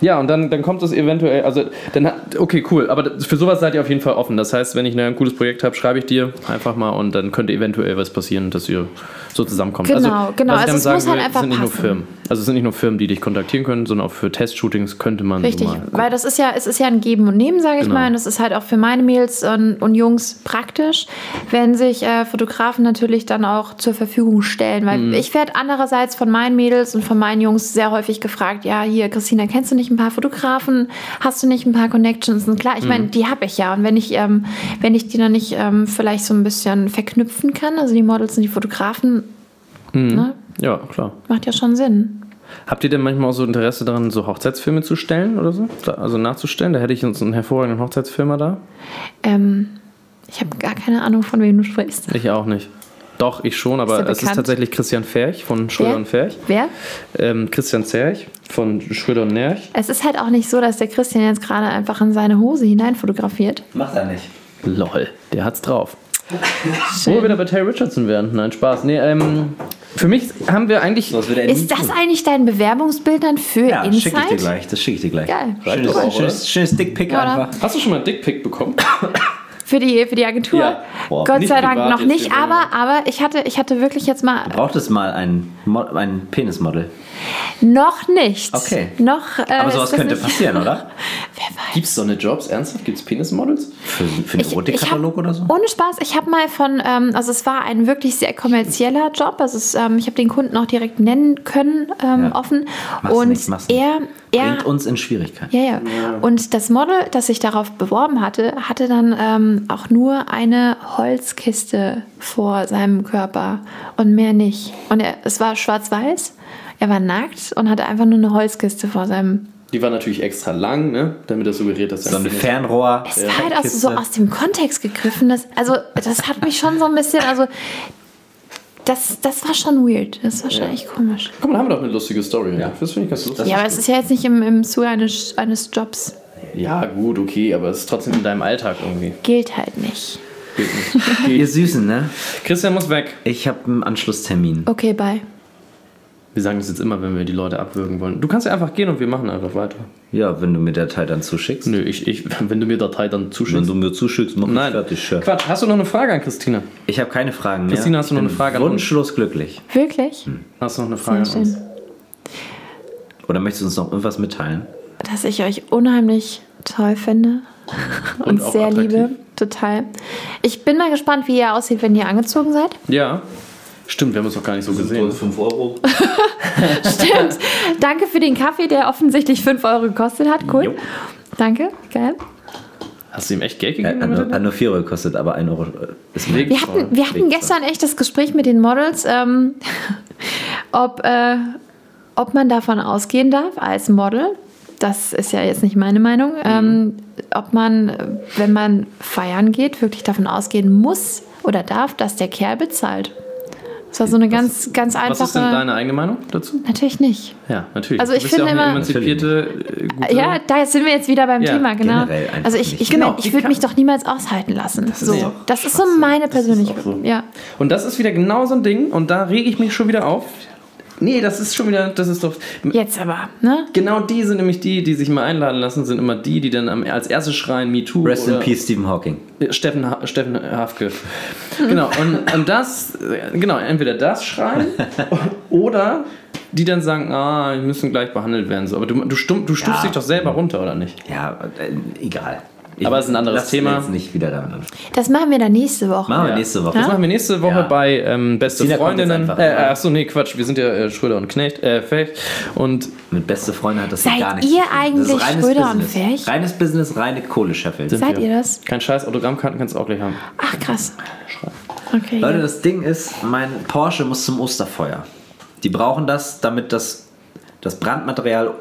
Speaker 2: ja, und dann, dann kommt es eventuell, also dann hat, okay, cool, aber das- für sowas seid ihr auf jeden Fall offen. Das heißt, wenn ich ne, ein cooles Projekt habe, schreibe ich dir einfach mal und dann könnte eventuell was passieren, dass ihr so zusammenkommt.
Speaker 3: Genau,
Speaker 2: also,
Speaker 3: genau,
Speaker 2: was ich damit
Speaker 3: also es
Speaker 2: sagen
Speaker 3: muss halt
Speaker 2: will,
Speaker 3: einfach
Speaker 2: sind nicht nur
Speaker 3: passen.
Speaker 2: Firmen. Also es sind nicht nur Firmen, die dich kontaktieren können, sondern auch für Testshootings könnte man
Speaker 3: Richtig.
Speaker 2: so mal
Speaker 3: Weil das ist ja, es ist ja ein Geben und Nehmen, sage ich
Speaker 2: Genau.
Speaker 3: mal. Und das ist halt auch für meine Mädels und, und Jungs praktisch, wenn sich äh, Fotografen natürlich dann auch zur Verfügung stellen. Weil ich werde andererseits von meinen Mädels und von meinen Jungs sehr häufig gefragt, ja, hier, Christina, kennst du nicht ein paar Fotografen? Hast du nicht ein paar Connections? Und klar, ich meine, die habe ich ja. Und wenn ich, ähm, wenn ich die dann nicht ähm, vielleicht so ein bisschen verknüpfen kann, also die Models und die Fotografen, ne,
Speaker 2: Ja, klar.
Speaker 3: macht ja schon Sinn.
Speaker 2: Habt ihr denn manchmal auch so Interesse daran, so Hochzeitsfilme zu stellen oder so? Da, also nachzustellen? Da hätte ich uns einen hervorragenden Hochzeitsfilmer da.
Speaker 3: Ähm, ich habe gar keine Ahnung, von wem du sprichst.
Speaker 2: Ich auch nicht. Doch, ich schon,
Speaker 3: Ist
Speaker 2: aber
Speaker 3: der
Speaker 2: es ist
Speaker 3: bekannt?
Speaker 2: tatsächlich Christian Ferch von Schröder
Speaker 3: Wer?
Speaker 2: und Ferch.
Speaker 3: Wer?
Speaker 2: Ähm, Christian Zerch von Schröder und Nerch.
Speaker 3: Es ist halt auch nicht so, dass der Christian jetzt gerade einfach in seine Hose hinein fotografiert.
Speaker 1: Macht er nicht.
Speaker 2: Lol, der hat's drauf. Wo wir wieder bei Terry Richardson wären. Nein, Spaß. Nee, ähm, für mich haben wir eigentlich.
Speaker 1: Sonst würde er nie
Speaker 3: Ist das
Speaker 1: tun.
Speaker 3: eigentlich dein Bewerbungsbild dann für
Speaker 1: Ja, schicke ich dir
Speaker 3: Inside?
Speaker 1: gleich. Das schicke ich dir gleich.
Speaker 3: Geil.
Speaker 1: Schönes,
Speaker 2: Reicht doch auch,
Speaker 1: schönes, schönes Dickpick
Speaker 3: Ja, oder?
Speaker 1: einfach.
Speaker 2: Hast du schon mal einen Dickpick bekommen?
Speaker 3: Für die, für die Agentur?
Speaker 2: Ja.
Speaker 1: Boah,
Speaker 3: Gott
Speaker 2: nicht
Speaker 3: sei
Speaker 2: privat
Speaker 3: Dank noch
Speaker 2: jetzt
Speaker 3: nicht,
Speaker 2: hier,
Speaker 3: aber, aber ich, hatte, ich hatte wirklich jetzt mal
Speaker 1: Braucht es mal ein, Mo- ein Penismodel.
Speaker 3: noch nicht.
Speaker 1: Okay.
Speaker 3: Noch, äh,
Speaker 1: Aber
Speaker 3: ist
Speaker 1: sowas
Speaker 3: das
Speaker 1: könnte
Speaker 3: nicht-
Speaker 1: passieren, oder?
Speaker 3: Wer weiß.
Speaker 2: Gibt's so eine Jobs? Ernsthaft? Gibt's Penismodels?
Speaker 1: Für, für einen
Speaker 3: Ich- ich hab-
Speaker 1: Erotikkatalog oder so?
Speaker 3: Ohne Spaß, ich habe mal von, ähm, also es war ein wirklich sehr kommerzieller Job, also es, ähm, ich habe den Kunden auch direkt nennen können, ähm,
Speaker 1: Ja.
Speaker 3: offen.
Speaker 1: Mach's
Speaker 3: und
Speaker 1: nicht, mach's nicht.
Speaker 3: er, er
Speaker 1: Bringt uns in Schwierigkeiten.
Speaker 3: Ja, ja. Und das Model, das sich darauf beworben hatte, hatte dann ähm, auch nur eine Holzkiste vor seinem Körper und mehr nicht. Und er, es war schwarz-weiß, er war nackt und hatte einfach nur eine Holzkiste vor seinem.
Speaker 2: Die war natürlich extra lang, ne? Damit das suggeriert, dass
Speaker 1: So ein Fernrohr. äh,
Speaker 3: Es war halt auch so aus dem Kontext gegriffen. Dass, also, das hat mich schon so ein bisschen. Also, das, das war schon weird. Das war schon echt komisch.
Speaker 2: Komm, da haben wir doch eine lustige Story. Ja. Das finde ich ganz lustig.
Speaker 3: ja, aber es ist ja jetzt nicht im, im Zuge eines, eines Jobs.
Speaker 2: Ja, gut, okay, aber es ist trotzdem in deinem Alltag irgendwie.
Speaker 3: Gilt halt nicht.
Speaker 2: Geht nicht.
Speaker 1: Ihr Süßen, ne?
Speaker 2: Christian muss weg.
Speaker 1: Ich habe einen Anschlusstermin.
Speaker 3: Okay, bye.
Speaker 2: Wir sagen das jetzt immer, wenn wir die Leute abwürgen wollen. Du kannst ja einfach gehen und wir machen einfach weiter.
Speaker 1: Ja, wenn du mir Datei dann zuschickst.
Speaker 2: Nö, ich, ich wenn du mir Datei dann
Speaker 1: Wenn
Speaker 2: zuschickst.
Speaker 1: du mir zuschickst, mach ich
Speaker 2: Nein.
Speaker 1: fertig. Chef.
Speaker 2: Quatsch, hast du noch eine Frage an Christina?
Speaker 1: Ich habe keine Fragen mehr.
Speaker 2: Christine, hast du
Speaker 1: Ich
Speaker 2: noch
Speaker 1: bin
Speaker 2: eine Frage an uns?
Speaker 1: Wunschlos glücklich.
Speaker 3: Wirklich?
Speaker 2: Hast du noch eine Frage an
Speaker 3: Sehr
Speaker 2: uns?
Speaker 3: schön.
Speaker 1: Oder möchtest du uns noch irgendwas mitteilen?
Speaker 3: dass ich euch unheimlich toll finde und,
Speaker 2: auch
Speaker 3: sehr
Speaker 2: attraktiv.
Speaker 3: liebe. Total. Ich bin mal gespannt, wie ihr aussieht, wenn ihr angezogen seid.
Speaker 2: Ja. Stimmt, wir haben uns doch gar nicht so gesehen.
Speaker 1: 5 Euro.
Speaker 3: Stimmt. Danke für den Kaffee, der offensichtlich 5 Euro gekostet hat. Cool.
Speaker 1: Jo.
Speaker 3: Danke. Geil.
Speaker 2: Hast du ihm echt Geld
Speaker 1: Ja,
Speaker 2: gegeben?
Speaker 1: hat, nur-
Speaker 2: Leute?
Speaker 1: hat nur 4 Euro gekostet, aber 1 Euro äh, ist mehr.
Speaker 2: Wegen-
Speaker 3: Wir hatten, wir hatten
Speaker 1: Wegen-
Speaker 3: gestern echt das Gespräch mit den Models, ähm, ob, äh, ob man davon ausgehen darf als Model. Das ist ja jetzt nicht meine
Speaker 2: Mhm.
Speaker 3: Meinung. Ähm, ob man, äh, wenn man feiern geht, wirklich davon ausgehen muss oder darf, dass der Kerl bezahlt. Das war so eine ganz, ganz einfache.
Speaker 2: Was ist denn deine eigene Meinung dazu?
Speaker 3: Natürlich nicht.
Speaker 2: Ja, natürlich.
Speaker 3: Also ich
Speaker 2: du bist ja auch
Speaker 3: finde
Speaker 2: eine
Speaker 3: immer-
Speaker 2: emanzipierte, äh, gute
Speaker 3: Ja, da sind wir jetzt wieder beim
Speaker 2: Ja,
Speaker 3: Thema, genau.
Speaker 1: generell einfach
Speaker 3: Also ich, ich,
Speaker 1: nicht.
Speaker 2: Genau,
Speaker 3: ich würde
Speaker 2: kann-
Speaker 3: mich doch niemals aushalten lassen. Das
Speaker 1: ist
Speaker 3: so.
Speaker 1: doch
Speaker 3: das ist so meine persönliche.
Speaker 2: auch so.
Speaker 3: Ja.
Speaker 2: Und das ist wieder genau so ein Ding und da rege ich mich schon wieder auf. Nee, das ist schon wieder, das ist doch.
Speaker 3: Jetzt aber, ne?
Speaker 2: Genau die sind nämlich die, die sich mal einladen lassen, sind immer die, die dann am, als erstes schreien, Me Too.
Speaker 1: Rest in
Speaker 2: oder-
Speaker 1: Peace, Stephen Hawking.
Speaker 2: Äh, Steffen, ha Steffen Hafke. Genau, und, und das, äh, genau, entweder das schreien oder die dann sagen, ah, wir müssen gleich behandelt werden. So, aber du, du, stumm, du stufst
Speaker 1: Ja.
Speaker 2: dich doch selber runter, oder nicht?
Speaker 1: Ja, äh, egal. Ich
Speaker 2: Aber es ist ein anderes
Speaker 1: lass mich
Speaker 2: Thema.
Speaker 1: Jetzt nicht wieder daran an.
Speaker 3: Das machen wir dann nächste Woche.
Speaker 1: Machen wir
Speaker 2: Ja.
Speaker 1: nächste Woche.
Speaker 2: Das machen wir nächste Woche
Speaker 1: Ja.
Speaker 2: bei ähm, Beste
Speaker 1: Christina kommt jetzt
Speaker 2: Freundinnen.
Speaker 1: einfach.
Speaker 2: Äh, achso, nee, Quatsch, wir sind ja äh, Schröder und Knecht, äh, Fecht. Und
Speaker 1: Mit beste Freunde hat das
Speaker 3: Seid
Speaker 1: gar nichts
Speaker 3: ihr
Speaker 1: zu tun. Das ist
Speaker 3: eigentlich
Speaker 1: reines
Speaker 3: Schröder und
Speaker 1: Business.
Speaker 3: Ferch?
Speaker 1: Reines Business, reine Kohle scheffeln.
Speaker 3: Seid ihr das?
Speaker 2: kein Scheiß, Autogrammkarten kannst du auch gleich haben.
Speaker 3: Ach krass. Okay.
Speaker 1: Leute,
Speaker 3: ja.
Speaker 1: das Ding ist, mein Porsche muss zum Osterfeuer. Die brauchen das, damit das, das Brandmaterial,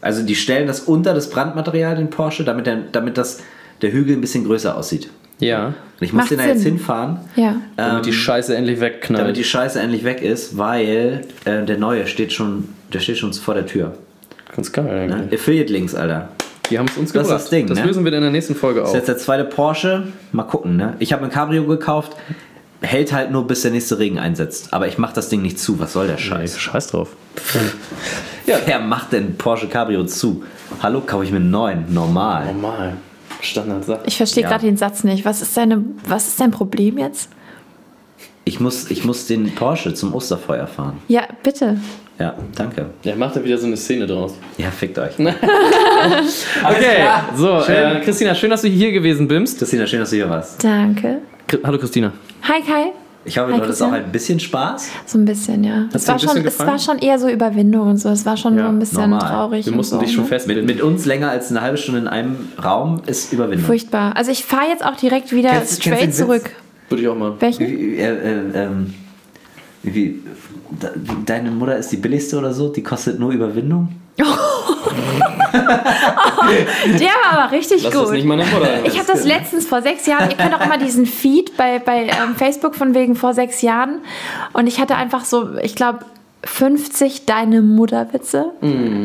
Speaker 1: also die stellen das unter das Brandmaterial, den Porsche, damit, der, damit das, der Hügel ein bisschen größer aussieht.
Speaker 2: Ja.
Speaker 1: Und ich muss
Speaker 3: Macht
Speaker 1: den da jetzt
Speaker 3: Sinn.
Speaker 1: hinfahren,
Speaker 3: Ja.
Speaker 2: Damit die Scheiße endlich wegknallt.
Speaker 1: damit die Scheiße endlich weg ist, weil äh, der neue steht schon, der steht schon vor der Tür.
Speaker 2: Ganz geil
Speaker 1: Ne?
Speaker 2: eigentlich.
Speaker 1: Affiliate-Links, Alter.
Speaker 2: Die haben es uns
Speaker 1: Das
Speaker 2: gebracht.
Speaker 1: ist das Ding, ne?
Speaker 2: lösen wir dann in der nächsten Folge
Speaker 1: Ist
Speaker 2: auf.
Speaker 1: jetzt der zweite Porsche. Mal gucken, ne? Ich habe ein Cabrio gekauft. Hält halt nur, bis der nächste Regen einsetzt. Aber ich mache das Ding nicht zu. Was soll der Scheiß?
Speaker 2: Scheiß drauf.
Speaker 1: Wer macht denn Porsche Cabrio zu? Hallo, kaufe ich mir einen neuen. Normal.
Speaker 2: Normal. Standardsache.
Speaker 3: Ich verstehe
Speaker 1: Ja.
Speaker 3: gerade den Satz nicht. Was ist deine, was ist dein Problem jetzt?
Speaker 1: Ich muss, ich muss den Porsche zum Osterfeuer fahren.
Speaker 3: Ja, bitte.
Speaker 1: Ja, danke.
Speaker 2: Ja, macht da wieder so eine Szene draus.
Speaker 1: Ja, fickt euch.
Speaker 2: Okay, so, äh, Christina, schön, dass du hier gewesen bist.
Speaker 1: Christina, schön, dass du hier warst.
Speaker 3: Danke.
Speaker 2: Kri- Hallo Christina.
Speaker 3: Hi Kai.
Speaker 1: Ich hoffe,
Speaker 3: Hi,
Speaker 1: du hattest auch
Speaker 3: Christian.
Speaker 1: ein bisschen Spaß.
Speaker 3: So ein bisschen, ja. Es
Speaker 2: dir
Speaker 3: war,
Speaker 2: ein bisschen
Speaker 3: schon, es
Speaker 2: gefallen?
Speaker 3: war schon eher so Überwindung und so. Es war schon
Speaker 2: Ja,
Speaker 3: so ein bisschen
Speaker 1: normal.
Speaker 3: traurig.
Speaker 2: Wir
Speaker 3: und
Speaker 2: mussten
Speaker 3: so,
Speaker 2: dich schon
Speaker 3: ne?
Speaker 1: Mit,
Speaker 2: festbinden.
Speaker 1: mit uns länger als eine halbe Stunde in einem Raum ist Überwindung.
Speaker 3: Furchtbar. Also ich fahre jetzt auch direkt wieder
Speaker 1: Kennst- kennst
Speaker 3: straight
Speaker 1: den Witz?
Speaker 3: zurück.
Speaker 2: Würde ich auch mal.
Speaker 1: Wie,
Speaker 3: Welchen?
Speaker 1: wie, äh, äh, ähm, wie, de- deine Mutter ist die billigste oder so? Die kostet nur Überwindung?
Speaker 3: Der war aber richtig
Speaker 2: Lass
Speaker 3: gut.
Speaker 2: das nicht meiner Mutter
Speaker 3: Ich habe das letztens vor sechs Jahren, ihr kennt auch immer diesen Feed bei, bei ähm, Facebook von wegen vor sechs Jahren. Und ich hatte einfach so, ich glaube, 50 deine Mutterwitze.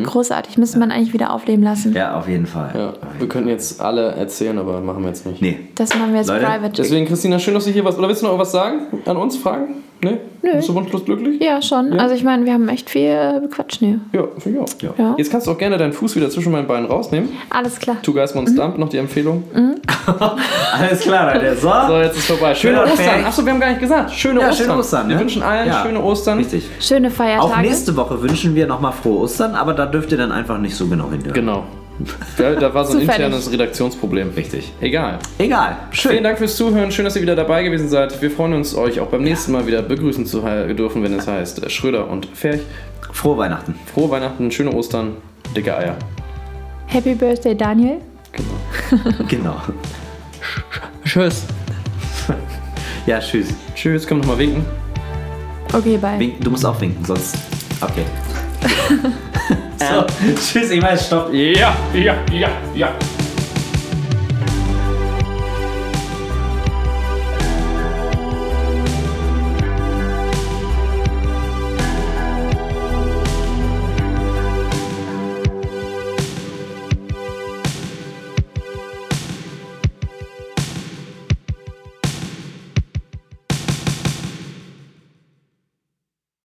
Speaker 3: Großartig, müsste man eigentlich wieder aufleben lassen.
Speaker 1: Ja, auf jeden Fall.
Speaker 2: Ja, wir könnten jetzt alle erzählen, aber machen wir jetzt nicht.
Speaker 1: Nee.
Speaker 3: Das machen wir jetzt
Speaker 1: Leute,
Speaker 3: private.
Speaker 2: Deswegen, Christina, schön, dass du hier warst. Oder willst du noch was sagen? An uns? Fragen? Nee? Nö. Bist du wunschlos glücklich?
Speaker 3: Ja, schon. Also ich meine, wir haben echt viel äh, bequatscht hier.
Speaker 2: Ja, finde ich auch.
Speaker 3: Ja.
Speaker 2: Jetzt kannst du auch gerne deinen Fuß wieder zwischen meinen Beinen rausnehmen.
Speaker 3: Alles klar.
Speaker 2: Two Guys,
Speaker 3: Mhm.
Speaker 2: One Stump, noch die Empfehlung.
Speaker 1: Alles klar, Leute. So.
Speaker 2: So, jetzt ist vorbei. Schöne
Speaker 1: Schöne
Speaker 2: Ostern.
Speaker 1: Ferien.
Speaker 2: Achso, wir haben gar nicht gesagt. Schöne
Speaker 1: Ja,
Speaker 2: Ostern.
Speaker 1: schöne Ostern.
Speaker 2: Wir
Speaker 1: ne?
Speaker 2: wünschen allen
Speaker 1: Ja.
Speaker 2: schöne Ostern.
Speaker 1: Richtig.
Speaker 3: Schöne
Speaker 1: Auch
Speaker 3: Feiertage.
Speaker 1: nächste Woche wünschen wir nochmal frohe Ostern, aber da dürft ihr dann einfach nicht so genau hinhören.
Speaker 2: Genau. Da, da war so ein
Speaker 3: Zufällig.
Speaker 2: internes Redaktionsproblem.
Speaker 1: Richtig.
Speaker 2: Egal.
Speaker 1: Egal. Schön.
Speaker 2: Vielen Dank fürs Zuhören. Schön, dass ihr wieder dabei gewesen seid. Wir freuen uns, euch auch beim nächsten Mal wieder begrüßen zu he- dürfen, wenn es heißt äh, Schröder und Ferch.
Speaker 1: Frohe Weihnachten.
Speaker 2: Frohe Weihnachten, schöne Ostern, dicke Eier.
Speaker 3: Happy Birthday, Daniel.
Speaker 1: genau.
Speaker 2: Tschüss.
Speaker 1: Ja, tschüss.
Speaker 2: Tschüss, komm nochmal winken.
Speaker 3: Okay, bye.
Speaker 1: Winken. Du musst auch winken, sonst. Okay. so. Tschüss, ich weiß, stopp.
Speaker 2: Ja, ja, ja, ja.